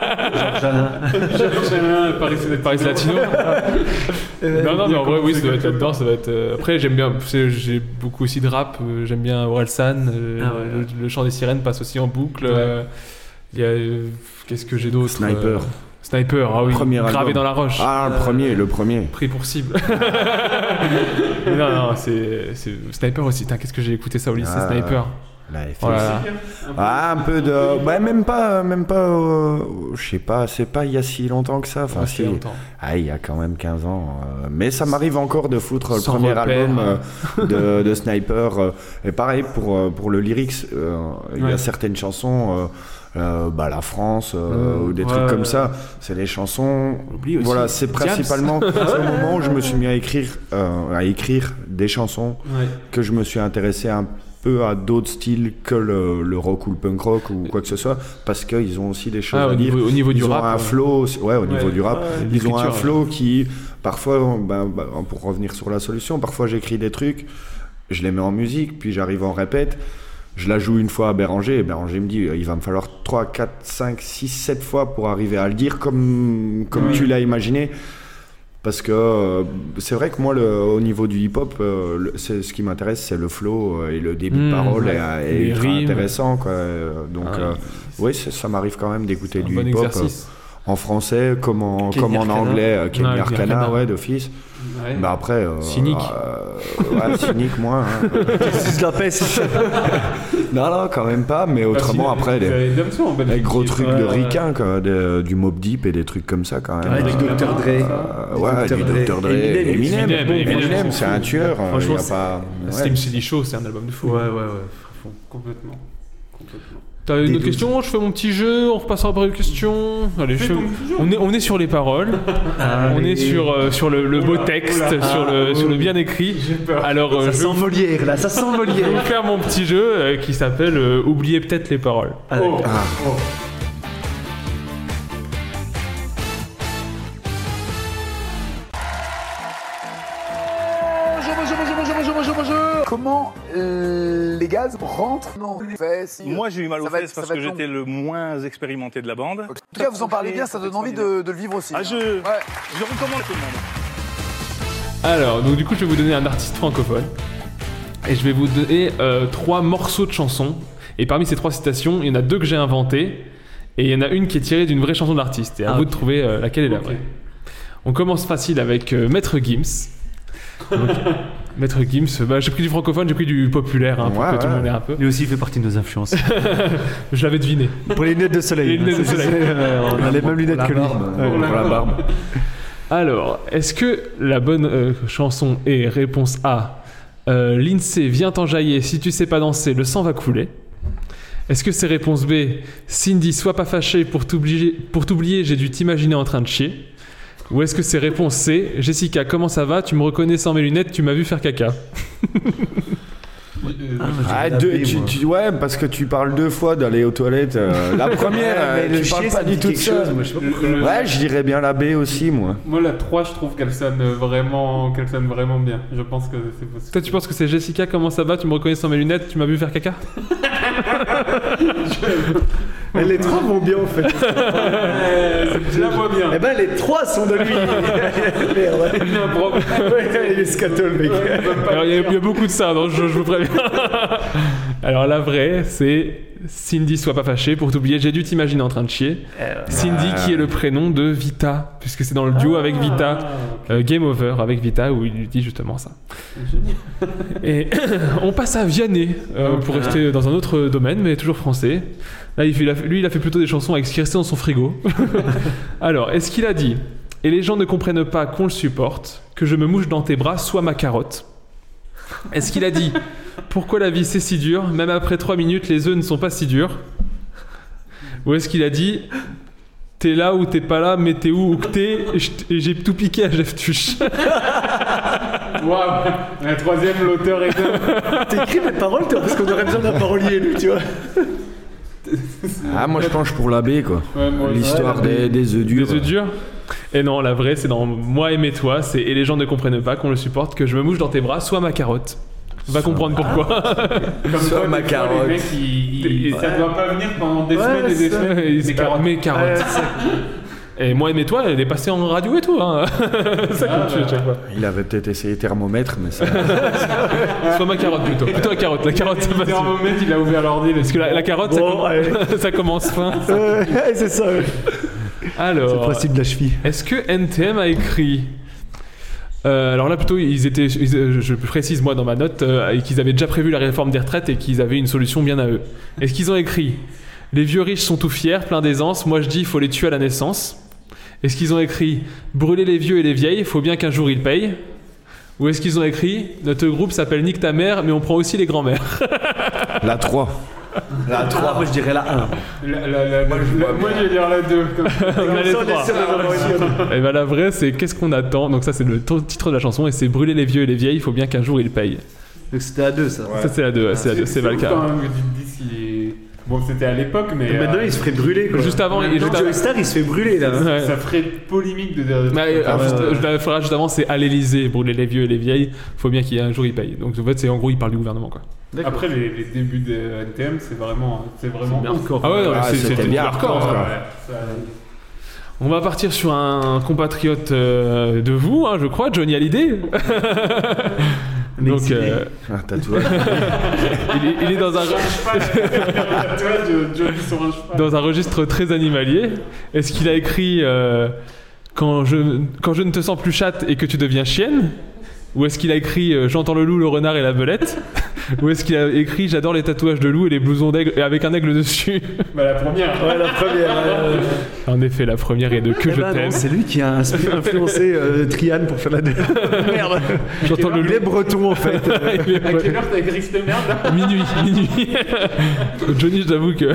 Paris, c'est Paris Latino. non, non, mais en vrai, oui, ça doit être là-dedans. Ça doit être, euh, Après, j'aime bien, c'est- j'ai beaucoup aussi de rap. euh, j'aime bien Orelsan. euh, Ah ouais, ouais. Le, le chant des sirènes passe aussi en boucle. euh, Il y a. euh, Qu'est-ce que j'ai d'autre euh, Sniper. Sniper, ah oui. Premier gravé album. dans la roche. Euh, Ah, Euh, le premier, le premier. Pris pour cible. non, non, c'est c'est- Sniper aussi. Putain, Qu'est-ce que j'ai écouté ça au lycée, Ah. Sniper. La FX. Oh là là. Ah, un peu de. Bah, même pas. Même pas. euh, Je sais pas, c'est pas il y a si longtemps que ça. Enfin, Ah, si. c'était hein. longtemps. Ah, il y a quand même 15 ans. euh, mais ça m'arrive encore de foutre le Sans premier repère. album euh, de, de Sniper. euh, et pareil pour, euh, pour le lyrics. euh, il y Ouais. a certaines chansons. euh, euh, bah, la France euh, Mm. ou des Ouais, trucs ouais. comme ça c'est les chansons oublie aussi voilà c'est Diams. principalement c'est au moment où je me suis mis à écrire euh, à écrire des chansons Ah, que je me suis intéressé un peu à d'autres styles que le, le rock ou le punk rock ou quoi que ce soit parce qu'ils ont aussi des choses Ah, à au, dire niveau, au niveau du ils rap. euh, ont un ouais. flow aussi- ouais au niveau Ouais. du rap ils ont un l'écriture, flow qui parfois ben, ben, pour revenir sur la solution parfois j'écris des trucs je les mets en musique puis j'arrive en répète je la joue une fois à Béranger et Béranger me dit euh, il va me falloir 3, 4, 5, 6, 7 fois pour arriver à le dire comme, comme tu l'as imaginé parce que euh, c'est vrai que moi le, au niveau du hip-hop euh, le- c'est- ce qui m'intéresse c'est le flow euh, et le débit Mmh, de parole ouais. est, Les est ultra rimes. intéressant quoi. Euh, donc Ah, euh, oui ça ça m'arrive quand même d'écouter un du bon hip-hop euh, exercice. en français comme en, Kenny comme en Arcana. anglais, euh, Kenny Ouais, Kenny Arcana, Arcana. ouais, d'office. Ouais. Bah après. euh, Cynique. euh, ouais, cynique, moins. hein. C'est la peste. non, non, quand même pas, mais autrement, après, des, hein, des gros trucs de ricains, quoi, des- du Mob Deep et des trucs comme ça, quand même. du Dr. Dre. Euh, ouais, du Dr. Dre. Eminem, Eminem, Eminem, bon, Eminem, Eminem, c'est un tueur. euh, Franchement, y a c'est- pas... ouais. Slim City Show, c'est un album de fou. Ouais, ouais, ouais. Complètement. Complètement. T'as une Des autre douze. question Je fais mon petit jeu, on repassera par une question. Allez, je fais- on, est, on est sur les paroles, on est sur, euh, sur le, le beau texte, sur, le, sur le bien écrit. Alors, euh, Ça je vais sent Molière là, ça sent vous Molière. faire mon petit jeu euh, qui s'appelle euh, Oubliez peut-être les paroles. Ah, d'accord. Bonjour, bonjour, bonjour, bonjour, bonjour, bonjour, bonjour. Comment euh, les gaz rentrent dans les fesses Moi, j'ai eu mal aux Ça va fesses être- ça parce va que être long. j'étais le moins expérimenté de la bande. En tout cas, vous en parlez bien, ça donne envie de, de le vivre aussi. Ah, hein. je, Ouais. je recommande à tout le monde. Alors, donc du coup, je vais vous donner un artiste francophone. Et je vais vous donner euh, trois morceaux de chansons. Et parmi ces trois citations, il y en a deux que j'ai inventées. Et il y en a une qui est tirée d'une vraie chanson de l'artiste. Et à Ah, vous ok. de trouver euh, laquelle est la vraie. On commence facile avec euh, Maître Gims. Donc, Maître Gims, bah, j'ai pris du francophone, j'ai pris du populaire hein, pour Ouais, que tout le ouais. monde ait un peu. Lui aussi, il fait partie de nos influences. Je l'avais deviné. Pour les lunettes de soleil. Les lunettes de C'est- soleil. c'est- euh, on a les mêmes lunettes que lui. Ouais. Pour la barbe. Alors, est-ce que la bonne euh, chanson est réponse A euh, L'INSEE vient en jaillir, si tu sais pas danser, le sang va couler Est-ce que c'est réponse B Cindy, sois pas fâchée, pour t'oublier, pour t'oublier, j'ai dû t'imaginer en train de chier Ou est-ce que c'est réponse C Jessica, comment ça va Tu me reconnais sans mes lunettes, tu m'as vu faire caca Ah, deux- tu- tu- ouais, parce que tu parles deux fois d'aller aux toilettes. euh, la première, Ouais, euh, mais le tu parles chier, pas ça me du dit tout de quelque ça. chose, moi, je sais pas pourquoi. Le- ouais, je dirais bien la B aussi, moi. Moi, la 3, je trouve qu'elle sonne vraiment, qu'elle sonne vraiment bien. Je pense que c'est possible. Toi, tu penses que c'est Jessica, comment ça va Tu me reconnais sans mes lunettes Tu m'as vu faire caca Mais les trois vont bien en fait. Je la vois bien. Eh ben les trois sont de lui. Merde. Il a un problème. Ouais, il est scato, le mec. Alors, il y, a- il y a beaucoup de ça dans le jeu, je vous préviens. Alors, la vraie, c'est Cindy, sois pas fâchée. Pour t'oublier, j'ai dû t'imaginer en train de chier. Cindy, Ah. qui est le prénom de Vita, puisque c'est dans le duo avec Vita, euh, Game Over avec Vita, où il dit justement ça. Et on passe à Vianney, euh, pour rester dans un autre domaine, mais toujours français. Là, il fait- il a fait- lui, il a fait plutôt des chansons avec ce qui restait dans son frigo. Alors, est-ce qu'il a dit Et les gens ne comprennent pas qu'on le supporte, que je me mouche dans tes bras, soit ma carotte Est-ce qu'il a dit Pourquoi la vie c'est si dur Même après 3 minutes, les œufs ne sont pas si durs Ou est-ce qu'il a dit T'es là ou t'es pas là, mais t'es où ou que t'es et je- et J'ai tout piqué à Jeff Tuche. Waouh La troisième, l'auteur est T'écris mes paroles, toi, parce qu'on aurait besoin d'un parolier, lui, tu vois. Ah, moi je penche pour la B, quoi. Ouais, moi aussi. L'histoire Ouais, la des, B. des œufs durs. Des œufs durs Et non, la vraie, c'est dans Moi aimez toi, c'est Et les gens ne comprennent pas qu'on le supporte, que je me mouche dans tes bras, soit ma carotte. Va comprendre pourquoi. Comme Soit quoi, ma des fois, carotte. Les mecs, ils- ils- Ouais. ça doit pas venir pendant des Ouais, semaines et des ça, semaines. ils se Des tapent carottes. mes carottes. Et moi aimez toi, elle est passée en radio et tout. Hein. ça Ah, compte, je sais pas. Il avait peut-être essayé thermomètre, mais ça. Soit ma carotte plutôt. Plutôt la carotte. La carotte, c'est Le facile. thermomètre, il a ouvert l'ordi. Parce que la, la carotte, ça, Bon, com- allez. ça commence fin. Ouais, c'est ça. ouais. Alors. C'est le principe de la cheville. Est-ce que NTM a écrit Euh, alors là plutôt ils étaient ils- euh, je précise moi dans ma note euh, et qu'ils avaient déjà prévu la réforme des retraites et qu'ils avaient une solution bien à eux. Est-ce qu'ils ont écrit les vieux riches sont tout fiers, pleins d'aisance, moi je dis il faut les tuer à la naissance. Est-ce qu'ils ont écrit brûler les vieux et les vieilles, faut bien qu'un jour ils payent Ou est-ce qu'ils ont écrit notre groupe s'appelle Nique ta mère mais on prend aussi les grands-mères La 3. La 3. moi, je dirais la 1. La- la- la- la- Moi, je vais dire la 2. les trois. Et ben la vraie c'est qu'est-ce qu'on attend Donc ça c'est le t- titre de la chanson et c'est brûler les vieux et les vieilles, faut bien qu'un jour ils payent. Donc c'était à deux, ça. Ça c'est la 2, c'est la deux, c'est ouf Valkyrie. quand même que tu te dises qu'il est- Bon, c'était à l'époque, mais. Maintenant, euh, il se ferait brûler, quoi. Juste avant, et Maintenant, juste Joey avant- Star, il se fait brûler, là. Ouais. Ça ferait polémique de dire. Mais, euh, ouais, juste, ouais. je la ferai juste avant, c'est à l'Elysée, brûler les vieux et les vieilles, faut bien qu'il y ait un jour ils payent. Donc en fait, c'est en gros, il parle du gouvernement quoi. D'accord. Après, les, les débuts de NTM, c'est vraiment. C'est vraiment. ouf. Oh, Ah ouais, non, Ah, c'est- c'était c'était bien hardcore. hardcore, quoi. quoi. Ouais, ça- On va partir sur un compatriote euh, de vous, hein, je crois, Johnny Hallyday. Mais Donc c'est euh, Un tatouage. il, est, il est dans un, Tu vois, je- je vis sur un cheval. dans un registre très animalier. Est-ce qu'il a écrit euh, quand, je, quand je ne te sens plus chatte et que tu deviens chienne Ou est-ce qu'il a écrit euh, J'entends le loup, le renard et la belette Ou est-ce qu'il a écrit J'adore les tatouages de loup et les blousons d'aigle et avec un aigle dessus Bah, la première. Ouais, la première. ouais, ouais. En effet, la première est de Que Eh je ben non, t'aime. C'est lui qui a inspi- influencé euh, Trian pour faire la deux. Merde. J'entends le Il loup. est breton en fait. Il est- À quelle heure t'as gris de merde Minuit, minuit. Johnny, je t'avoue que.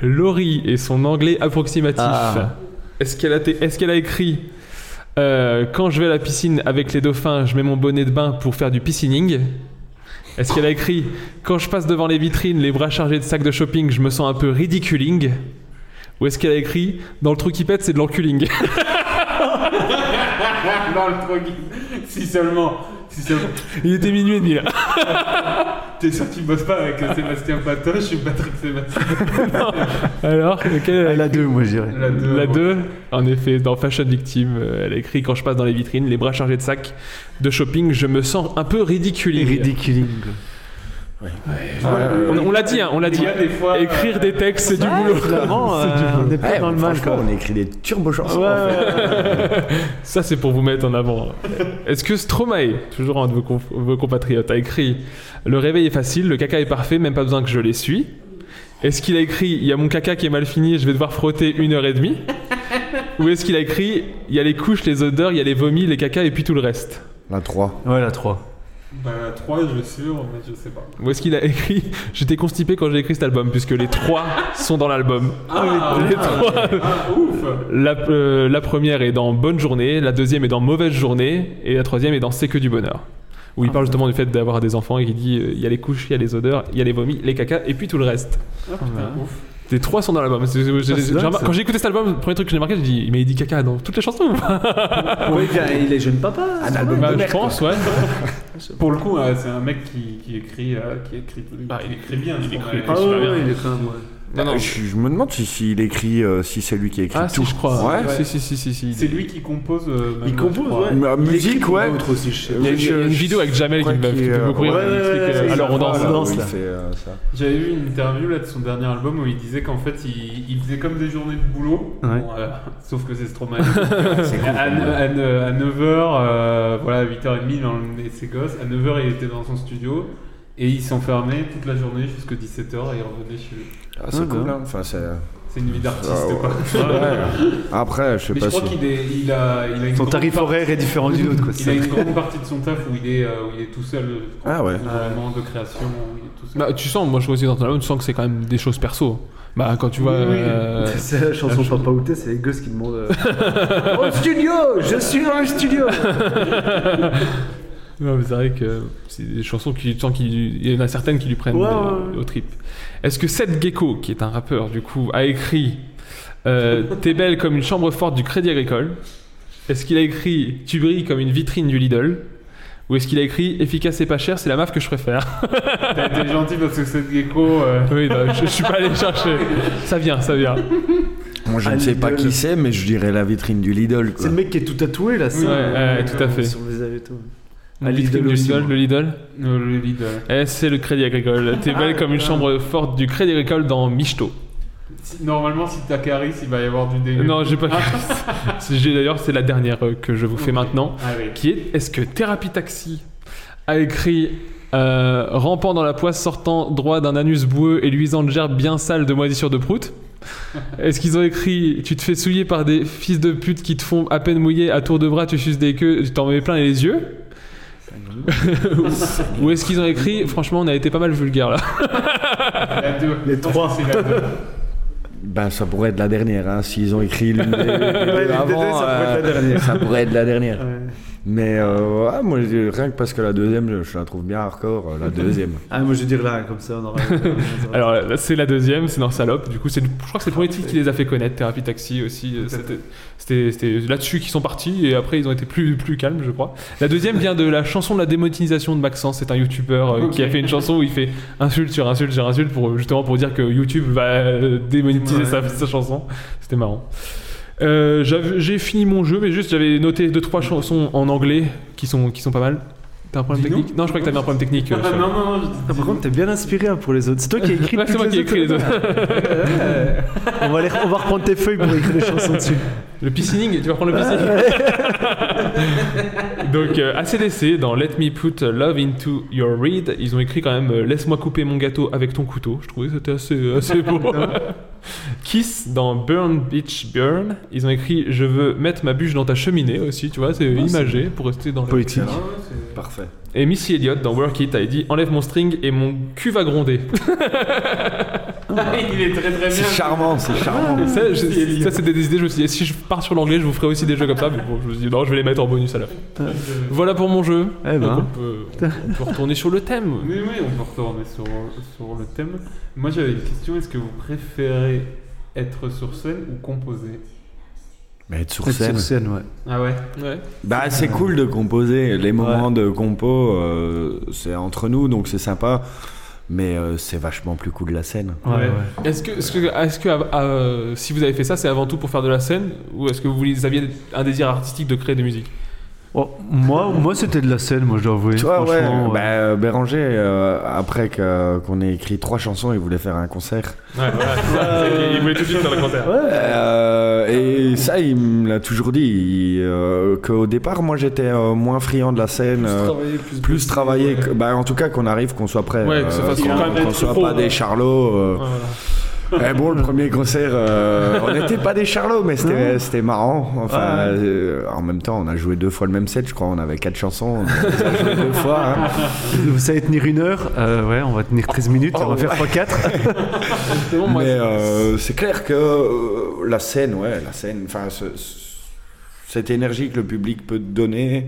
Laurie et son anglais approximatif. Ah. Est-ce qu'elle a, t- est-ce qu'elle a écrit euh, Quand je vais à la piscine avec les dauphins, je mets mon bonnet de bain pour faire du piscining Est-ce qu'elle a écrit Quand je passe devant les vitrines, les bras chargés de sacs de shopping, je me sens un peu ridiculing Ou est-ce qu'elle a écrit Dans le trou qui pète, c'est de l'enculing Dans le truc. Si seulement. Si seulement. Il était minuit et demi là. T'es sûr qu'il bosse pas avec euh, Sébastien Patoche ou Patrick Sébastien Alors, lequel elle a La 2, moi je dirais. La 2. La 2, en effet, dans Fashion Victime, euh, elle a écrit Quand je passe dans les vitrines, les bras chargés de sacs de shopping, je me sens un peu ridicule. Ridiculing. On, on l'a dit, hein, on l'a Les dit. gars, des fois, Écrire des textes, c'est du boulot. Vraiment, euh, on n'est pas Eh, dans le mal franchement, quoi. on a écrit des turbo chansons. Ouais, en fait. Ça, c'est pour vous mettre en avant. Est-ce que Stromae, toujours un de vos, com- vos compatriotes, a écrit Le réveil est facile, le caca est parfait, même pas besoin que je l'essuie Est-ce qu'il a écrit Il y a mon caca qui est mal fini, je vais devoir frotter une heure et demie Ou est-ce qu'il a écrit Il y a les couches, les odeurs, il y a les vomis, les cacas et puis tout le reste La 3. Ouais, la 3. Bah, la 3, je suis sûr, mais je sais pas. Où est-ce qu'il a écrit J'étais constipé quand j'ai écrit cet album, puisque les trois sont dans l'album. les trois. Ah, ouf La, euh, la première est dans Bonne journée, la deuxième est dans Mauvaise journée, et la troisième est dans C'est que du bonheur. où il parle justement du fait d'avoir des enfants et qui dit euh, il y a les couches, il y a les odeurs, il y a les vomis, les cacas et puis tout le reste. Les trois sont dans l'album. C'est- j'ai- c'est j'ai dingue, remar- ça. Quand j'ai écouté cet album, le premier truc que j'ai marqué, j'ai dit mais il dit caca dans toutes les chansons. Ouais, il est- il est jeune papa. Un c'est album vrai. de Bah, je pense, ouais. Pour le coup, euh, c'est un mec qui, qui écrit, euh, qui écrit, qui écrit bien. je pense, écrit- ouais. Ah ouais, ouais, il écrit un mot. Non, non. Ah, Je, je me demande si, s'il écrit, euh, si c'est lui qui écrit Ah, tout. si, je crois. Ouais. Si, si, si, si, si. C'est lui qui compose. euh, Il maintenant, compose, je crois. ouais. Mais, euh, Il écrit musique, pour ouais. d'autres aussi, je sais. Il y a une, il y a une vidéo avec Jamel qui me fait beaucoup rire. ouais, il explique, ouais, euh, ouais, alors on danse. voilà. danse, Oui, là. c'est, euh, ça. J'avais vu une interview là, de son dernier album où il disait qu'en fait il, il faisait comme des journées de boulot, Ouais. Bon, euh, sauf que c'est Stromae. à, Ah, ne- à, 9h, voilà, à 8h30, il emmenait ses gosses. À 9h, il était dans son studio et il s'enfermait toute la journée jusqu'à 17h et il revenait chez lui. Ah, c'est Ouais, cool, ouais. hein. Enfin, c'est. C'est une vie d'artiste, Ah, ouais. quoi. Ouais. Après, je sais Mais pas je crois si. qu'il est- il a, il a une Son grande tarif part- horaire est différent du nôtre. quoi, Il c'est a ça. une grande partie de son taf où il est, euh, où il est tout seul. Ah ouais. Vraiment de création, où il est tout seul. Bah, tu sens, moi je vois aussi dans ton album, tu sens que c'est quand même des choses perso. Bah, quand tu vois. Oui, oui. euh, C'est la chanson Papa Outé, c'est les gosses qui demandent euh, Au studio Je suis dans le studio Non, mais c'est vrai que c'est des chansons qui, tu sens qu'il il y en a certaines qui lui prennent Ouais, euh, ouais. au trip. Est-ce que Seth Gecko, qui est un rappeur du coup, a écrit euh, T'es belle comme une chambre forte du Crédit Agricole Est-ce qu'il a écrit Tu brilles comme une vitrine du Lidl Ou est-ce qu'il a écrit Efficace et pas cher, c'est la meuf que je préfère T'as été gentil parce que cette gecko. euh, Oui, bah, je, je suis pas allé chercher. Ça vient, ça vient. Moi, je Ah, ne sais Lidl. pas qui c'est, mais je dirais la vitrine du Lidl. C'est Quoi. le mec qui est tout tatoué là, ça Ouais, ouais, tout à fait. Sur le visage et tout. Une Ah, vitrine Lidl du aussi, Lidl, moi. le Lidl euh, le lead, euh. Eh, c'est le Crédit Agricole. T'es Ah, belle comme une chambre forte du Crédit Agricole dans Michto. Si- Normalement, si t'as Caris, il va y avoir du dégueu. Euh, Non, j'ai pas. C'est- j'ai- D'ailleurs, c'est la dernière euh, que je vous fais maintenant, Ah oui. qui est est-ce que Thérapie Taxi a écrit euh, rampant dans la poisse, sortant droit d'un anus boueux et luisant de gerbe bien sale de moisissure de prout Est-ce qu'ils ont écrit tu te fais souiller par des fils de pute qui te font à peine mouiller à tour de bras, tu suces des queues, tu t'en mets plein les yeux Ou est-ce qu'ils ont écrit franchement on a été pas mal vulgaire là La deux. Les Je pense trois. que c'est la deux. Ben, ça pourrait être la dernière, hein, s'ils ont écrit l'une des- des deux les avant, deux, ça pourrait être la euh, dernière. ça pourrait être la dernière. Ouais. Mais euh, ouais, moi, je- rien que parce que la deuxième, je la trouve bien hardcore, euh, la deuxième. Ah, moi je vais dire là, comme ça on aura. Alors là, c'est la deuxième, c'est dans Salope. Du coup, c'est, je crois que c'est le premier titre qui les a fait connaître. Thérapie Taxi aussi. euh, C'était, c'était- c'était là-dessus qu'ils sont partis et après ils ont été plus, plus calmes, je crois. La deuxième vient de la chanson de la démonétisation de Maxence. C'est un youtubeur euh, qui a fait une chanson où il fait insulte sur insulte sur insulte pour justement pour dire que YouTube va euh, démonétiser sa, sa chanson. C'était marrant. Euh, j'avais- j'ai fini mon jeu, mais juste j'avais noté deux trois chansons en anglais qui sont qui sont pas mal. T'as un problème Dis-nous. technique Non, je crois que t'avais un problème technique. euh, Ah, sur- non, non, non, Ah, par contre, t'es bien inspiré hein, pour les autres. C'est toi qui as écrit Ouais, c'est toutes moi qui ai écrit les autres. on, va aller- on va reprendre tes feuilles pour écrire les chansons dessus. Le piscining, tu vas prendre le piscining. Donc, euh, ACDC, dans Let Me Put Love Into Your Reed, ils ont écrit quand même euh, Laisse-moi couper mon gâteau avec ton couteau. Je trouvais que c'était assez, euh, assez beau. Kiss, dans Burn Beach Burn, ils ont écrit Je veux mettre ma bûche dans ta cheminée aussi, tu vois, c'est imagé pour rester dans le. Poétique. Ah, Parfait. Et Missy Elliott, dans Work It, avait dit Enlève mon string et mon cul va gronder. Ah. Ah, Il est très très C'est bien. charmant, c'est charmant. ça, je- ça, c'est des idées. Je me suis dit, si je pars sur l'anglais, je vous ferai aussi des jeux comme ça. Mais bon, je me suis dit, non, je vais les mettre en bonus à l'heure. Voilà pour mon jeu. Eh ben. Donc, on, peut, on peut retourner sur le thème. Oui, oui, on peut retourner sur, sur le thème. Moi j'avais une question est-ce que vous préférez être sur scène ou composer Mais être sur Peut-être scène. Sur scène, ouais. Ah ouais Ouais. Bah, c'est cool de composer. Les moments de compo, euh, c'est entre nous, donc c'est sympa. Mais euh, c'est vachement plus cool la scène. Ouais. Est-ce que, est-ce que, est-ce que ah, euh, si vous avez fait ça, c'est avant tout pour faire de la scène ou est-ce que vous vouliez- aviez un désir artistique de créer des musiques Oh, moi, moi c'était de la scène, moi je dois avouer. Toi, ouais, franchement, bah, euh, Béranger, euh, après que- qu'on ait écrit trois chansons, il voulait faire un concert. Ouais, il voulait tout de suite faire le concert. Euh, et ça, il me l'a toujours dit. il, euh, Qu'au départ, moi, j'étais euh, moins friand de la scène. euh, plus, Plus travaillé, que- bah, en tout cas qu'on arrive, qu'on soit prêt, euh, Ouais, que ça fasse qu'on quand même qu'on soit pro, Ah, pas ouais. des charlots. euh. Eh bon, le premier concert, euh, on n'était pas des charlots, mais c'était c'était marrant. Enfin, euh, en même temps, on a joué deux fois le même set, je crois, on avait quatre chansons, on les a jouées deux fois. hein. Vous savez tenir une heure Euh, Ouais, on va tenir Oh, 13 minutes, on va faire 3-4. Mais euh, c'est clair que euh, la scène, ouais, la scène, enfin, ce- ce- cette énergie que le public peut te donner,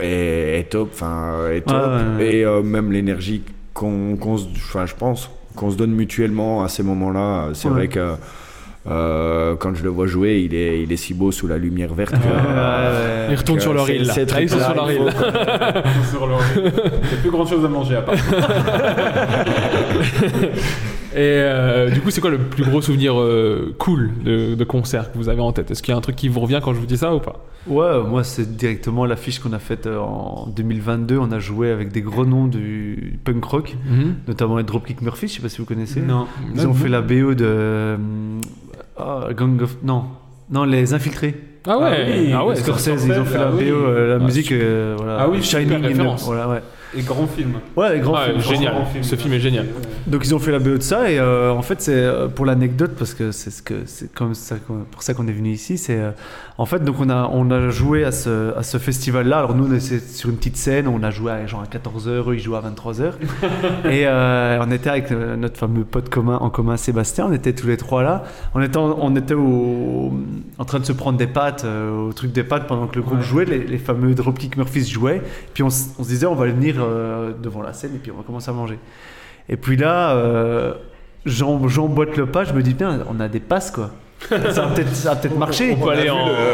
est, est top, enfin, est top. Ouais, ouais, ouais. Et euh, même l'énergie qu'on, qu'on se, enfin, je pense, qu'on se donne mutuellement à ces moments-là. C'est Ouais. vrai que euh, quand je le vois jouer, il est, il est si beau sous la lumière verte. que- ouais, ouais. Ils retournent que sur leur c'est- île, là. c'est Ah, ils sont triple A, sur leur il île. faut qu'on- sur leur île. Il y a plus grand chose à manger à part. Et euh, du coup, c'est quoi le plus gros souvenir euh, cool de, de concert que vous avez en tête Est-ce qu'il y a un truc qui vous revient quand je vous dis ça ou pas Ouais, moi c'est directement l'affiche qu'on a faite euh, en 2022. On a joué avec des gros noms du punk rock, Mhm. notamment les Dropkick Murphys, je sais pas si vous connaissez. Non. Ils ont Non. fait la BO de euh, ah, Gang of non non les Infiltrés. Ah ouais, ah ouais, Scorsese, c'est ils ont fait la ah BO, oui. euh, la Ah, musique, super. euh, voilà. Ah oui, Shining, super in the- référence. voilà, ouais. Et grand film. Ouais, grand Ah, film. Génial. Grand Ce film Euh, est génial. Donc ils ont fait la BO de ça et euh, en fait c'est euh, pour l'anecdote parce que c'est ce que c'est comme ça qu'on- pour ça qu'on est venu ici c'est euh, en fait donc on a on a joué à ce à ce festival là alors nous on était sur une petite scène on a joué à, genre à 14h eux ils jouaient à 23h et euh, on était avec euh, notre fameux pote commun en commun Sébastien on était tous les trois là on était en- on était au- en train de se prendre des pattes euh, au truc des pattes pendant que le groupe jouait les, les fameux Dropkick Murphys jouaient puis on, s- on se disait on va venir euh, devant la scène et puis on va commencer à manger et puis là, euh, j'en- j'emboîte le pas, je me dis, bien, on a des passes quoi. Ça va peut-être ça va peut-être marcher. On a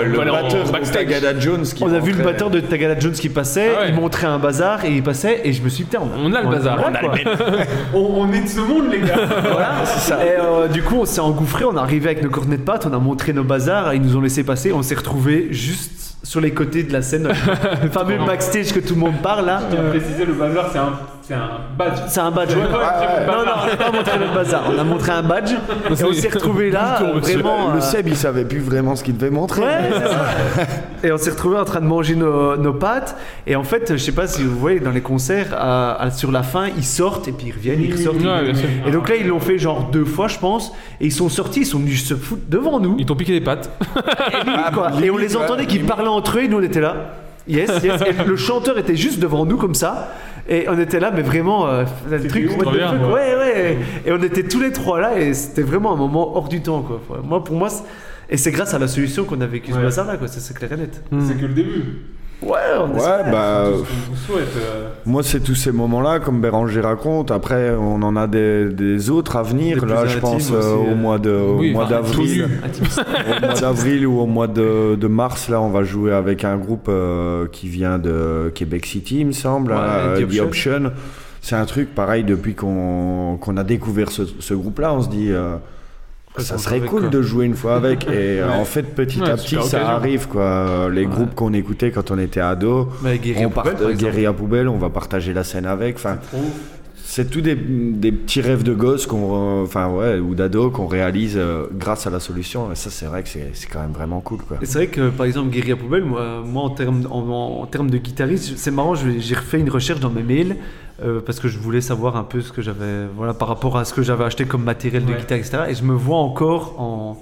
vu le, le batteur de Tagada Jones qui On a vu le rentrait. batteur de Tagada Jones qui passait, il montrait un bazar et il passait et je me suis dit putain on, a le bazar. on, On a le on est de ce monde les gars. voilà, c'est ça. Et euh, du coup on s'est engouffré, on est arrivé avec nos cornets de pâte, on a montré nos bazars, et ils nous ont laissé passer, on s'est retrouvé juste sur les côtés de la scène, le fameux backstage que tout le monde parle là. Bien préciser, le bazar, c'est un, c'est un badge. C'est un badge. ouais. Ouais, ouais, ouais. Non, non, on n'a pas montré notre bazar. On a montré un badge et on s'est retrouvé là, Le- vraiment. Le euh, Seb, il savait plus vraiment ce qu'il devait montrer. Ouais, c'est ça. Et on s'est retrouvé en train de manger nos, nos pâtes. Et en fait, je sais pas si vous voyez dans les concerts, à- à- sur la fin, ils sortent et puis ils reviennent, ils ressortent. ils Ouais, reviennent. bien sûr. et donc là, ils l'ont fait genre deux fois, je pense. Et ils sont sortis, ils sont venus se foutre devant nous. Ils t'ont piqué des pattes. Et, Ah, limite, quoi. Et on les entendait qui parlaient entre eux et nous on était là. Yes, yes. Et le chanteur était juste devant nous comme ça. Et on était là, mais vraiment, euh, le truc. ouf, what trop the bien, fuck, ouais. ouais, ouais. Et on était tous les trois là et c'était vraiment un moment hors du temps, quoi. Faut- Moi, pour moi, c'est- et c'est grâce à la solution qu'on a vécu ce bazar là, quoi. C'est- C'est clair et net. C'est que le début. Ouais, on espère. Ouais, bah. vous souhaite. euh, Moi, c'est tous ces moments-là, comme Béranger raconte. Après, on en a des, des autres à venir. Des là, plus je pense intimes euh, aussi, au euh. mois de, au Oui, mois enfin, d'avril, au mois d'avril ou au mois de, de mars. Là, on va jouer avec un groupe euh, qui vient de Québec City, il me semble, Ouais, euh, The The Option. Option. C'est un truc pareil depuis qu'on qu'on a découvert ce, ce groupe-là. On se dit. euh, ça qu'on serait joue cool avec, de jouer une fois avec et euh, en fait petit Ouais, à petit super ça occasion. arrive quoi Euh, les groupes qu'on écoutait quand on était ado Bah, Guérir on part- Poubelle, par euh, exemple. Guérir poubelle on va partager la scène avec enfin c'est tous des, des petits rêves de gosse qu'on re- enfin ouais ou d'ado qu'on réalise euh, grâce à la solution et ça c'est vrai que c'est c'est quand même vraiment cool quoi Et c'est vrai que par exemple Guérilla Poubelle, moi, moi, en termes en, en- en termes de guitariste, c'est marrant, je- j'ai refait une recherche dans mes mails euh, parce que je voulais savoir un peu ce que j'avais, voilà, par rapport à ce que j'avais acheté comme matériel de Ouais. guitare, etc. Et je me vois encore en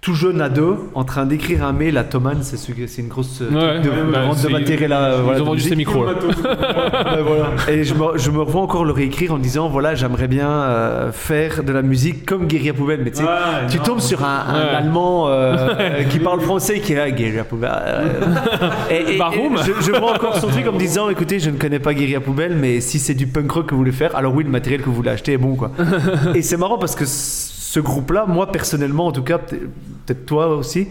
tout jeune ado en train d'écrire un mail à Thoman, c'est celui- c'est une grosse euh, Ouais, truc de, ouais, de bah, vente de c'est- matériel là. euh, Ils voilà, ont de vendu ces musique. micros là. Ouais, voilà. Et je me, je me revois encore le réécrire en disant voilà, j'aimerais bien euh, faire de la musique comme Guérilla Poubelle. Mais tu sais, Ouais, Ah, tu Ah, non. tombes sur un, un Ouais. Allemand euh, qui parle français qui est là, Guérilla Poubelle. euh, et, et- et Baroum. je, je vois encore son truc en me disant écoutez, je ne connais pas Guérilla Poubelle, mais si c'est du punk rock que vous voulez faire, alors oui, le matériel que vous voulez acheter est bon. quoi. et c'est marrant parce que c- ce groupe-là, moi personnellement, en tout cas, peut- peut-être toi aussi,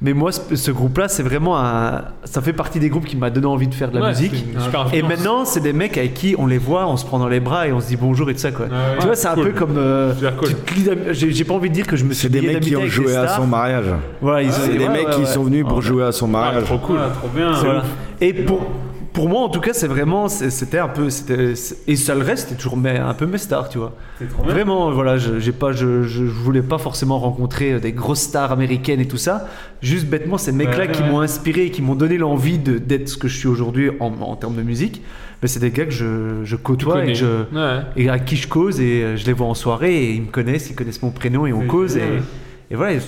mais moi, ce, ce groupe-là, c'est vraiment un. Ça fait partie des groupes qui m'a donné envie de faire de la Ouais, musique. c'est une super Et influence. maintenant, c'est des mecs avec qui on les voit, on se prend dans les bras et on se dit bonjour et tout ça. Quoi. Ah ouais. tu vois, c'est un Cool. peu comme. euh, Super cool. tu te lis d'am- J'ai j'ai pas envie de dire que je me suis c'est des lié mecs qui d'amitié ont avec joué des à stars. son mariage Voilà, ils- c'est des ouais, mecs ouais, qui ouais. Ah, sont venus pour jouer à son mariage Trop cool. ah, trop bien. C'est ouf. Et pour, pour moi, en tout cas, c'est vraiment, c'est- c'était un peu, c'était, c'est- et ça le reste, c'était toujours mes- un peu mes stars, tu vois. Vraiment, voilà, je, j'ai pas, je, je, je voulais pas forcément rencontrer euh, des grosses stars américaines et tout ça. Juste bêtement, ces mecs-là Ouais, qui ouais. m'ont inspiré et qui m'ont donné l'envie de, d'être ce que je suis aujourd'hui en, en termes de musique. Mais c'est des gars que je, je côtoie et, connais. que je, Ouais. et à qui je cause et euh, je les vois en soirée et ils me connaissent, ils connaissent mon prénom et on cause et, génial. et voilà. et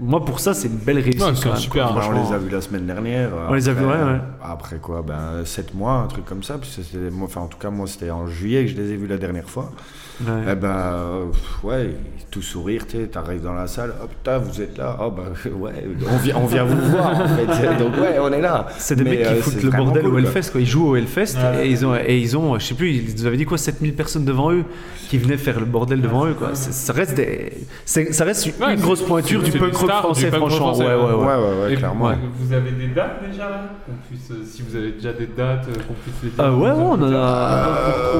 Moi, pour ça, c'est une belle réussite. Ouais, quand même, quoi, Bah, on franchement. les a vus la semaine dernière. On les a vus, ouais, ouais. Après quoi ben, 7 mois, un truc comme ça. Parce que c'était- moi, enfin, en tout cas, moi, c'était en juillet que je les ai vus la dernière fois. Ouais. Eh ben, euh, pff, ouais, tout sourire, tu sais, t'arrives dans la salle, hop, putain, vous êtes là, oh, ben, ouais, on vient, on vient vous voir, en fait. Donc, ouais, on est là. C'est des Mais, mecs qui euh, foutent c'est le vraiment bordel cool, au quoi. Hellfest, quoi. Ils jouent au Hellfest Ouais. et ils ont, et ils ont, je sais plus, ils nous avaient dit quoi, 7000 personnes devant eux qui venaient faire le bordel devant eux, quoi. C'est- Ça reste des, c'est- ça reste une Ouais, c'est- grosse c'est- pointure c'est du des punk rock stars du français, punk rock franchement. Ouais, français, ouais, ouais. Et Vous, vous avez des dates déjà là Qu'on puisse, euh, Si vous avez déjà des dates, euh, qu'on puisse les dire. Euh, ouais, ouais, on en a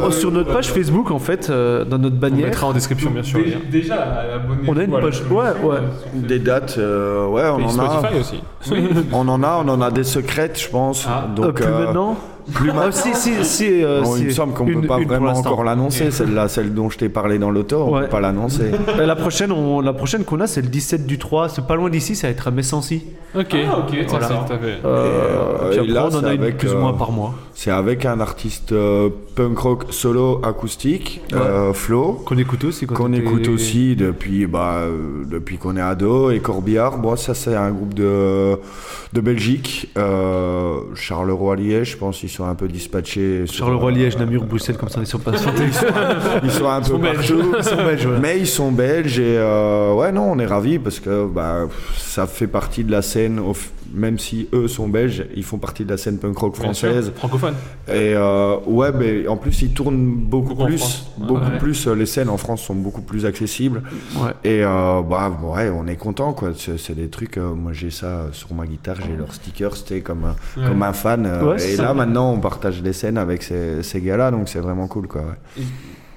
oh, sur notre page Facebook en fait, euh, dans notre bannière. mettra Euh, en description, bien sûr, le lien. Déjà, abonnez-vous. On a une Voilà. page, ouais, ouais. Des dates, euh, ouais, on Et en Spotify a. aussi. Ah. on en a, on en a des secrètes, je pense. Donc, Euh, plus euh, maintenant. plus Ah, maintenant. si, si, si, euh, Bon, il si. me semble qu'on ne Une- peut pas une pour vraiment l'instant. encore l'annoncer, celle-là, celle dont je t'ai parlé dans l'auto, on ne Ouais. peut pas l'annoncer. Euh, La prochaine, on- la prochaine qu'on a, c'est le 17 du 3. C'est pas loin d'ici, ça va être à Messancy. Ok, Ah, ok, ça, Voilà. c'est tout à fait. Euh, puis et après, là, on en c'est a une avec, plus ou euh, moins par mois. C'est avec un artiste euh, punk rock solo acoustique, euh, Flo. Qu'on écoute aussi. quand Qu'on t'étais- écoute aussi depuis, bah, euh, depuis qu'on est ado. Et Corbillard, bon, ça c'est un groupe de, de Belgique. Euh, Charleroi-Liège, je pense qu'ils sont un peu dispatchés. sur- Charleroi, Liège, Namur, Bruxelles, comme ça, ils sont pas santé. Ils sont- ils sont un peu partout. Ils sont belges, voilà. Mais ils sont belges et euh, ouais, non, on est ravis parce que bah, pff, ça fait partie de la scène, au f- même si eux sont belges, ils font partie de la scène punk rock Bien sûr, française. Francophone. Et euh, ouais, mais en plus, ils tournent beaucoup, Beaucoup en plus. France. Beaucoup Ouais. plus. euh, Les scènes en France sont beaucoup plus accessibles. Et euh, bah, ouais, on est content, quoi. C'est c'est des trucs. euh, moi, j'ai ça euh, sur ma guitare, j'ai leurs stickers, c'était comme, un- Ouais. comme un fan. euh, Ouais, c'est et ça. là, maintenant, on partage les scènes avec ces, ces gars-là, donc c'est vraiment cool, quoi. ouais.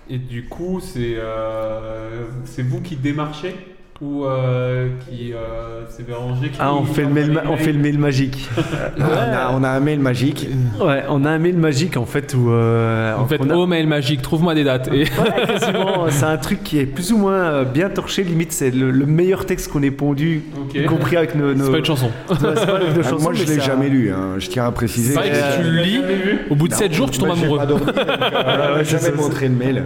Et du coup, c'est euh, c'est vous qui démarchez ou euh, qui euh, c'est Béranger qui Ah, on fait, le mail, ma- on fait le mail magique. on, a, un mail magique. Ouais, on a un mail magique en fait où. euh, En fait, on a- oh mail magique, trouve-moi des dates. Et... Ouais, quasiment, euh, c'est un truc qui est plus ou moins euh, bien torché, limite c'est le, le meilleur texte qu'on ait pondu, Ok. y compris avec nos... nos- C'est pas une chanson. Ouais, c'est pas une Ah, chanson, moi, je mais l'ai ça- jamais lu, hein. je tiens à préciser. C'est vrai que tu le lis, au bout de Non, 7 jours, tu tombes moi, j'ai amoureux. Ah, pas dormi, donc, euh, Ah, Ouais, ouais, c'est jamais ça, montré le mail.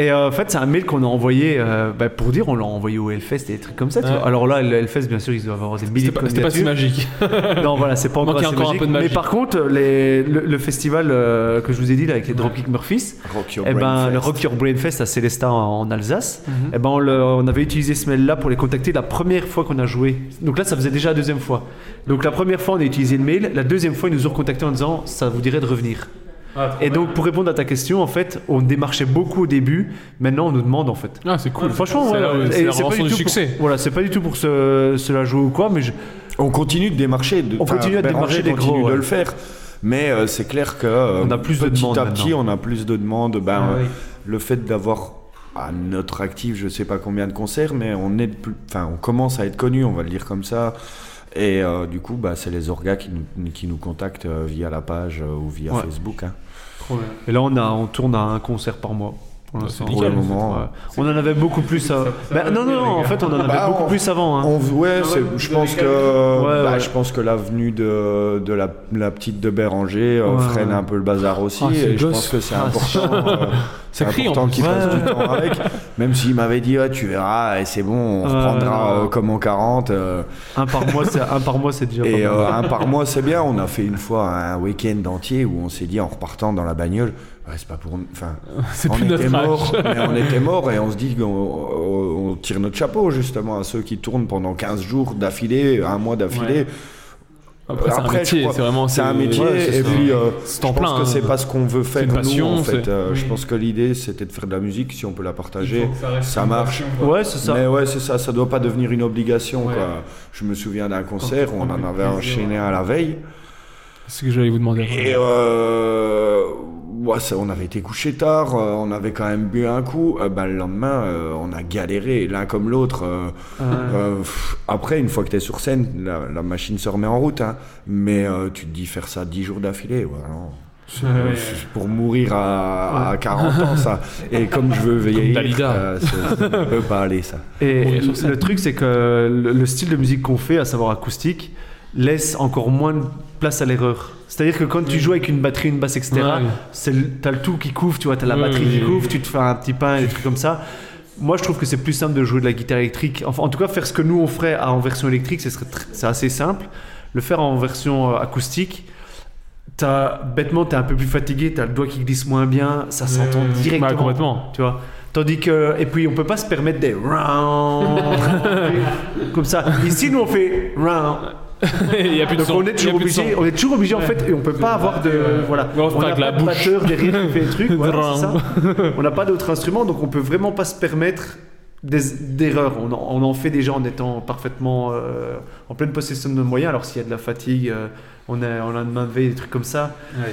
Et euh, en fait, c'est un mail qu'on a envoyé euh, bah, pour dire, on l'a envoyé au Hellfest et des trucs comme ça. tu Ouais. vois. Alors là, le Hellfest, bien sûr, ils doivent avoir des milliers C'était de pas, c'était pas si candidatures. magique. Non, voilà, c'est pas encore, Manquait assez encore un peu de Mais magie. par contre, les- le, le festival euh, que je vous ai dit là, avec les Dropkick Murphys, Rock Your eh Brain ben, le Fest. Rock Your Brain Fest à Célestin en, en Alsace, Mhm. eh ben, on, le- on avait utilisé ce mail-là pour les contacter la première fois qu'on a joué. Donc là, ça faisait déjà la deuxième fois. Donc la première fois, on a utilisé le mail. La deuxième fois, ils nous ont recontactés en disant ça vous dirait de revenir. Ah, trop Et donc pour répondre à ta question, en fait, on démarchait beaucoup au début. Maintenant, on nous demande en fait. Ah, c'est cool. Franchement, C'est ouais, là où- et c'est la c'est pas rançon du du tout succès. Pour, voilà, c'est pas du tout pour se, se la jouer ou quoi, mais je- On continue de démarcher. de- On enfin, continue à Béranger démarcher des continue gros, de ouais. le faire. Mais euh, c'est clair que euh, On a plus de petit demandes à petit, maintenant. on a plus de demandes. Ben, Ah euh, oui. Le fait d'avoir à notre actif, je sais pas combien de concerts, mais on est de plus, enfin, on commence à être connu, on va le dire comme ça. Et euh, du coup, bah, c'est les orgas qui nous, qui nous contactent euh, via la page euh, ou via Ouais. Facebook. hein. Trop bien. Et là, on, a, on tourne à un concert par mois. Pour l'instant. c'est nickel. Pour le moment, Ouais. On en avait beaucoup plus. avant. Bah, non, non, non, en fait, on en avait Bah, beaucoup on- plus avant. hein. On, ouais, c'est- je pense que Ouais, bah, ouais. je pense que l'avenue de, de la, la petite de Béranger euh, Ouais, freine ouais. un peu le bazar aussi. Ah, c'est et je gosse. pense que c'est Ah, c'est important. euh, c'est crie, en important plus. qu'il Ouais, passe du ouais. temps avec. Même s'il m'avait dit Ah, tu verras, et c'est bon, on Ouais, reprendra ouais, ouais. euh, comme en 40. euh, Un par mois, c'est un par mois, c'est déjà. et pas mal. euh, un par mois, c'est bien. On a fait une fois un week-end entier où on s'est dit en repartant dans la bagnole, Ouais, c'est pas pour. nous. Enfin, C'est on plus notre était mort, âge. mais on était mort et on se dit qu'on on- on tire notre chapeau justement à ceux qui tournent pendant 15 jours d'affilée, un mois d'affilée. Ouais. Après, c'est un métier, je crois- c'est vraiment- c'est un c'est- métier. ouais, c'est et ça. puis, euh, C'est je temps pense plein, que c'est hein. pas ce qu'on veut C'est faire une nous. passion, en fait, c'est- Euh, je Oui. pense que l'idée c'était de faire de la musique. Si on peut la Il partager, faut que ça ça, reste une marche. passion, quoi. Ouais, c'est ça. euh, Mais ouais, c'est ça. Ça doit pas devenir une obligation. Ouais. quoi. Je me souviens d'un concert, on en avait plaisir, enchaîné à la veille. C'est ce que j'allais vous demander. Et euh, ouais, ça, on avait été couché tard, euh, on avait quand même bu un coup. Euh, bah, le lendemain, euh, on a galéré l'un comme l'autre. euh, euh, pff, après, une fois que t'es sur scène, la, la machine se remet en route. hein. mais euh, tu te dis faire ça 10 jours d'affilée, ouais, non. C'est- Ouais. c'est Pour mourir à, à 40 ans, ça. Et comme je veux veiller, Dalida. ça ne peut pas aller, ça. Bon, Et bien sûr, ça. le truc, c'est que le, le style de musique qu'on fait, à savoir acoustique, laisse encore moins de place à l'erreur. C'est-à-dire que quand tu joues avec une batterie, une basse, etc., Ouais. c'est le- t'as le tout qui couvre, tu vois, t'as la Oui, batterie oui, qui oui. couvre, tu te fais un petit pain, des trucs comme ça. Moi, je trouve que c'est plus simple de jouer de la guitare électrique. Enfin, en tout cas, faire ce que nous on ferait à- en version électrique, ce serait tr- c'est assez simple. Le faire en version euh, acoustique, t'as bêtement, t'es un peu plus fatigué, t'as le doigt qui glisse moins bien, ça s'entend Mmh. directement. Bah, complètement. Tu vois. Tandis que, et puis, on peut pas se permettre des comme ça. Ici, nous, on fait Il y a plus de Donc, son. on est Il y toujours a plus de obligé, son. on est toujours obligé en fait, et on peut pas avoir de voilà. Ouais, on se on n'a traque la pas de bouche. batteur derrière qui fait les trucs. voilà, c'est ça. On n'a pas d'autres instruments, donc on peut vraiment pas se permettre des- d'erreurs. On, en- on en fait déjà en étant parfaitement euh, en pleine possession de nos moyens. Alors s'il y a de la fatigue, euh, on a on a une main de veille, des trucs comme ça. Ouais.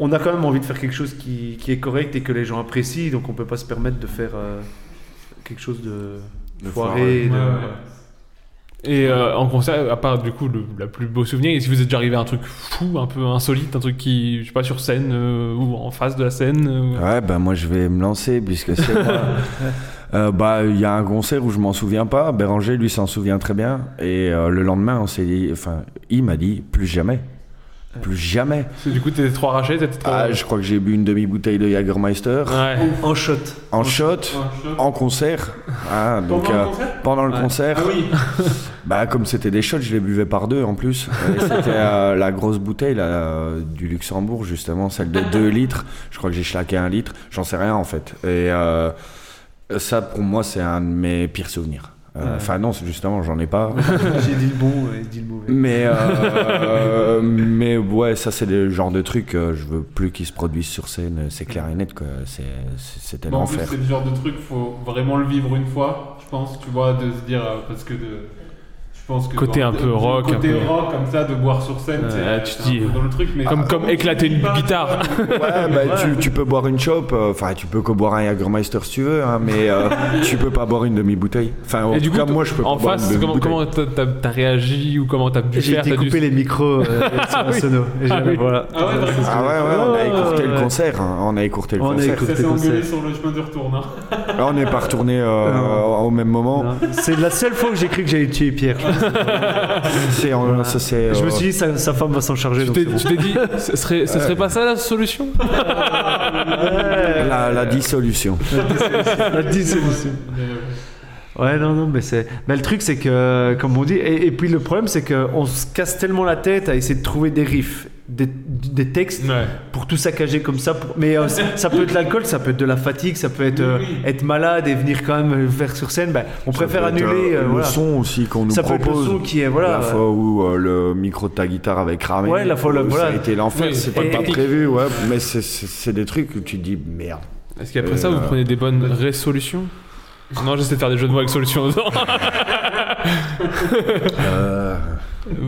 On a quand même envie de faire quelque chose qui, qui est correct et que les gens apprécient, donc on peut pas se permettre de faire euh, quelque chose de, De foiré. foireux. Ouais, de- ouais. Et euh, en concert, à part du coup le la plus beau souvenir, est-ce que vous êtes déjà arrivé à un truc fou, un peu insolite, un truc qui, je sais pas, sur scène euh, ou en face de la scène euh, ou- Ouais, ben moi je vais me lancer puisque c'est moi. Euh, bah, il y a un concert où je m'en souviens pas. Béranger, lui, s'en souvient très bien. Et euh, le lendemain, on s'est dit, enfin, il m'a dit, plus jamais, plus jamais. Parce que Du coup, t'étais trop arraché, t'étais trop. Ah, je crois que j'ai bu une demi-bouteille de Jagermeister. En shot. En shot, en concert. Ah, donc, Pendant le euh, concert pendant le Ouais. concert. Ah oui. bah, comme c'était des shots, je les buvais par deux en plus. Et C'était euh, la grosse bouteille là, euh, du Luxembourg, justement, celle de 2 litres. Je crois que j'ai schlaqué un litre. J'en sais rien en fait. Et euh, ça, pour moi, c'est un de mes pires souvenirs. Euh, Ouais. Enfin, non, c'est- justement, j'en ai pas. J'ai dit le bon et dit le mauvais. Mais, euh, mais ouais, ça c'est le genre de truc, euh, je veux plus qu'ils se produisent sur scène, c'est clair et net quoi, c'est- c'est- c'était Bah, en plus, l'enfer. c'est le genre de truc, faut vraiment le vivre une fois, je pense, tu vois, de se dire, euh, parce que de. Je pense que Côté dans- un peu de- rock, un Côté peu- rock, comme ça, de boire sur scène, Ouais, c'est, là, euh, tu c'est te un dis, peu dans le truc, mais. comme, comme éclater une guitare. Ouais, bah, Tu, tu peux boire une chope, euh, enfin tu peux que boire un Jagermeister si tu veux, hein, mais euh, tu peux pas boire une demi-bouteille. Enfin, en Et du tout coup, cas, moi je peux en pas boire face, une comment, demi-bouteille. comment t'as, t'as- t'as réagi ou comment t'as pu J'ai faire été t'as dû- couper les micros, euh, sur un sono. Et j'avais- voilà. Ah ouais, d'accord. Ah ouais, ouais, on a écourté le ouais. concert, hein, on a écourté le On a concert. écourté Ça s'est engueulé sur le chemin de retour, non Là, on n'est pas retourné euh, au même moment. C'est la seule fois que j'ai cru que j'allais tuer Pierre. C'est en- ça, c'est, Je me euh, suis dit, sa, sa femme va s'en charger. Tu donc t'es, c'est tu bon. t'es dit, ce serait, ce serait pas ça la solution la, euh, la dissolution. La dissolution. Ouais, non, non, mais c'est. Mais le truc, c'est que, comme on dit, et, et puis le problème, c'est qu'on se casse tellement la tête à essayer de trouver des riffs, des, des textes, pour tout saccager comme ça. pour- Mais euh, c'est- ça peut être l'alcool, ça peut être de la fatigue, ça peut être euh, être malade et venir quand même vers sur scène. Ben, on préfère peut être, annuler. euh, euh, le voilà. son aussi qu'on nous Ça peut être le propose. son qui est- voilà, la ouais. fois où euh, le micro de ta guitare avait cramé. Ouais, la fois où le- ça voilà. a été l'enfer, Oui, c'est pas, et- pas et- prévu, ouais, mais c'est- c'est c'est des trucs où tu te dis merde. Est-ce qu'après Euh, ça, vous prenez des bonnes résolutions Non, j'essaie de faire des jeux de mots avec solution dedans. euh,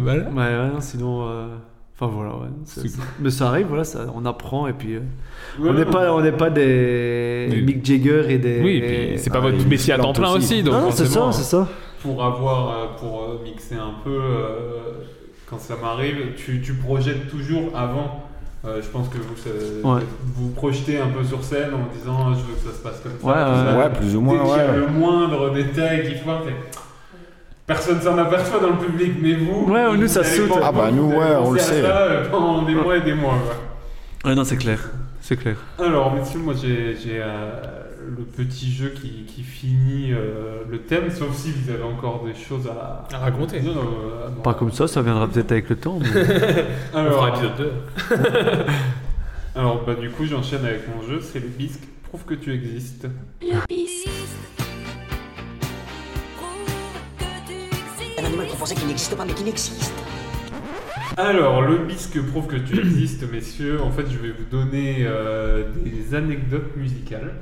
Voilà. Ouais, ouais, non, sinon. euh, Enfin voilà, ouais. ça- ça- Mais ça arrive, voilà, ça, on apprend et puis. euh, Ouais, on n'est ouais. pas, on n'est pas des Des- Mick Jagger et ah, des. Oui, et puis c'est pas votre des métier à temps plantes plein aussi, donc Non, non, c'est forcément. ça, c'est ça. pour avoir euh, pour euh, mixer un peu euh, quand ça m'arrive tu, tu projettes toujours avant Euh, je pense que vous euh, Ouais. vous projetez un peu sur scène en disant je veux que ça se passe comme ça Ouais, tout ouais. ça. Ouais, plus ou moins, Dès qu'il y a ouais. le moindre détail qui foire t'es- Personne s'en aperçoit dans le public, mais vous. Ouais, vous nous, ça avez saute. pensé- Ah bah, nous, vous avez ouais, on pensé le à sait. ça, euh, pendant des mois et des mois. ouais. Ouais, non, c'est clair. C'est clair. Alors, messieurs, moi j'ai j'ai, euh, le petit jeu qui, qui finit euh, le thème, sauf si vous avez encore des choses à, À raconter. Non, non, euh, non. Pas comme ça, ça viendra peut-être avec le temps. Alors, fera épisode deux. Alors, bah, du coup, j'enchaîne avec mon jeu c'est le bisque, prouve que tu existes. Un animal qu'on pensait qu'il n'existe pas, mais qui n'existe. Alors, le bisque prouve que tu existes, messieurs. En fait, je vais vous donner euh, des anecdotes musicales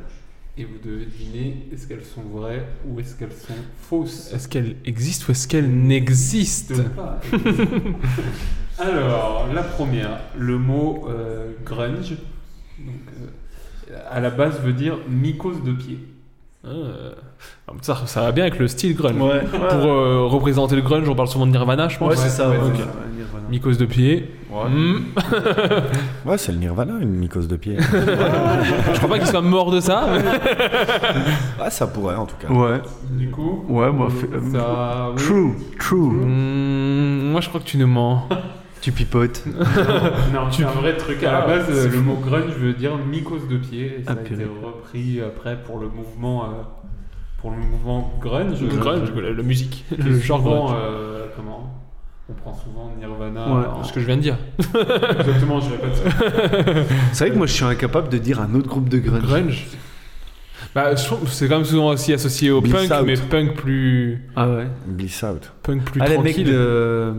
et vous devinez est-ce qu'elles sont vraies ou est-ce qu'elles sont fausses. Est-ce qu'elle existe ou est-ce qu'elle n'existe pas. Alors, la première, le mot euh, grunge, donc, euh, à la base veut dire mycose de pied. Euh, ça, ça va bien avec le style grunge. Ouais. Pour euh, représenter le grunge, on parle souvent de Nirvana, je pense. Ouais, c'est ça, ouais, Ok. c'est ça, ouais, Nirvana. Mycose de pied. Mm. Hmm. ouais, c'est le Nirvana, une mycose de pied. je crois pas qu'il soit mort de ça. Ah, ça pourrait en tout cas. Ouais. Du coup Ouais, moi. euh, Ça, oui. True, true. Hmm, moi, je crois que tu nous mens. Tu pipotes. Non, c'est un vrai truc. À la Ah, base, c'est euh, le fou. mot grunge veut dire mycose de pied. Et ça Ah, a été purée. repris après pour le mouvement euh, Pour le mouvement grunge, Le grunge, Euh, la, la musique, le le genre jargon, grunge. euh, comment on prend souvent Nirvana, Ouais. en- ce que je viens de dire. Exactement, je répète. C'est vrai que moi je suis incapable de dire un autre groupe de grunge. Grunge bah, je trouve que c'est quand même souvent aussi associé au Bliss punk, out. mais punk plus. Ah ouais. Bliss Out. Punk plus Ah, les mecs tranquille. de.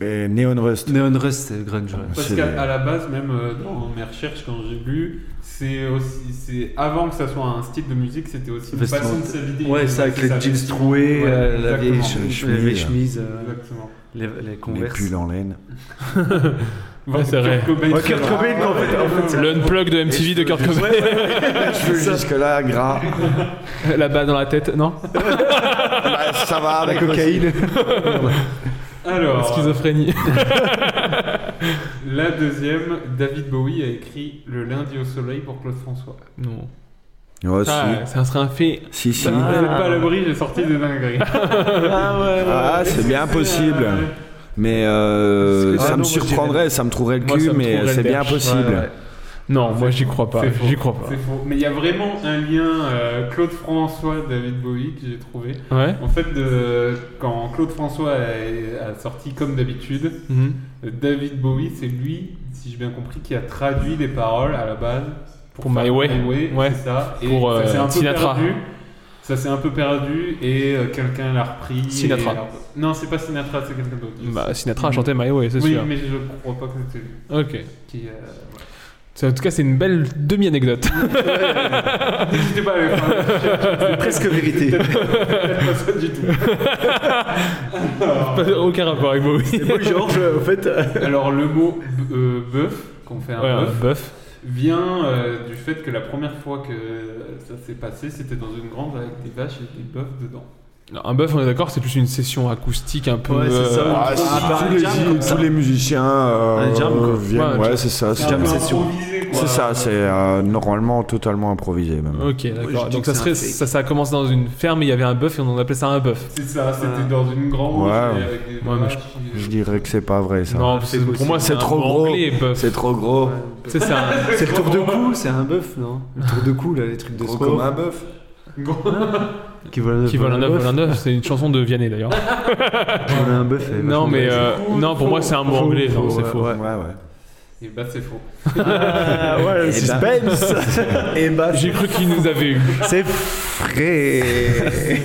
Et Neon Rust. Neon Rust, c'est grunge. ouais. Parce qu'à à la base, même euh, dans mes recherches, quand j'ai lu, c'est aussi, c'est avant que ça soit un style de musique, c'était aussi une Vêtements- façon de s'habiller. Ouais, ça avec les jeans troués, euh, la vieille exactement. che- la vieille chemise, euh, Exactement. les, les converses. pulls en laine. Ouais, c'est vrai. Kurt Cobain, Ouais, Kurt c'est Cobain, vrai. en fait, en fait, c'est- Le unplug de MTV de Kurt Cobain. Je veux jusque-là, gras. Là-bas dans la tête, non Bah, ça va La avec cocaïne. Oh. Alors, Schizophrénie. la deuxième, David Bowie a écrit Le lundi au soleil pour Claude François. non. Ouais, Ah, ça serait un fait. si. Si, si. Ah, vous n'êtes pas à l'abri, j'ai sorti des dingueries. Ah ouais. Ah, Ah, c'est bien possible. Mais euh, Parce que ça sinon, me moi, je dirais- surprendrait, ça me trouverait le Moi, ça cul, me mais trouverait c'est le bien berche. Ouais, possible. ouais. Non, moi j'y crois pas. C'est faux. J'y crois pas. C'est faux. Mais il y a vraiment un lien euh, Claude François, David Bowie que j'ai trouvé. Ouais. En fait, de- quand Claude François a, a sorti comme d'habitude, Mhm. euh, David Bowie, c'est lui, si j'ai bien compris, qui a traduit les paroles à la base Pour faire My Way. Ouais. c'est ça. Et Pour, ça s'est euh, un peu Sinatra. perdu. Ça s'est un peu perdu et euh, quelqu'un l'a repris. Sinatra. et- Non, c'est pas Sinatra, c'est quelqu'un d'autre. Je Bah, sais. Sinatra a chanté My Way, c'est Oui, sûr. mais je crois pas que c'était lui. Ok. Qui, euh, voilà. Ça, En tout cas, c'est une belle demi-anecdote. N'hésitez pas à aller faire la recherche. C'est presque vérité. Peut-être pas ça du tout. Alors, Ah. Pas- Aucun rapport avec Bowie. Moi, Georges, en fait. euh, alors, le mot b- euh, bœuf, qu'on fait un Ouais, un bœuf, bœuf. vient euh, du fait que la première fois que ça s'est passé, c'était dans une grande avec des vaches et des bœufs dedans. Non, Un bœuf, on est d'accord, c'est plus une session acoustique un peu. Ouais, c'est ça. euh, Ah, Trop si bien. tous les- Jam, comme ça. tous les musiciens euh, Un jam, quoi. Ouais, un viennent, jam. ouais, c'est ça. C'est C'est un peu session. improvisé, quoi. c'est ça, c'est euh, normalement totalement improvisé même. Ok, Moi, je d'accord. dis Donc que ça, c'est serait, un fake. ça, ça commence dans une ferme, et il y avait un bœuf et on en appelait ça un bœuf. C'est ça, c'était Ouais. dans une grande Ouais. et avec des Ouais, mais vaches. je- et- Je dirais que c'est pas vrai ça. Non, c'est c'est- pour possible. moi, C'est c'est trop trop gros. anglais, bœuf. C'est trop gros. Tu sais, C'est un. C'est le tour de cou, c'est un bœuf, non Le tour de cou, là, les trucs de Gros sport. comme un bœuf. Qui vole un œuf. Qui vole un œuf, vole un œuf. C'est une chanson de Vianney d'ailleurs. Qui vole un bœuf. eh, elle est non, vachement mais belle. euh, non, pour moi, c'est un mot Faux, anglais, genre, faux, c'est ouais, faux. Ouais, ouais. Et bah, c'est faux. Ah, ouais, le Eh ben. suspense. Et bah, J'ai cru qu'il nous avait eu. c'est frais.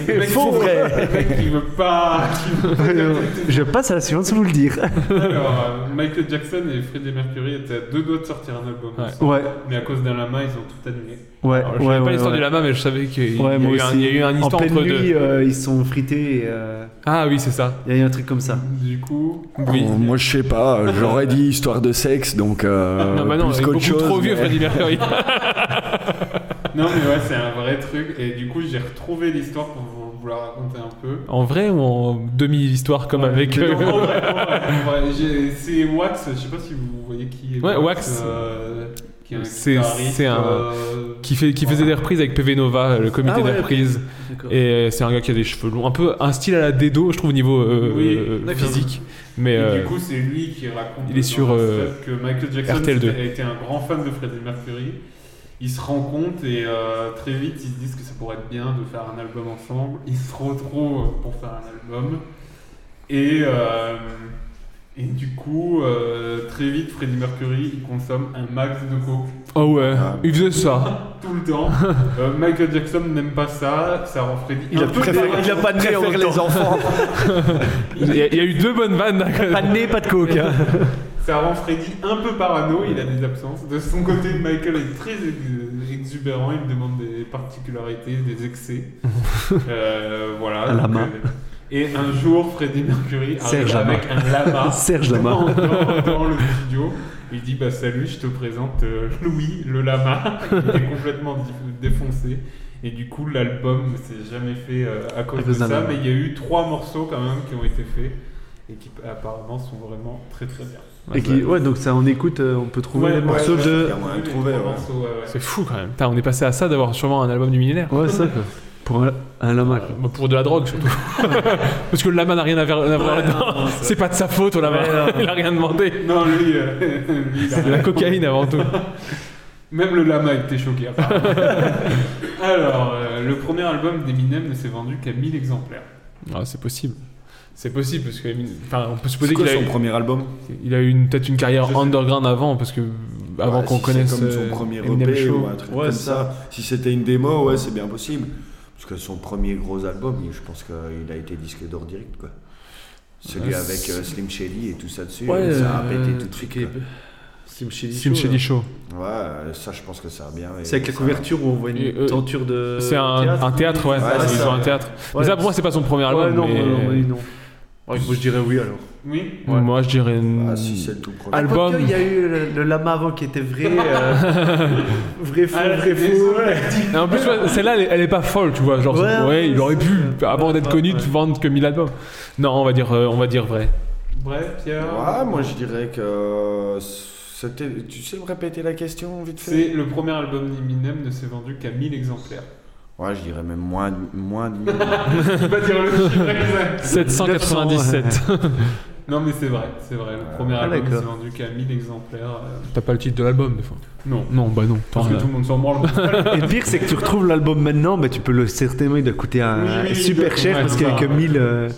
Le mec, Faux, c'est vrai. Le mec, il veut pas. qui veut pas capter. Je passe à la suivante sans vous le dire. Alors, euh, Michael Jackson et Freddie Mercury étaient à deux doigts de sortir un album. Ouais. ensemble. Ouais, Mais à cause d'un lama, ils ont tout annulé. ouais, Alors, je ouais. savais pas ouais, l'histoire ouais. du lama, mais je savais qu'il y, a Ouais, moi eu un- aussi. il y a eu un En histoire pleine entre nuit, deux. euh, ils sont frités. et, euh, Ah oui, c'est ça. Il y a eu un truc comme ça. Du coup, Oui. Oh, moi je sais pas, j'aurais dit histoire de sexe donc euh, non, bah non, plus il est qu'autre beaucoup chose. trop vieux, mais- Freddie Mercury. non mais ouais, c'est un vrai truc. Et du coup, j'ai retrouvé l'histoire pour vous, vous la raconter un peu. en vrai ou en demi-histoire comme avec. Mais euh, non, en vrai, en vrai, en vrai, j'ai- c'est Wax, je sais pas si vous voyez qui est Ouais, Wax. euh, qui est un C'est- guitariste, c'est un- euh, qui, fait, qui faisait des reprises avec PV Nova, euh, le comité Ah ouais, des reprises. D'accord. Et euh, c'est un gars qui a des cheveux longs, un peu un style à la Dedo, je trouve, au niveau euh, Oui, euh, d'accord. physique. Mais Et euh, du coup, c'est lui qui raconte il est dans sur, la euh, stuff que Michael Jackson RTL2. a été un grand fan de Freddie Mercury. Il se rend compte et euh, très vite ils se disent que ça pourrait être bien de faire un album ensemble. Ils se retrouvent pour faire un album. Et, euh, et du coup, euh, très vite, Freddie Mercury il consomme un max de coke oh ouais, Ah. il faisait ça. tout le temps. Euh, Michael Jackson n'aime pas ça, ça rend Freddie. Il un a, peu préféré- dérangé. il a pas de nez en les enfants. Il y, a, il y a eu deux bonnes vannes. d'un coup. Pas de nez, pas de coke. hein. Ça rend Freddy un peu parano, il a des absences. De son côté, Michael est très ex- exubérant, il me demande des particularités, des excès. Euh, voilà. Un donc, lama. euh, et un jour, Freddie Mercury arrive Serge Lama. avec un lama Serge Lama. dans, dans- dans le studio. Il dit bah salut, je te présente euh, Louis, le lama. Il est complètement dif- défoncé. Et du coup, l'album ne s'est jamais fait euh, à cause À de cause d'un ça, lama. mais il y a eu trois morceaux quand même qui ont été faits et qui apparemment sont vraiment très très bien. Et qui- ouais, donc ça, on écoute, euh, on peut trouver Ouais, les ouais, morceaux ouais, de. Clairement, elle trouvait, ouais. C'est fou quand même. Putain, on est passé à ça d'avoir sûrement un album du millénaire. Ouais, ça quoi. Pour un, un lama quoi. Bah, Pour de la drogue surtout. Parce que le lama n'a rien à ver- à voir là-dedans. C'est pas de sa faute, au lama. Ouais, non. Il a rien demandé. Non, lui, euh, lui, il a C'est de la cocaïne avant tout. Même le lama était choqué. apparemment. Alors, euh, le premier album d'Eminem ne s'est vendu qu'à 1000 exemplaires. Ah, c'est possible. C'est possible parce que Eminem- enfin, on peut supposer C'est quoi qu'il a son eu- premier album Il a eu une- peut-être une carrière underground avant parce que avant Ouais, qu'on si connaisse c'est comme euh, son premier Eminem EP Show. ou un truc Ouais, comme c'est ça. Si c'était une démo, ouais, c'est bien possible. Parce que son premier gros album, il- je pense qu'il a été disque d'or direct, quoi. Celui Ouais, avec c'est- euh, Slim Shady et tout ça dessus, Ouais, ça a euh, pété tout de suite. quoi. Slim Shady Slim Shady Show. Ouais, euh, ça je pense que ça a bien. C'est avec la couverture où on voit une Et, euh, tenture de. C'est un théâtre, un théâtre ouais, c'est c'est ça. sur un théâtre. Ouais, mais ça pour moi c'est pas son premier album. Ouais, non, mais- non, oui, non. Ouais, moi je dirais oui alors. Oui. Moi je dirais Ah, si, c'est le tout premier. album. Il y a eu le, le lama avant qui était vrai. euh, vrai faux, Ah, vrai faux. Et en plus, tu vois, celle-là, elle, est- elle est pas folle, tu vois. Genre, Ouais, ouais, ouais, il aurait pu, avant d'être ouais, connu, ouais. te vendre que 1000 albums. Non, on va dire, euh, on va dire vrai. Bref, Pierre. Ouais, moi je dirais que euh, c'était. Tu sais me répéter la question vite fait C'est le premier album d'Eminem ne s'est vendu qu'à 1000 exemplaires. Ouais, je dirais même moins, de- moins de Je vais pas dire le chiffre exact. 797. Non, mais c'est vrai, c'est vrai. Le premier Ah, album ne s'est d'accord. vendu qu'à 1000 exemplaires. euh, T'as pas le titre de l'album, des fois Non. Non, bah non. Parce que tout le monde s'en branle. Et le pire, c'est que tu retrouves l'album maintenant, mais tu peux le certainement, il doit coûter un, Oui, oui, il super doit- cher ouais, parce c'est qu'il n'y a ça. que 1000 euh,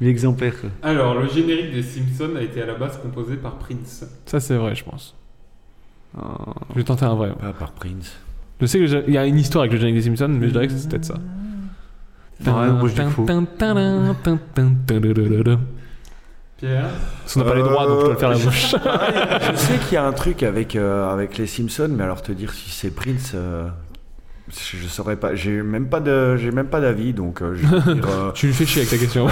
1000 exemplaires. quoi. Alors, le générique des Simpsons a été à la base composé par Prince. Ça, c'est vrai, je pense. Je vais tenter un vrai. ouais. Pas par Prince. Je sais qu'il y a une histoire avec le générique des Simpsons, mais je dirais que c'est peut-être ça. Ouais, moi, je dis faux. Pierre Parce qu'on n'a pas les droits, donc je dois le faire à la bouche. Je sais qu'il y a un truc avec, euh, avec les Simpsons, mais alors te dire si c'est Prince, euh, je, je saurais pas. J'ai même pas de, j'ai même pas d'avis, donc euh, je vais dire. euh, Tu me fais chier avec ta question.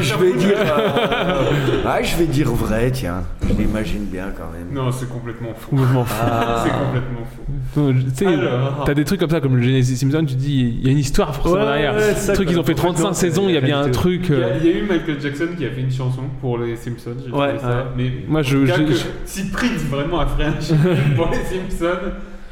je vais dire. euh, ah, je vais dire vrai, tiens. Je l'imagine bien quand même. Non, c'est complètement faux. Complètement fou. C'est complètement faux. Non, je- Tu sais, Alors. t'as des trucs comme ça, comme le Genesis Simpson, tu te dis, il y a une histoire forcément Ouais, derrière. ouais, c'est ça, Le truc, quoi. ils ont fait Complètement, 35 c'est saisons, il y a la bien un réalité. truc. Il y, euh, a, il y a eu Michael Jackson qui a fait une chanson pour les Simpsons. j'ai Ouais, trouvé ça. ouais. Mais Moi, je- en tout cas, je- que- je- si Prince vraiment a fait un générique pour les Simpsons,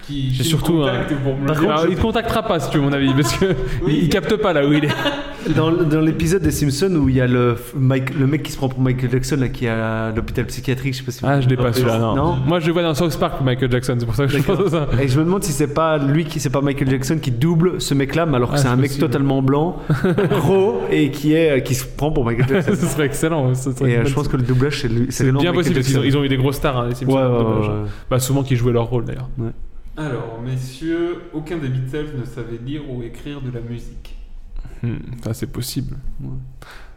qui J'ai qui surtout me un- contacte pour me le Par dire. Alors, il te contactera pas, si tu veux mon avis, parce que Oui. il, il capte pas là où il est. Dans, dans l'épisode des Simpsons où il y a le, f- Mike- le mec qui se prend pour Michael Jackson là, qui est à l'hôpital psychiatrique, je sais pas si vous Ah, je l'ai pas rappelez. celui-là, non. Moi, je le vois dans South Park, Michael Jackson, c'est pour ça que je pense à ça. Et je me demande si c'est pas lui qui, c'est pas Michael Jackson qui double ce mec-là, mais alors que Ah, c'est c'est un mec possible. totalement blanc, gros et qui est euh, qui se prend pour Michael ce Jackson. serait excellent. ce serait et euh, une je bonne- pense que le doublage c'est lui. c'est vraiment bien possible, Michael parce qu'ils ont, Jackson. ils ont eu des grosses stars, hein, les Simpsons. Ouais, ouais, dommage. ouais, ouais. Bah, souvent qui jouaient leur rôle d'ailleurs. Alors, messieurs, aucun des Beatles ne savait lire ou écrire de la musique. Hmm, ça, c'est possible.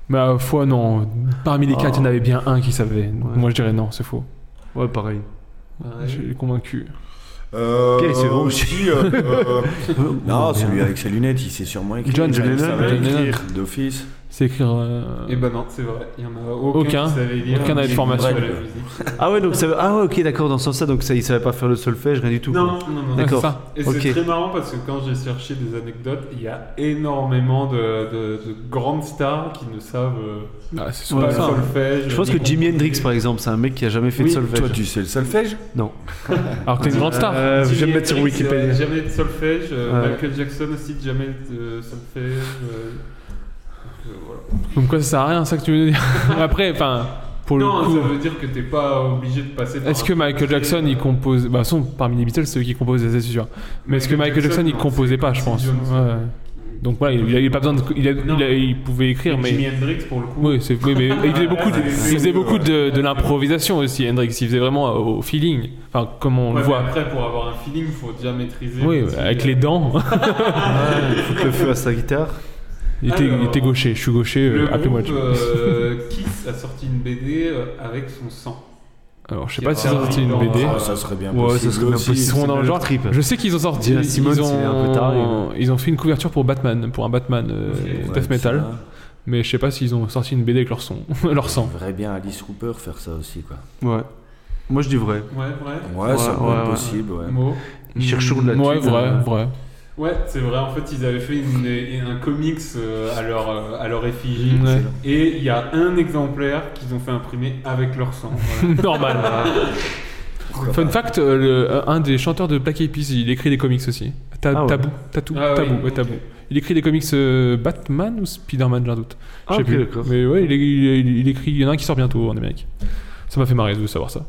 Mais à la fois, non. Parmi les quatre, il y en avait bien un qui savait. Moi, je dirais non, c'est faux. Ah. Ouais, pareil. Je suis convaincu. Euh, Pierre, il s'est vraiment aussi, euh, euh, non, celui avec ses lunettes, il s'est sûrement écrit. John ça, il Lennon. savait John Lennon. écrire d'office. C'est écrire. euh, bah, Et ben non, c'est vrai. Il y en a aucun, Aucun. qui savait lire. Aucun n'avait de formation. de la musique. Ah ouais, donc ça, ah ouais, ok, d'accord, dans ce sens-là, donc ça, il savait pas faire le solfège, rien du tout. Non, quoi. non, non. D'accord. Ah, ça. Et Ok. c'est très marrant parce que quand j'ai cherché des anecdotes, il y a énormément de, de- de grandes stars qui ne savent euh, Ah, c'est pas souvent le ça. solfège. Je pense que Jimi Hendrix, par exemple, c'est un mec qui a jamais fait Oui, Euh, de solfège. Toi, tu sais le solfège Non. Alors que t'es une grande star. Euh, je vais me Jimi mettre sur Hendrix, Wikipédia. ouais, jamais de solfège. euh, Ouais. Michael Jackson aussi, jamais de solfège. euh, donc, euh, voilà. Donc quoi, ça sert à rien, ça que tu veux dire Après, enfin, pour Non, le coup, ça veut dire que t'es pas obligé de passer par est-ce un que Michael solfège, Jackson il euh, compose Bah, son parmi les Beatles, c'est eux qui composent, c'est sûr. Mais est-ce que Michael Jackson il non, composait c'est pas, je Quincy pense Jones. Ouais. Donc voilà, il, il avait pas besoin de, il, a- Non. il a- il pouvait écrire, mais. Jimi Hendrix, pour le coup. Oui, c'est- oui, mais il faisait beaucoup, de, Ah, Ouais, il faisait beaucoup de, de l'improvisation aussi, Hendrix. Il faisait vraiment au feeling, enfin comme on Ouais, mais le voit. Après, pour avoir un feeling, faut déjà maîtriser. Oui, le euh, style. avec les dents. Foutre le feu à sa guitare. il, était, il Alors, était gaucher, je suis gaucher, euh, Le appelez-moi. groupe euh, Kiss a sorti une BD euh, avec son sang. Alors je sais pas si c'était une Ah, BD. Ah, ça serait bien Ouais, possible. ça serait bien aussi. Ils possible. sont dans le le genre. trip. Je sais qu'ils ont sorti. Dylan Simmons, ils, il est un ont, peu taré. ils ont fait une couverture pour Batman, pour un Batman euh, Ok. death Ouais, metal. ça. Mais je sais pas s'ils ont sorti une BD avec leur son, leur sang. J'aimerais bien Alice Cooper faire ça aussi, quoi. Ouais. Moi, je dis vrai. Ouais, vrai. Ouais, ça ouais, pourrait être ouais. possible, ouais. Mot. Il cherche toujours de la Ouais, thune, vrai, euh. vrai. Ouais, c'est vrai. En fait, ils avaient fait une- une- un comics euh, à leur euh, à leur effigie, Mm, Ouais. et il y a un exemplaire qu'ils ont fait imprimer avec leur sang. voilà. Normal. Pourquoi Fun pas. fact, euh, le- un des chanteurs de Black Eyed Peas, il écrit des comics aussi. Ta- Ah ouais. Tabou, tatou, Ah tabou, oui, ouais, ok. tabou. Il écrit des comics euh, Batman ou Spider-Man, j'ai un doute. Je Ah, sais ok, plus. d'accord. Mais ouais, il, il- il écrit. Il y en a un qui sort bientôt en Amérique. Ça m'a fait marrer de savoir ça.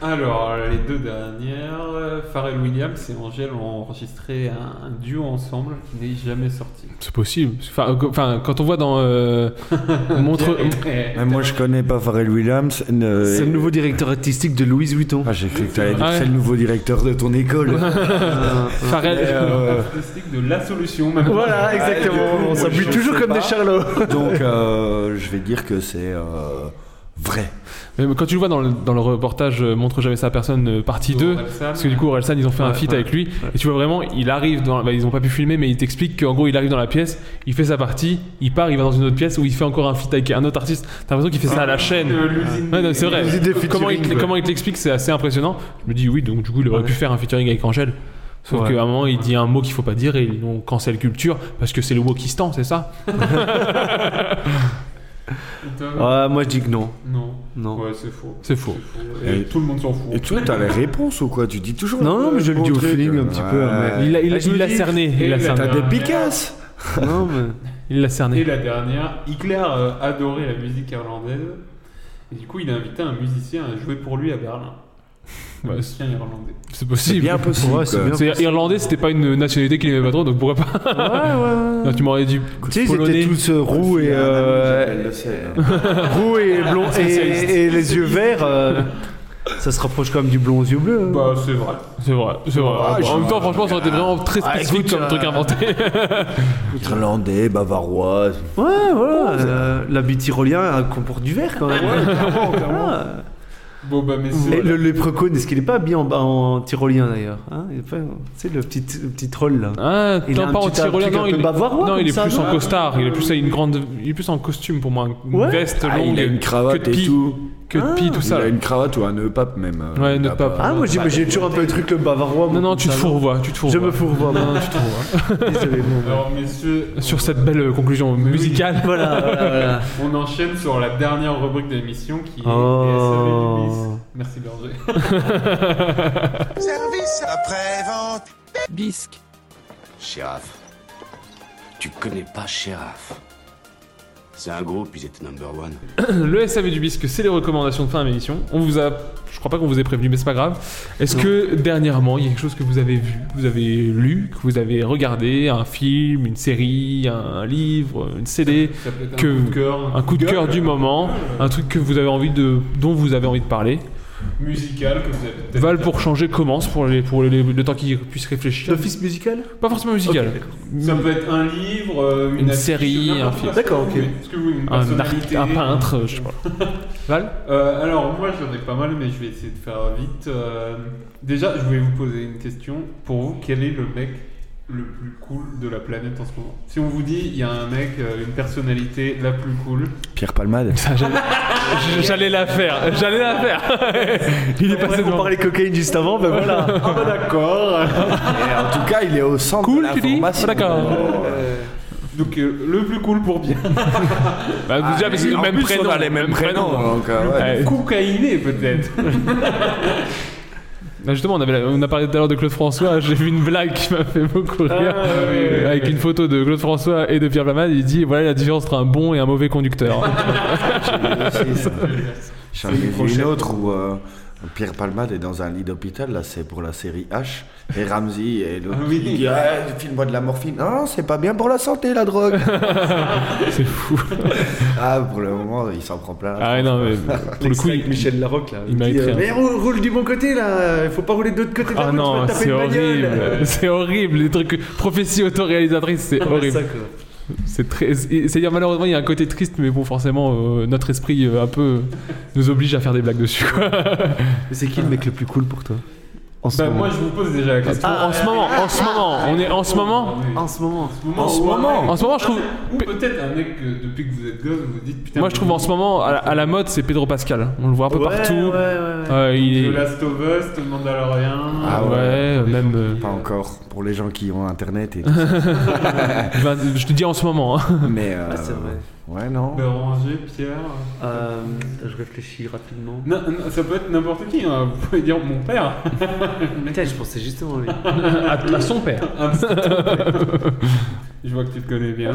Alors, les deux dernières, euh, Pharrell Williams et Angèle ont enregistré un, un duo ensemble qui n'est jamais sorti. C'est possible. Enfin, euh, qu- enfin, quand on voit dans euh, montre. Eh, Ah Mais moi, je connais pas Pharrell Williams. ne- C'est le nouveau directeur artistique de Louis Vuitton. Ah, j'ai cru que t'allais dire Ah ouais. c'est le nouveau directeur de ton école. hein. Pharrell- Mais, euh, Fantastique de la solution, même. Voilà, exactement. On s'appuie je toujours sais comme des pas. charlots. Donc, euh, je vais dire que c'est euh, vrai. Mais quand tu le vois dans le, dans le reportage euh, Montre jamais ça à personne, euh, partie De 2, Orelsan. parce que du coup, Orelsan, ils ont fait un Ouais, feat ouais, avec lui, et tu vois vraiment, il arrive dans. bah, ils ont pas pu filmer, mais il t'explique qu'en gros, il arrive dans la pièce, il fait sa partie, il part, il va dans une autre pièce où il fait encore un feat avec un autre artiste. T'as l'impression qu'il fait ça à la chaîne. Euh, l'usine Ouais, non, c'est vrai. L'usine des featuring, Comment il, te- quoi. comment il te l'explique, c'est assez impressionnant. Je me dis, oui, donc du coup, il aurait pu faire un featuring avec Angèle. Sauf Ouais. qu'à un moment, il dit un mot qu'il faut pas dire et ils l'ont cancel culture parce que c'est le wokistan, c'est ça Ah, moi je dis que non. Non. Non. Ouais, c'est faux. C'est faux. Et Et- tout le monde s'en fout. Et toi, t'as les réponses ou quoi Tu dis toujours. Non, non, mais je le bon dis au truc. feeling un petit peu, hein, mais- Il l'a il Bah, l'a- Ah, je me il l'a dis, cerné. Il l'a Et la cerné. T'as des dernière- Picasso Non, mais. Il l'a cerné. Et la dernière, Hitler euh, adorait la musique irlandaise. Et du coup, il a invité un musicien à jouer pour lui à Berlin. Un Bah, musicien irlandais. C'est C'est possible. bien possible. Ouais, c'est quoi. bien. C'est irlandais, c'était pas une nationalité qu'il aimait pas trop, donc pourquoi pas Ouais, ouais, ouais. Non, Tu m'aurais dit Tu sais, ils polonais. étaient tous euh, roux et. Il y a un ami, euh, j'appelle le hein. ciel. roux et blond et, et les yeux verts. euh, ça se rapproche quand même du blond aux yeux bleus. hein. Bah, c'est vrai. C'est vrai, c'est vrai. Ah, en je- même temps, franchement, ça aurait été vraiment très Ah, spécifique écoute, comme euh, truc inventé. Irlandais, bavarois. Ah, Ouais, voilà. euh, L'habit tyrolien euh, comporte du vert quand même. Voilà. Bon, bah, Et messieurs. le leprechaun, est-ce qu'il est pas habillé en, en tyrolien d'ailleurs hein Il est pas- Tu sais, le petit, le petit troll là. Ah, Il a non, un pas en petit- un tyrolien, truc non, un il, peu bavarois, non, comme il est ça, plus non en costard, il est plus à une grande, il est plus en costume pour moi, une Ouais. veste Ah, longue, il a une que cravate de et pie, tout. que de pie, tout Il ça. a une cravate ou un nœud pape même. euh, Ouais, nœud il a pape. pas- Ah, moi j'ai moi, j'ai toujours un peu le truc le bavarois. bah, Non, non, comme tu te ça, fourvoies, tu te Je fourvoies. me fourvoie. moi. Non, non, tu te fourvois. Désolé, bon, bon. Alors, messieurs. Sur on- cette belle euh, conclusion musicale. Voilà, voilà, voilà. On enchaîne sur la dernière rubrique de l'émission qui est Oh. PSAV du bis. Merci Berger. Service après-vente. bisque, Shérif, tu connais pas Shérif. C'est un groupe, ils étaient number one. Le SAV du bisque, c'est les recommandations de fin d'émission. On vous a, je crois pas qu'on vous ait prévenu, mais c'est pas grave. Est-ce que dernièrement, il y a quelque chose que vous avez vu, que vous avez lu, que vous avez regardé, un film, une série, un livre, une CD, Ça peut être un Que- coup de cœur. un coup de cœur du moment, un truc que vous avez envie de, dont vous avez envie de parler. Musical que vous avez peut-être. Val pour changer commence pour les, pour les- le temps qu'ils puissent réfléchir. D'office musical Pas forcément musical. Ok, Ça peut être un livre, euh, une, Une affiche, série, un n'importe quoi, film. ce que D'accord, vous ok. voulez. Ce que vous voulez, une Un, artiste, personnalité. un peintre, je sais pas. Val Euh, alors moi j'en ai pas mal mais je vais essayer de faire vite. Euh, déjà je voulais vous poser une question. Pour vous quel est le mec le plus cool de la planète en ce moment Si on vous dit il y a un mec, euh, une personnalité la plus cool. Pierre Palmade. J'allais la faire, j'allais la faire. Il est passé On devant. parlait cocaïne juste avant, ben voilà. Ah d'accord. Et en tout cas, il est au centre Cool, de tu dis l'information. Ah, d'accord. Donc euh, le plus cool pour bien. Bah, Ah, déjà, parce que et en même plus, prénom, on a les mêmes prénoms. donc, euh, ouais. Ouais. Cocaïné peut-être. Bah, justement, on, avait la- on a parlé tout à l'heure de Claude François. J'ai vu une blague qui m'a fait beaucoup rire. Ah, oui, oui, avec oui. une photo de Claude François et de Pierre Blamade. Il dit voilà la différence entre un bon et un mauvais conducteur. J'en ai vu une autre où euh, Pierre Palmade est dans un lit d'hôpital, là c'est pour la série H, et Ramsey et l'autre Ah oui. il dit ah, file-moi de la morphine. Non, non, c'est pas bien pour la santé la drogue. C'est fou. ah, pour le moment, il s'en prend plein. Ah ouais, non, mais pour le coup, il, Michel Larocque là. il dit, mériterait. euh, mais roule, roule du bon côté là, il faut pas rouler de l'autre côté de la Ah route, tu vas non, te taper c'est une horrible. bagnole. C'est horrible. Les trucs prophéties autoréalisatrices, c'est Ça, horrible. quoi. C'est très. c'est- C'est-à-dire malheureusement, il y a un côté triste, mais bon, forcément, euh, notre esprit euh, un peu nous oblige à faire des blagues dessus. quoi. Mais C'est qui le mec le plus cool pour toi En ce Ben, Bah, moment. moi je vous pose déjà la question. en ce moment, en ce moment, on est en ce moment. En ce moment. En ce moment. En ce moment, je trouve. Ou peut-être un mec que depuis que vous êtes gosse vous vous dites putain. Moi, je trouve en ce moment, à la, à la mode, c'est Pedro Pascal. On le voit un peu Ouais, partout. ouais, ouais, ouais. Euh, il The est. Last of Us, The Mandalorian. Ah ouais, euh, même. euh, Pas encore pour les gens qui ont internet et tout ça. ben, je te dis en ce moment. hein. mais euh, Ah, c'est vrai. ouais non. Béranger, Pierre. Ah. Euh, je réfléchis rapidement. Non, non, ça peut être n'importe qui. hein. Vous pouvez dire mon père. Putain, je pensais justement à lui. à, à son père. Je vois que tu te connais bien.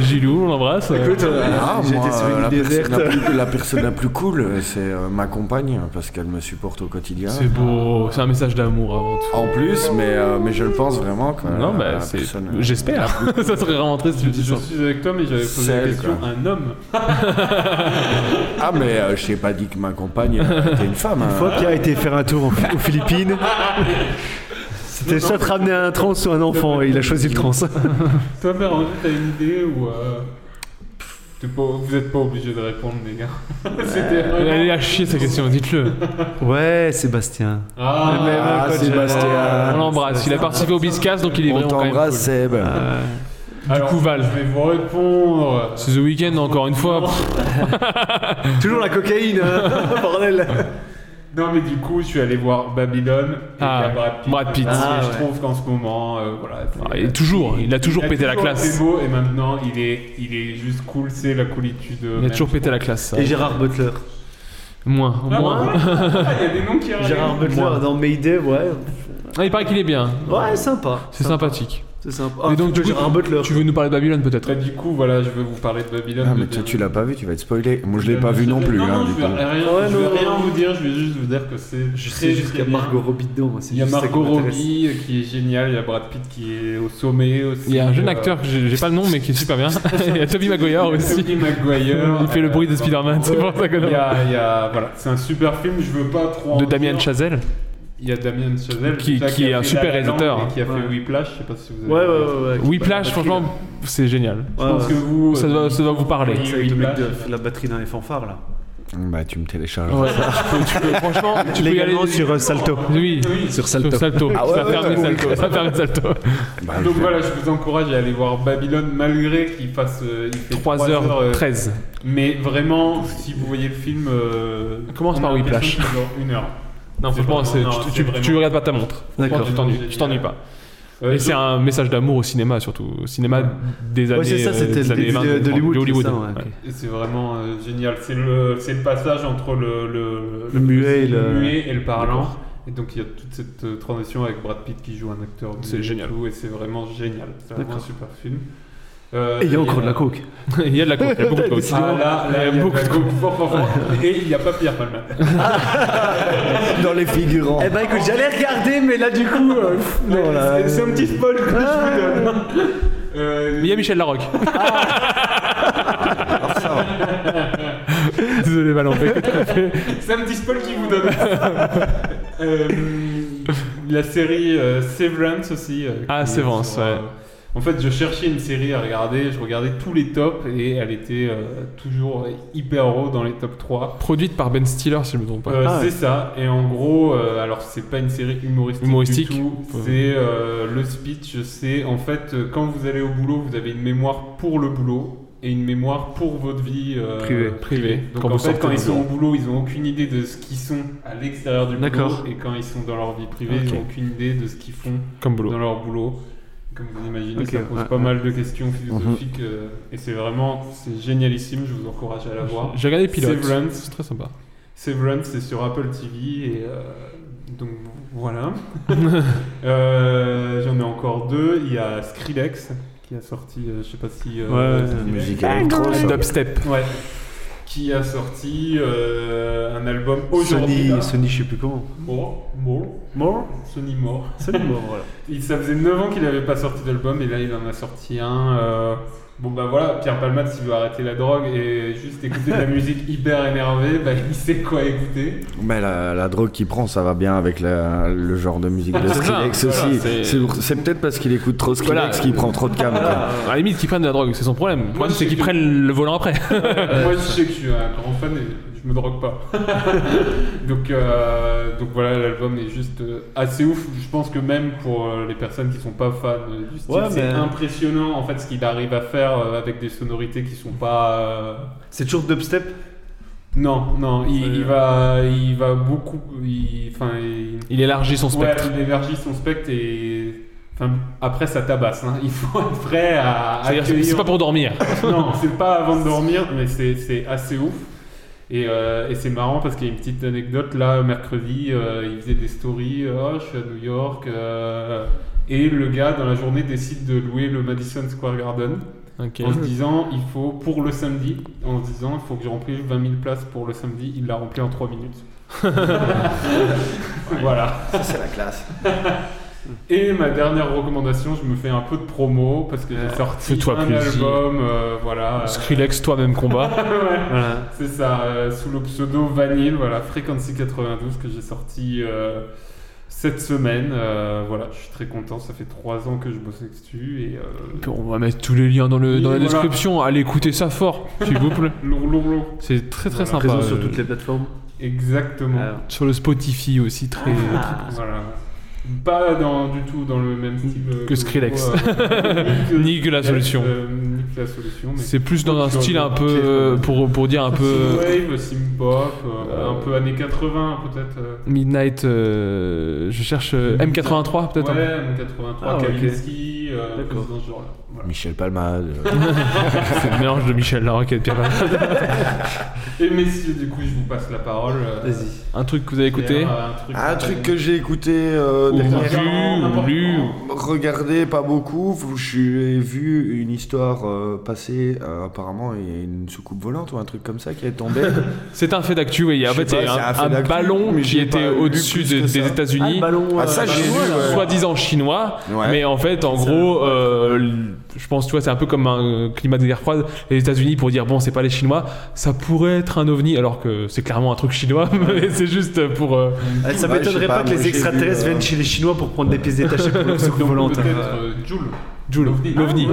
Gilou, on l'embrasse. Écoute, hein. euh, ah, j'ai moi, été sur une la déserte. personne la plus- la personne la plus cool, euh, c'est euh, ma compagne, parce qu'elle me supporte au quotidien. C'est beau, c'est un message d'amour avant tout. En plus, mais, euh, mais je le pense vraiment. Quoi, Non, Ah, La- bah, la c'est. personne, euh, J'espère. ça serait vraiment triste si tu dis Je ça. suis avec toi, mais j'avais posé la Celle, question quoi. un homme. Ah, mais euh, je t'ai pas dit que ma compagne euh, était une femme. Une fois Pierre a été faire un tour en- aux Philippines, c'était soit de ramener un trans ou un enfant, et il a choisi le trans. Toi, Béranger, t'as une idée ou. euh, t'es pas- vous êtes pas obligé de répondre, les gars. C'était vraiment- Euh, Allez à chier cette question, dites-le. Ouais, Sébastien. Ah, Le même ah, coach. Sébastien. On l'embrasse, il a participé au Biscas donc il est On vraiment quand même t'embrasse, Seb. Ah, Du coup, Val, Je vais vous répondre. c'est The Weeknd encore une fois. Toujours la cocaïne, hein, bordel. Non, mais du coup, je suis allé voir Babylone et Ah, il y a Brad Pitt. Brad Pitt. Et Ah, je ouais. trouve qu'en ce moment, euh, voilà. Ah, et toujours, il a toujours pété la C'est classe. beau et maintenant, il est, il est juste cool, c'est la coolitude. euh, Il a toujours pété la classe. ça. Et Gérard Butler. Moins, Ah, moins. ouais. Ah, il y a des noms qui arrivent. Gérard Butler Moi. dans Mayday, ouais. Ah, il paraît qu'il est bien. Ouais, Oh, sympa. C'est sympathique. C'est sympa. Et donc, tu du coup, Gérard Butler. Tu veux nous parler de Babylone peut-être Bah, du coup, voilà, je vais vous parler de Babylone. Ah, de mais toi, James- tu l'as pas vu, tu vas être spoilé. Moi, je l'ai pas vu non plus. Non, hein, non, du je vais coup. rien, Ouais, je vais non, rien non. vous dire, je vais juste vous dire que c'est Je très sais juste qu'il y a bien. Margot Robbie dedans. moi, c'est Il y a juste ça qui Margot m'intéresse. Robbie euh, qui est géniale, il y a Brad Pitt qui est au sommet aussi. Il y a un jeune euh, acteur, que j'ai j'ai pas le nom, mais qui est super bien. Il y a Toby Maguire aussi. Tobey Maguire. Il fait le Euh, bruit de voilà. Spider-Man, c'est pour ça que Il y a, il y a- voilà, c'est un super film. Je veux pas trop. en De dire. Damien Chazelle. Il y a Damien Chazelle Qui- déjà, qui est a un fait super La La réalisateur. Land et qui a fait Ouais. Whiplash. Je sais pas si vous avez. Ouais, ouais, ouais. ouais. Whiplash, Bah, la batterie, franchement, c'est génial. là. Je Ouais, pense que ouais. vous. Ça euh, doit, ça doit vous parler. Oui, C'est avec le mec Whiplash. Oh, de la batterie dans les fanfares là. Bah, tu me télécharges. Ouais. tu peux, franchement, tu peux y aller Légalement sur euh, Salto. Oui, Sur Salto. Salto. Ah ouais, ça ouais, ferme ouais, Salto. Ça ferme Salto. Bah, je Donc vais- voilà, je vous encourage à aller voir Babylone malgré qu'il fasse. euh, il fait 3 heures, euh, 3h13. Mais vraiment, si vous voyez le film. euh, Commence on par a Whiplash. l'impression que c'est genre Une heure. Non, C'est franchement, vraiment- c'est- non, tu- c'est tu, vraiment- tu regardes pas ta montre. D'accord. Tu t'ennuies, tu t'ennuies pas. Euh, Et c'est donc, un message d'amour au cinéma, surtout. Au cinéma des années. Ouais, c'est ça, euh, c'était des le années début 20, de- d'Hollywood. de c'est ça, ouais, ok. et c'est vraiment euh, génial. C'est le, c'est le passage entre le, le, Le muet et le- muet et le parlant. D'accord. Et donc il y a toute cette euh, transition avec Brad Pitt qui joue un acteur. muet C'est et génial. tout, et c'est vraiment génial. C'est vraiment un D'accord. super film. Euh, Et il y a encore de la coke. Il y a de la coke, il y a beaucoup de coke. Ah, là, là, il y a beaucoup de la de coke, fort, fort, fort. Et il n'y a pas Pierre Palman. Dans les figurants. Eh bah écoute, j'allais regarder, mais là du coup. euh, pff, non, là. euh, C'est c'est un petit spoil que je vous donne. Euh, Mais il y a Michel Larocque. Ah. Désolé, Val, on fait que te couper. C'est un petit spoil qui vous donne. Euh, la série euh, Severance aussi. euh, Ah, qui est Severance, sur, ouais. en fait, je cherchais une série à regarder, je regardais tous les tops et elle était euh, toujours hyper haut dans les top 3. Produite par Ben Stiller, si je me trompe pas. Euh, Ah, c'est ouais. ça, et en gros, euh, alors c'est pas une série humoristique, Humoristique. du tout, Ouais. c'est euh, le speech, c'est en fait euh, quand vous allez au boulot, vous avez une mémoire pour le boulot et une mémoire pour votre vie euh, Privée. privée. Donc Quand en vous fait, sortez quand du ils sont bureau. au boulot, ils ont aucune idée de ce qu'ils sont à l'extérieur du boulot, D'accord. et quand ils sont dans leur vie privée, ils Ok. ont aucune idée de ce qu'ils font Comme boulot. dans leur boulot. Comme vous imaginez, Ok, ça pose ouais, pas ouais. Mhm. mal de questions philosophiques euh, et c'est vraiment c'est génialissime. Je vous encourage à la voir. J'ai regardé Pilote. Severance. C'est très sympa. Severance, c'est sur Apple TV et euh, donc voilà. Euh, J'en ai encore deux. Il y a Skrillex qui a sorti, euh, je sais pas si. euh, Ouais, Skrillex- Musique électro, ça. Dubstep. Ouais. Qui a sorti euh, un album aujourd'hui. Sony, là. Sony, je sais plus comment. More, More, More Sony More. Sony More, voilà. Il, ça faisait 9 ans qu'il n'avait pas sorti d'album et là il en a sorti un. euh, bon bah voilà, Pierre Palmade s'il veut arrêter la drogue et juste écouter de la musique hyper énervée, bah il sait quoi écouter. Mais la, la drogue qu'il prend, ça va bien avec la- le genre de musique de C'est ça, Skrillex voilà, aussi. c'est- C'est pour- C'est peut-être parce qu'il écoute trop Skrillex Voilà. qu'il prend trop de cam. quoi. À la limite, qu'ils prennent de la drogue, c'est son problème. Le problème, je c'est sais qu'ils que- prennent le volant après. Euh, Moi je sais que je suis un grand fan et je me drogue pas. donc, euh, donc voilà, l'album est juste euh, assez ouf. Je pense que même pour euh, les personnes qui sont pas fans euh, du style, Ouais, c'est mais- impressionnant en fait ce qu'il arrive à faire euh, avec des sonorités qui sont pas. euh, C'est toujours dubstep Non, non, il, il va, il va beaucoup, il- enfin, il, Il élargit son ouais, spectre. il élargit son spectre et, enfin, après ça tabasse. hein. Il faut être prêt à C'est-à-dire, c'est- accueillir. c'est pas pour dormir. non, c'est pas avant de dormir, mais c'est c'est assez ouf. Et, euh, et c'est marrant parce qu'il y a une petite anecdote là, mercredi, euh, il faisait des stories, Oh, je suis à New York, euh, Et le gars, dans la journée, décide de louer le Madison Square Garden. Ok. En se disant, il faut, pour le samedi, en se disant, il faut que je remplisse 20 000 places pour le samedi. Il l'a rempli en 3 minutes. voilà. Ça, c'est la classe. Et ma dernière recommandation, je me fais un peu de promo parce que j'ai sorti fais-toi un plaisir. album, euh, voilà. Skrillex, toi-même combat. Ouais, Voilà. C'est ça, euh, sous le pseudo Vanille, voilà, Frequency 92 que j'ai sorti euh, cette semaine. euh, voilà, je suis très content, ça fait trois ans que je bosse dessus et euh, Puis on va mettre tous les liens dans, le, dans la Voilà. description. Allez écouter ça fort, s'il vous plaît. lourd, lourd, lourd. C'est très très Voilà. sympa. Présent sur Euh, toutes les plateformes. Euh, Exactement. Sur le Spotify aussi, très. Ah. Voilà. Pas dans, du tout dans le même style euh, Que Skrillex. euh, Ni que la solution. euh, ni que la solution. mais- C'est plus dans un Sur style le- un peu. euh, Pour, pour dire un peu. euh, Synthwave, synthpop, euh, un peu années 80 peut-être. euh. Midnight. euh, je cherche euh, M83 peut-être. Ouais, hein. M83, Ah, ok. Kavinsky, euh, D'accord. dans ce genre-là. Voilà. Michel Palmade. C'est le mélange de Michel Larocque et de Pierre Palmade. Et messieurs, du coup, je vous passe la parole. euh, Un truc que vous avez écouté Un truc, Ah, Ah, Un truc que j'ai écouté euh, Ou dernièrement, lu, regardé pas beaucoup. vous- J'ai vu une histoire euh, passer. euh, apparemment, il y a une soucoupe volante ou un truc comme ça qui est tombée. C'est un fait d'actu, oui. En Je sais fait, c'est pas, c'est un, un fait un d'actu, ballon mais qui j'ai était pas lu au-dessus plus de- que ça. des États-Unis. Ah, le ballon, Ah, euh, ça, j'ai chinois, lu, ouais. Soi-disant chinois. Ouais. Mais en fait, en gros, euh, l- je pense, tu vois, c'est un peu comme un euh, climat de guerre froide. Les États-Unis, pour dire, bon, c'est pas les Chinois, ça pourrait être un ovni, alors que c'est clairement un truc chinois, mais c'est juste pour. euh, Ah, Ça Ouais, je m'étonnerait sais pas, que moi, les j'ai vu, extraterrestres euh, viennent chez les Chinois pour prendre des pièces détachées pour leur soucoupe volante. Peut-être euh, Joule. Joule. L'OVNI.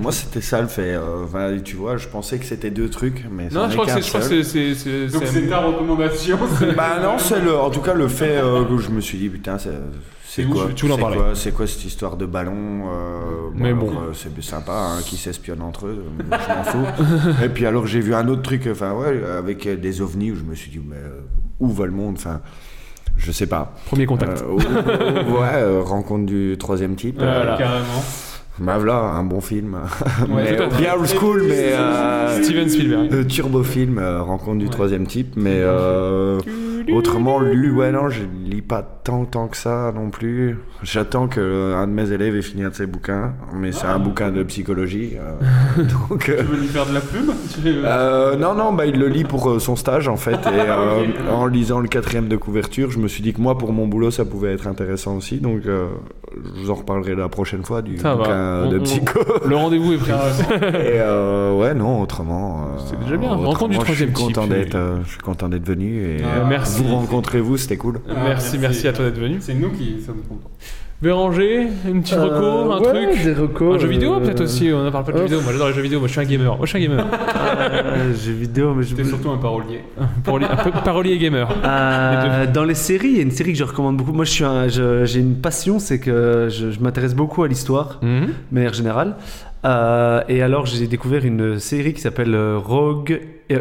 Moi, c'était ça le fait. euh, enfin, tu vois, je pensais que c'était deux trucs, mais ça Non, n'est je crois que qu'un c'est- je crois que seul. c'est. c'est- c'est- Donc c'est ta recommandation bah non, c'est le, en tout cas le fait euh, que je me suis dit putain, c'est, c'est C'est où, quoi, je vais tout l'en c'est parler. quoi- c'est quoi cette histoire de ballon euh, Mais alors, bon. euh, c'est sympa, hein, qui s'espionne entre eux, euh, je m'en fous. Et puis alors j'ai vu un autre truc, enfin ouais, avec euh, des ovnis où je me suis dit mais euh, où va le monde, enfin. Je sais pas. Premier contact. Euh, ou- ou- ouais, euh, rencontre du troisième type. Ouais, carrément. Bah voilà, un bon film. Ouais, Mais tout à fait. bien old school, mais. euh, Steven Spielberg. Le turbo film, euh, rencontre du troisième type, mais. euh, autrement, lu, ouais, non, je lis pas tant, tant que ça non plus. J'attends que euh, un de mes élèves ait fini un de ses bouquins, mais c'est un bouquin de psychologie. euh, donc. euh, Tu veux lui faire de la pub Tu veux- euh, non, non, bah, il le lit pour euh, son stage en fait. Et euh, en lisant le quatrième de couverture, je me suis dit que moi, pour mon boulot, ça pouvait être intéressant aussi. Donc, euh, je vous en reparlerai la prochaine fois du Ça va. bouquin euh, On- de on- psycho. Le rendez-vous est pris. Et euh, ouais, non, autrement. C'est déjà bien. Rencontre Rencontre du troisième je suis content type. d'être, euh, je suis content d'être venu et Ah, euh, merci. vous rencontrez vous, c'était cool. Ah, Merci, merci à toi d'être venu. C'est nous qui sommes contents. Béranger, une petite reco, Euh, un ouais, truc des recos, Un jeu vidéo euh, peut-être aussi, on en parle pas de jeux hop. vidéo, moi j'adore les jeux vidéo, moi je suis un gamer, moi je suis un gamer. Euh, Jeux vidéo, mais je. T'es surtout un parolier. Ah, Paroli- un peu parolier et gamer. Euh, dans les séries, il y a une série que je recommande beaucoup. Moi, je suis un- je- j'ai une passion, c'est que je, je m'intéresse beaucoup à l'histoire, de manière générale. Euh, et alors, j'ai découvert une série qui s'appelle euh, Rogue. euh,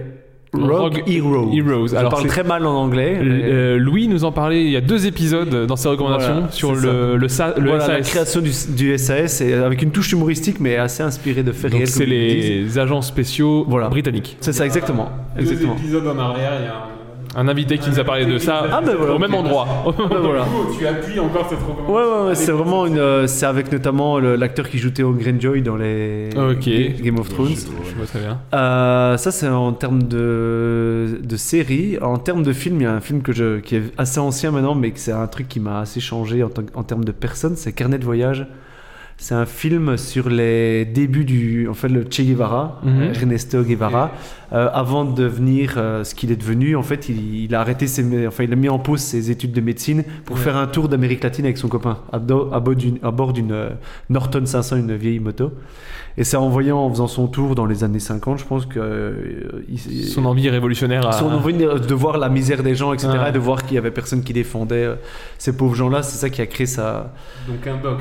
Rogue, Rogue Heroes. Heroes. Je Alors, parle c'est- très mal en anglais. L- mais- euh, Louis nous en parlait il y a deux épisodes dans ses recommandations Voilà, sur c'est le, ça. le, sa- le Voilà, la SAS. création du, du SAS et avec une touche humoristique mais assez inspirée de faits Donc réels, c'est comme ils disent. les agents spéciaux britanniques. C'est ça exactement. Deux Exactement. épisodes en arrière, il y a un. Un invité qui nous a parlé de ça Ah, ben voilà, au même ok. endroit. Ben voilà. Du coup, Oh, tu appuies encore cette recommandation. Ouais, ouais, ouais, c'est vraiment une. euh, c'est avec notamment le- l'acteur qui joue Theo Greyjoy dans les Ok. Ga- Game of Thrones. Je vois très bien. Euh, ça, c'est en termes de, de série. En termes de film, il y a un film que je, qui est assez ancien maintenant, mais que c'est un truc qui m'a assez changé en, tant que- en termes de personne. C'est Carnet de voyage. C'est un film sur les débuts du. En fait, le Che Guevara, Mhm. euh, Ernesto Guevara. Euh, avant de devenir euh, ce qu'il est devenu, en fait, il, il a arrêté ses. mé- Enfin, il a mis en pause ses études de médecine pour Ouais. faire un tour d'Amérique latine avec son copain, à, do- à bord d'une- à bord d'une euh, Norton 500, une vieille moto. Et c'est en voyant, en faisant son tour dans les années 50, je pense que. euh, il- il- Son hein. envie révolutionnaire. à- son envie de de voir la misère des gens, etc., Ah. et de voir qu'il y avait personne qui défendait euh, ces pauvres gens-là, c'est ça qui a créé sa. Donc un doc.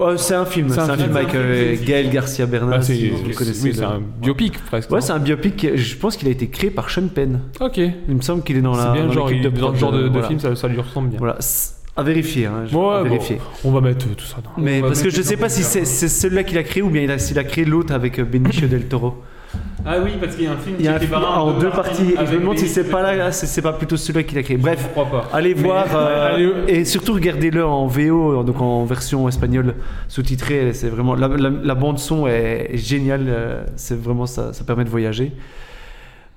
Oh, c'est un film, c'est un, film avec euh, Gaël Garcia Bernal, Bah, c'est si vous oui, connaissez c'est le- un biopic presque. Ouais, c'est un biopic. qui- Je pense qu'il a été créé par Sean Penn. Ok. Il me semble qu'il est dans C'est la. bien le dans genre, l'équipe il- dans le prod, genre de, de voilà. film, ça, ça lui ressemble bien. Voilà. c'est- À vérifier. hein, je- à Ouais, vérifier. bon, on va mettre euh, tout ça dans. Mais on va parce que mettre je les sais pas gens si qui c'est c'est celui-là qu'il a créé ou bien il a, s'il a créé l'autre avec euh, Benicio del Toro. Ah oui, parce qu'il y a un film Il y a un Che film Guevara en deux parties. Et je me avec demande si Benny c'est pas là, c'est c'est pas plutôt celui-là qu'il a créé. Bref, allez Mais- voir euh, Ouais, et surtout regardez-le en VO, donc en version espagnole sous-titrée. C'est vraiment la, la- la bande son est géniale. euh, C'est vraiment ça, ça permet de voyager.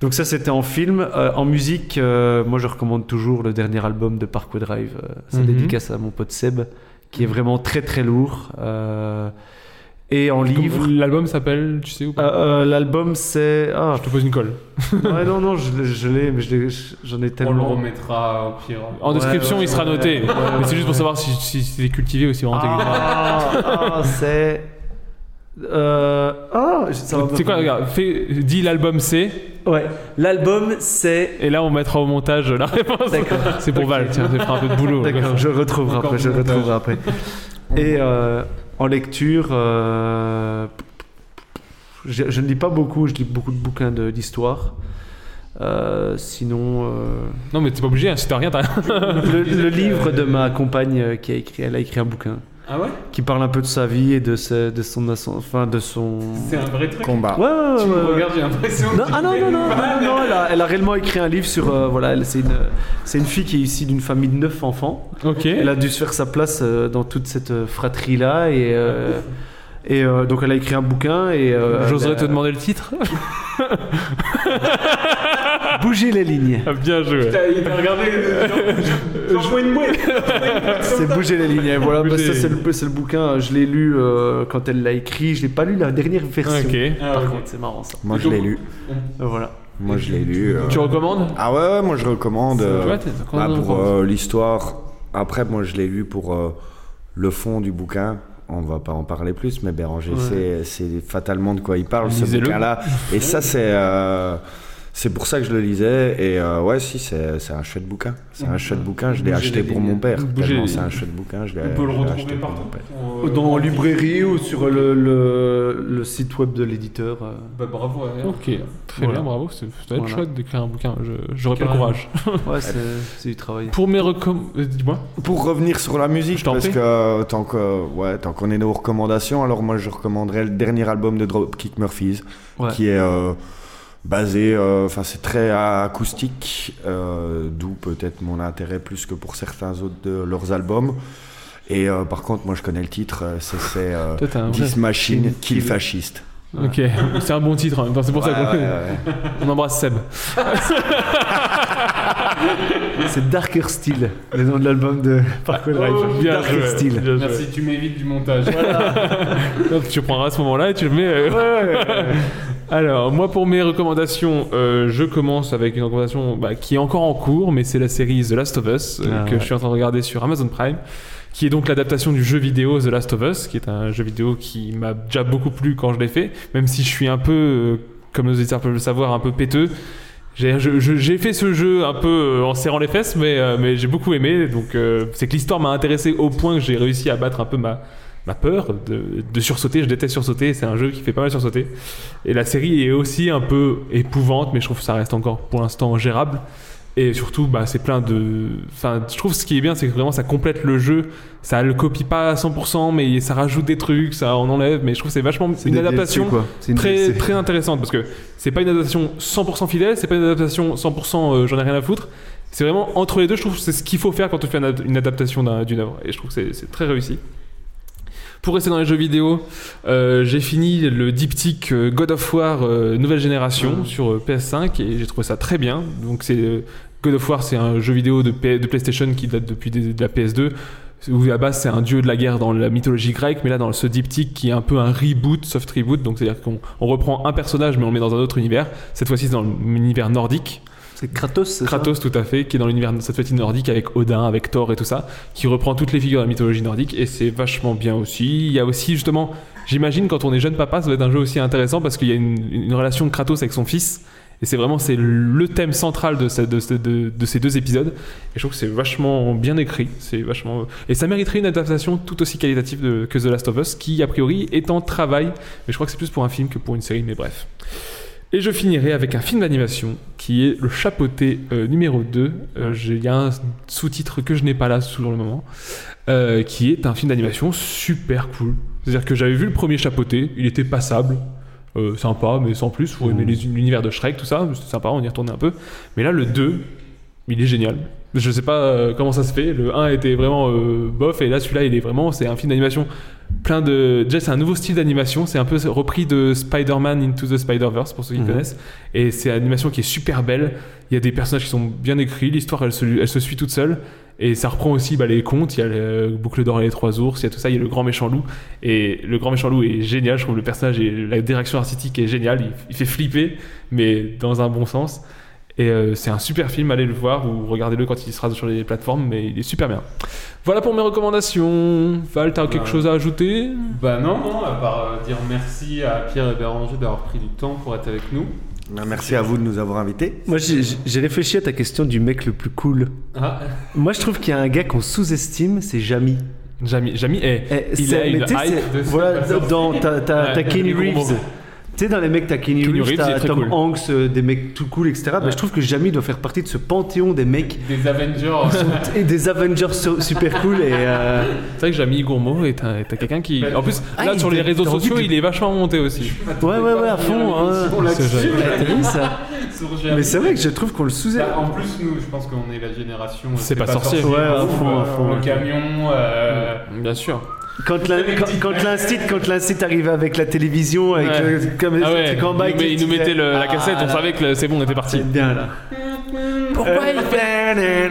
Donc ça c'était en film, Euh, en musique. euh, moi je recommande toujours le dernier album de Parkway Drive. Euh, ça Mhm. dédicace à mon pote Seb, qui est vraiment très très lourd. Euh, et en livre. Euh, L'album s'appelle, tu sais ou pas L'album c'est. Ah. Je te pose une colle. ouais, non, non, je, l'ai- je l'ai, mais je l'ai- je- j'en ai On tellement. le remettra au pire. En Ouais, description, ouais, il sera ouais, noté. ouais, ouais, mais c'est ouais, juste pour savoir si, si, si c'est cultivé ou si c'est vraiment Ah, ah, c'est. Euh... Ah, ça va technique. C'est quoi, me- regarde, fais- dis l'album c'est. Ouais, l'album c'est. Et là, on mettra au montage la réponse. C'est pour Val, tiens, ça fera un peu de boulot. D'accord, je le retrouverai Encore après, je le du montage. retrouverai après. Et euh, en lecture, euh, je, je ne lis pas beaucoup, je lis beaucoup de bouquins de- d'histoire. Euh, sinon. euh, Non, mais t'es pas obligé, hein, si t'as rien, t'as rien. le, le livre de ma compagne euh, qui a écrit, elle a écrit un bouquin. Ah ouais Qui parle un peu de sa vie et de, ce- de son, ascen- enfin de son. C'est un vrai truc. Combat. Ouais, ouais, Ah ouais, Tu me ouais. regardes, j'ai l'impression. Non, que ah tu non, fais non, une non, non, vanne. non, elle a, elle a réellement écrit un livre sur. euh, voilà, elle- c'est une, c'est une fille qui est issue d'une famille de neuf enfants. Ok. Elle a dû se faire sa place euh, dans toute cette euh, fratrie-là. Et, euh, et euh, donc, elle a écrit un bouquin. et euh, J'oserais elle a- te demander le titre. Bougez les lignes. Ah, Bien joué. Il t'a regardé. euh, J'envoie une boîte. C'est bouger les lignes. et Voilà, bah, Bouger ça les c'est le, c'est le bouquin. Je l'ai lu euh, quand elle l'a écrit. Je l'ai pas lu la dernière version. Ok. Par Ah, ok. contre, c'est marrant ça. Moi, je l'ai lu. Voilà. Moi, je l'ai lu. euh, Tu recommandes Ah ouais, ouais, moi je recommande. euh, Ouais, t'es- t'es bah, recommandé, pour recommandé. euh, l'histoire. Après, moi je l'ai lu pour euh, le fond du bouquin. On va pas en parler plus, mais Béranger, Ouais. c'est- c'est fatalement de quoi il parle, ce Lisez-le. bouquin-là. Et ça, c'est. euh, c'est pour ça que je le lisais. Et euh, ouais, si, c'est c'est un chouette bouquin. C'est un chouette bouquin. Je l'ai Bougez les acheté pour lignes. mon père. Bougez Tellement les c'est un lignes. chouette bouquin. Je l'ai On peut Ah, le je l'ai acheté retrouver pour mon partout. père. pour, euh, Dans librairie ou sur le, le, le site web de l'éditeur. euh. Bah, bravo. ouais. Ok, très Voilà. bien, bravo. C'est- Ça doit être Voilà. chouette d'écrire un bouquin. Je- J'aurais pas le Carrément. courage. Ouais, c'est c'est du travail. Pour mes recomm... euh, Dis-moi. Pour revenir sur la musique, Je t'en parce prie. que euh, tant que ouais, tant qu'on est nos recommandations, alors moi je recommanderais le dernier album de Dropkick Murphys, Ouais. qui est euh, basé, euh, enfin c'est très acoustique, euh, d'où peut-être mon intérêt plus que pour certains autres de leurs albums. Et euh, par contre, moi je connais le titre, euh, c'est c'est, euh, Toi, t'as un vrai- This Machine Kill Fasciste. Ok, c'est un bon titre en même temps, c'est pour ça Ouais, qu'on ouais, ouais. on embrasse Seb. C'est Darker Steel, le nom de l'album de Parkway Drive. Oh, Bien Darker joué, Steel. bien joué. Merci, tu m'évites du montage. Hop, tu prendras à ce moment-là et tu le mets. euh. Alors, moi pour mes recommandations, euh, je commence avec une recommandation bah, qui est encore en cours, mais c'est la série The Last of Us euh, Ah, que ouais. je suis en train de regarder sur Amazon Prime, qui est donc l'adaptation du jeu vidéo The Last of Us, qui est un jeu vidéo qui m'a déjà beaucoup plu quand je l'ai fait, même si je suis un peu, euh, comme nos auditeurs peuvent le savoir, un peu péteux. J'ai je- je- j'ai fait ce jeu un peu euh, en serrant les fesses, mais, euh, mais j'ai beaucoup aimé. Donc, euh, c'est que l'histoire m'a intéressé au point que j'ai réussi à battre un peu ma, ma peur de, de sursauter. Je déteste sursauter. C'est un jeu qui fait pas mal sursauter. Et la série est aussi un peu épouvante, mais je trouve que ça reste encore pour l'instant gérable. Et surtout, bah, c'est plein de. Enfin, je trouve ce qui est bien, c'est que vraiment ça complète le jeu. Ça le copie pas à 100%, mais ça rajoute des trucs, ça en enlève. Mais je trouve que c'est vachement une des DLC, adaptation quoi. C'est une très, DLC. très intéressante parce que c'est pas une adaptation 100% fidèle, c'est pas une adaptation 100% euh, j'en ai rien à foutre. C'est vraiment entre les deux, je trouve que c'est ce qu'il faut faire quand on fait une ad- une adaptation d'un- d'une œuvre. Et je trouve que c'est- c'est très réussi. Pour rester dans les jeux vidéo, euh, j'ai fini le diptyque euh, God of War euh, nouvelle génération Ah. sur euh, PS5 et j'ai trouvé ça très bien. Donc c'est euh, God of War, c'est un jeu vidéo de, P- de PlayStation qui date depuis des- de la PS2 où à base c'est un dieu de la guerre dans la mythologie grecque, mais là dans ce diptyque qui est un peu un reboot, soft reboot, donc c'est-à-dire qu'on on reprend un personnage mais on le met dans un autre univers. Cette fois-ci c'est dans l'univers nordique, C'est Kratos, c'est ça Kratos tout à fait, qui est dans l'univers cette fois-ci nordique avec Odin, avec Thor et tout ça, qui reprend toutes les figures de la mythologie nordique et c'est vachement bien aussi. Il y a aussi justement, j'imagine quand on est jeune papa, ça va être un jeu aussi intéressant parce qu'il y a une, une relation de Kratos avec son fils. Et c'est vraiment c'est le thème central de, ce- de ce- de- de ces deux épisodes. Et je trouve que c'est vachement bien écrit. C'est vachement... Et ça mériterait une adaptation tout aussi qualitative de- que The Last of Us, qui a priori est en travail. Mais je crois que c'est plus pour un film que pour une série, mais bref. Et je finirai avec un film d'animation qui est Le Chapeauté euh, numéro 2. Euh, j'ai- Il y a un sous-titre que je n'ai pas là sur le moment, euh, qui est un film d'animation super cool. C'est-à-dire que j'avais vu le premier Chapeauté, il était passable. euh, sympa, mais sans plus. Vous aimez les- l'univers de Shrek, tout ça, c'était sympa, on y retournait un peu. Mais là, le 2, il est génial. Je sais pas euh, comment ça se fait. Le 1 était vraiment euh, bof, et là, celui-là, il est vraiment. C'est un film d'animation plein de. Déjà, c'est un nouveau style d'animation. C'est un peu repris de Spider-Man Into the Spider-Verse, pour ceux qui Mhm. connaissent. Et c'est une animation qui est super belle. Il y a des personnages qui sont bien écrits. L'histoire, elle se, elle se suit toute seule. Et ça reprend aussi bah, les contes. Il y a le Boucle d'Or et les Trois Ours. Il y a tout ça. Il y a le Grand Méchant Loup. Et le Grand Méchant Loup est génial. Je trouve le personnage et la direction artistique est géniale. Il, il fait flipper, mais dans un bon sens. Et euh, c'est un super film. Allez le voir ou regardez-le quand il sera sur les plateformes. Mais il est super bien. Voilà pour mes recommandations. Val, t'as quelque Bah, chose à ajouter Bah non, non, à part euh, dire merci à Pierre et Béranger d'avoir pris du temps pour être avec nous. Merci à vous de nous avoir invités. Moi, j'ai- j'ai j'ai réfléchi à ta question du mec le plus cool. Ah. Moi, je trouve qu'il y a un gars qu'on sous-estime, c'est Jamy. Eh, Jamy, Jamy eh. est. il a une hype de Voilà, ce- dans ta, ta, Euh, Ouais, ta Keanu Eh, les gros Reeves. mots. Tu sais, dans les mecs, t'as Kenny Keanu Reeves, Reeves, il est t'as très Tom cool. Hanks, euh, des mecs tout cool, etc. Bah, je trouve que Jamy doit faire partie de ce panthéon des mecs Des Avengers. et des Avengers su- super cool. Et, euh, C'est vrai que Jamy Gourmaud est un- est un- quelqu'un qui. En plus, Ah, là il sur était- les réseaux t'as envie sociaux, de- il est vachement monté aussi. Ouais, ouais, ouais, à fond. hein. là-dessus. C'est vrai. T'as vu ça Sur Mais Jérémy. c'est vrai que je trouve qu'on le Bah, sous-estime. en plus, nous, je pense qu'on est la génération. euh, C'est pas sorcier. Ouais, à ouf, fond, à euh, fond. Le camion. euh, Bien sûr. Quand l'in- quand- quand l'instit quand l'instit arrivait avec la télévision, avec Ouais. le comme Ah ce ouais, truc en Ah, bas, il nous, met- il nous mettait le- ah la cassette, on savait que le- c'est bon, on était parti. bien là. Pourquoi, il fait,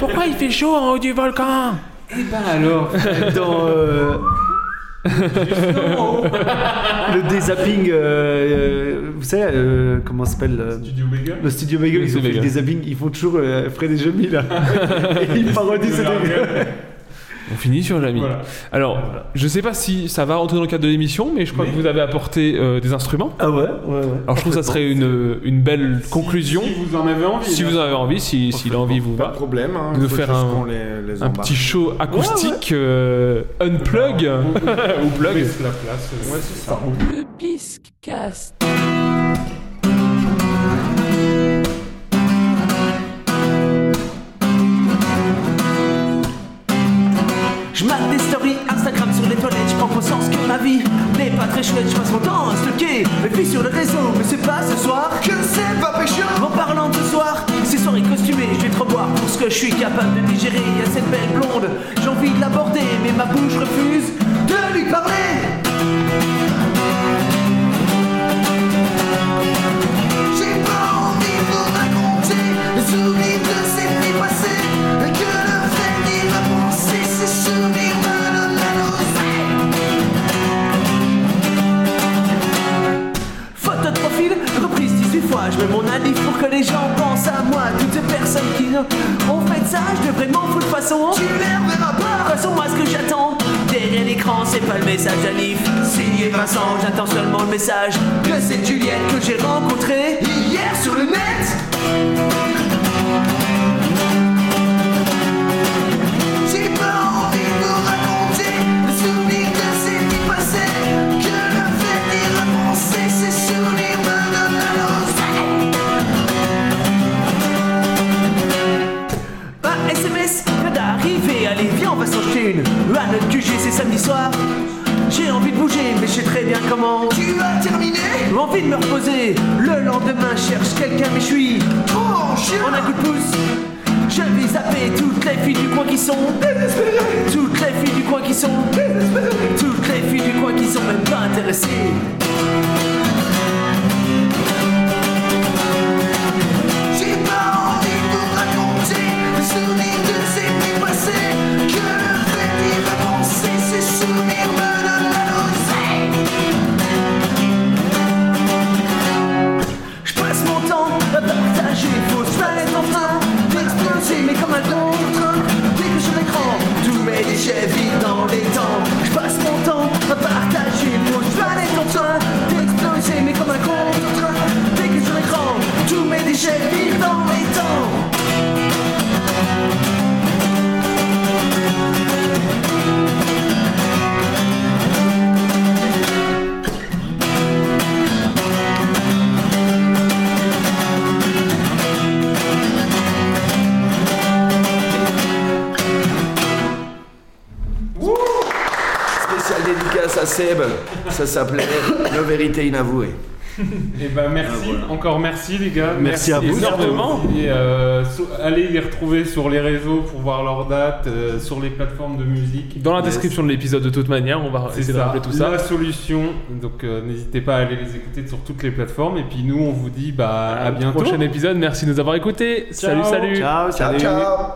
pourquoi il fait chaud en haut du volcan alors dans euh, le dézapping, euh, euh, vous savez euh, comment s'appelle euh, Studio Bagel. le studio Bagel, ils ont Le Studio fait le Bagel. dézapping, ils font toujours euh, Fred et Jamy là. et ils parodient ce truc. On finit sur Jamy. Voilà. Alors, je sais pas si ça va rentrer dans le cadre de l'émission, mais je crois que vous avez apporté euh, des instruments. Ah ouais, ouais, ouais. Alors, je trouve que ça serait une, une belle conclusion. Si vous en avez envie. Si là. vous en avez envie, si, si l'envie vous Pas de va, problème. Hein, Nous faut faire juste un- qu'on les, les un embarque. petit show acoustique euh, unplug ou plug. Laisse la place. euh, Le Biscast. Je mate des stories Instagram sur les toilettes, je prends conscience que ma vie n'est pas très chouette, je passe mon temps à stocker les filles sur le réseau, mais c'est pas ce soir que c'est pas péchant. En parlant de soir, ces soirées costumées, je vais trop boire pour ce que je suis capable de digérer. Il y a cette belle blonde, j'ai envie de l'aborder, mais ma bouche refuse de lui parler. J'ai pas envie de vous raconter le souvenir de cette vie passée Et que le fait d'y repenser, ces souvenirs me donnent la Photo de profil, reprise 18 fois, je mets mon indice pour que les gens pensent à moi. Toutes ces personnes qui ont fait ça, je devrais m'en foutre de façon. Tu les reverras pas. De toute façon, moi ce que j'attends, derrière l'écran, c'est pas le message à l'if. Signé Vincent, j'attends seulement le message que c'est Juliette que j'ai rencontrée hier sur le net. J'ai pas envie de vous raconter le souvenir de cette vie passée Que le fait d'y repenser, ces souvenirs me donnent la nausée Un SMS vient d'arriver, allez viens on va s'acheter une À notre QG c'est samedi soir J'ai envie de bouger mais je sais très bien comment Tu as terminé Envie de me reposer Le lendemain je cherche quelqu'un mais je suis Trop en chien En un coup de pouce Je vais zapper toutes les filles du coin qui sont Désespérées Toutes les filles du coin qui sont Désespérées Toutes les filles du coin qui sont même pas intéressées J'ai pas envie de vous raconter le souvenir de cette vie passée Que le fait d'y repenser, ces souvenirs me donnent la nausée Je passe mon temps à partager fausses malaises en train d'exploser, mais comme un contre dès que je l'écran, tous mes déchets vident dans les temps. Je passe mon temps à partager fausses malaises en train d'exploser. Seb, ça s'appelait Nos vérités inavouées. Et ben merci, encore merci les gars. Ah, Merci à vous, énormément. Et euh, so- allez les retrouver sur les réseaux pour voir leurs dates, euh, sur les plateformes de musique. Dans la description de l'épisode, de toute manière, on va C'est essayer de ça, rappeler tout ça. La solution. Donc euh, n'hésitez pas à aller les écouter sur toutes les plateformes. Et puis nous, on vous dit bah, à bientôt. Prochain épisode, merci de nous avoir écoutés. Salut, Ciao. salut. Ciao, Ciao, salut. ciao.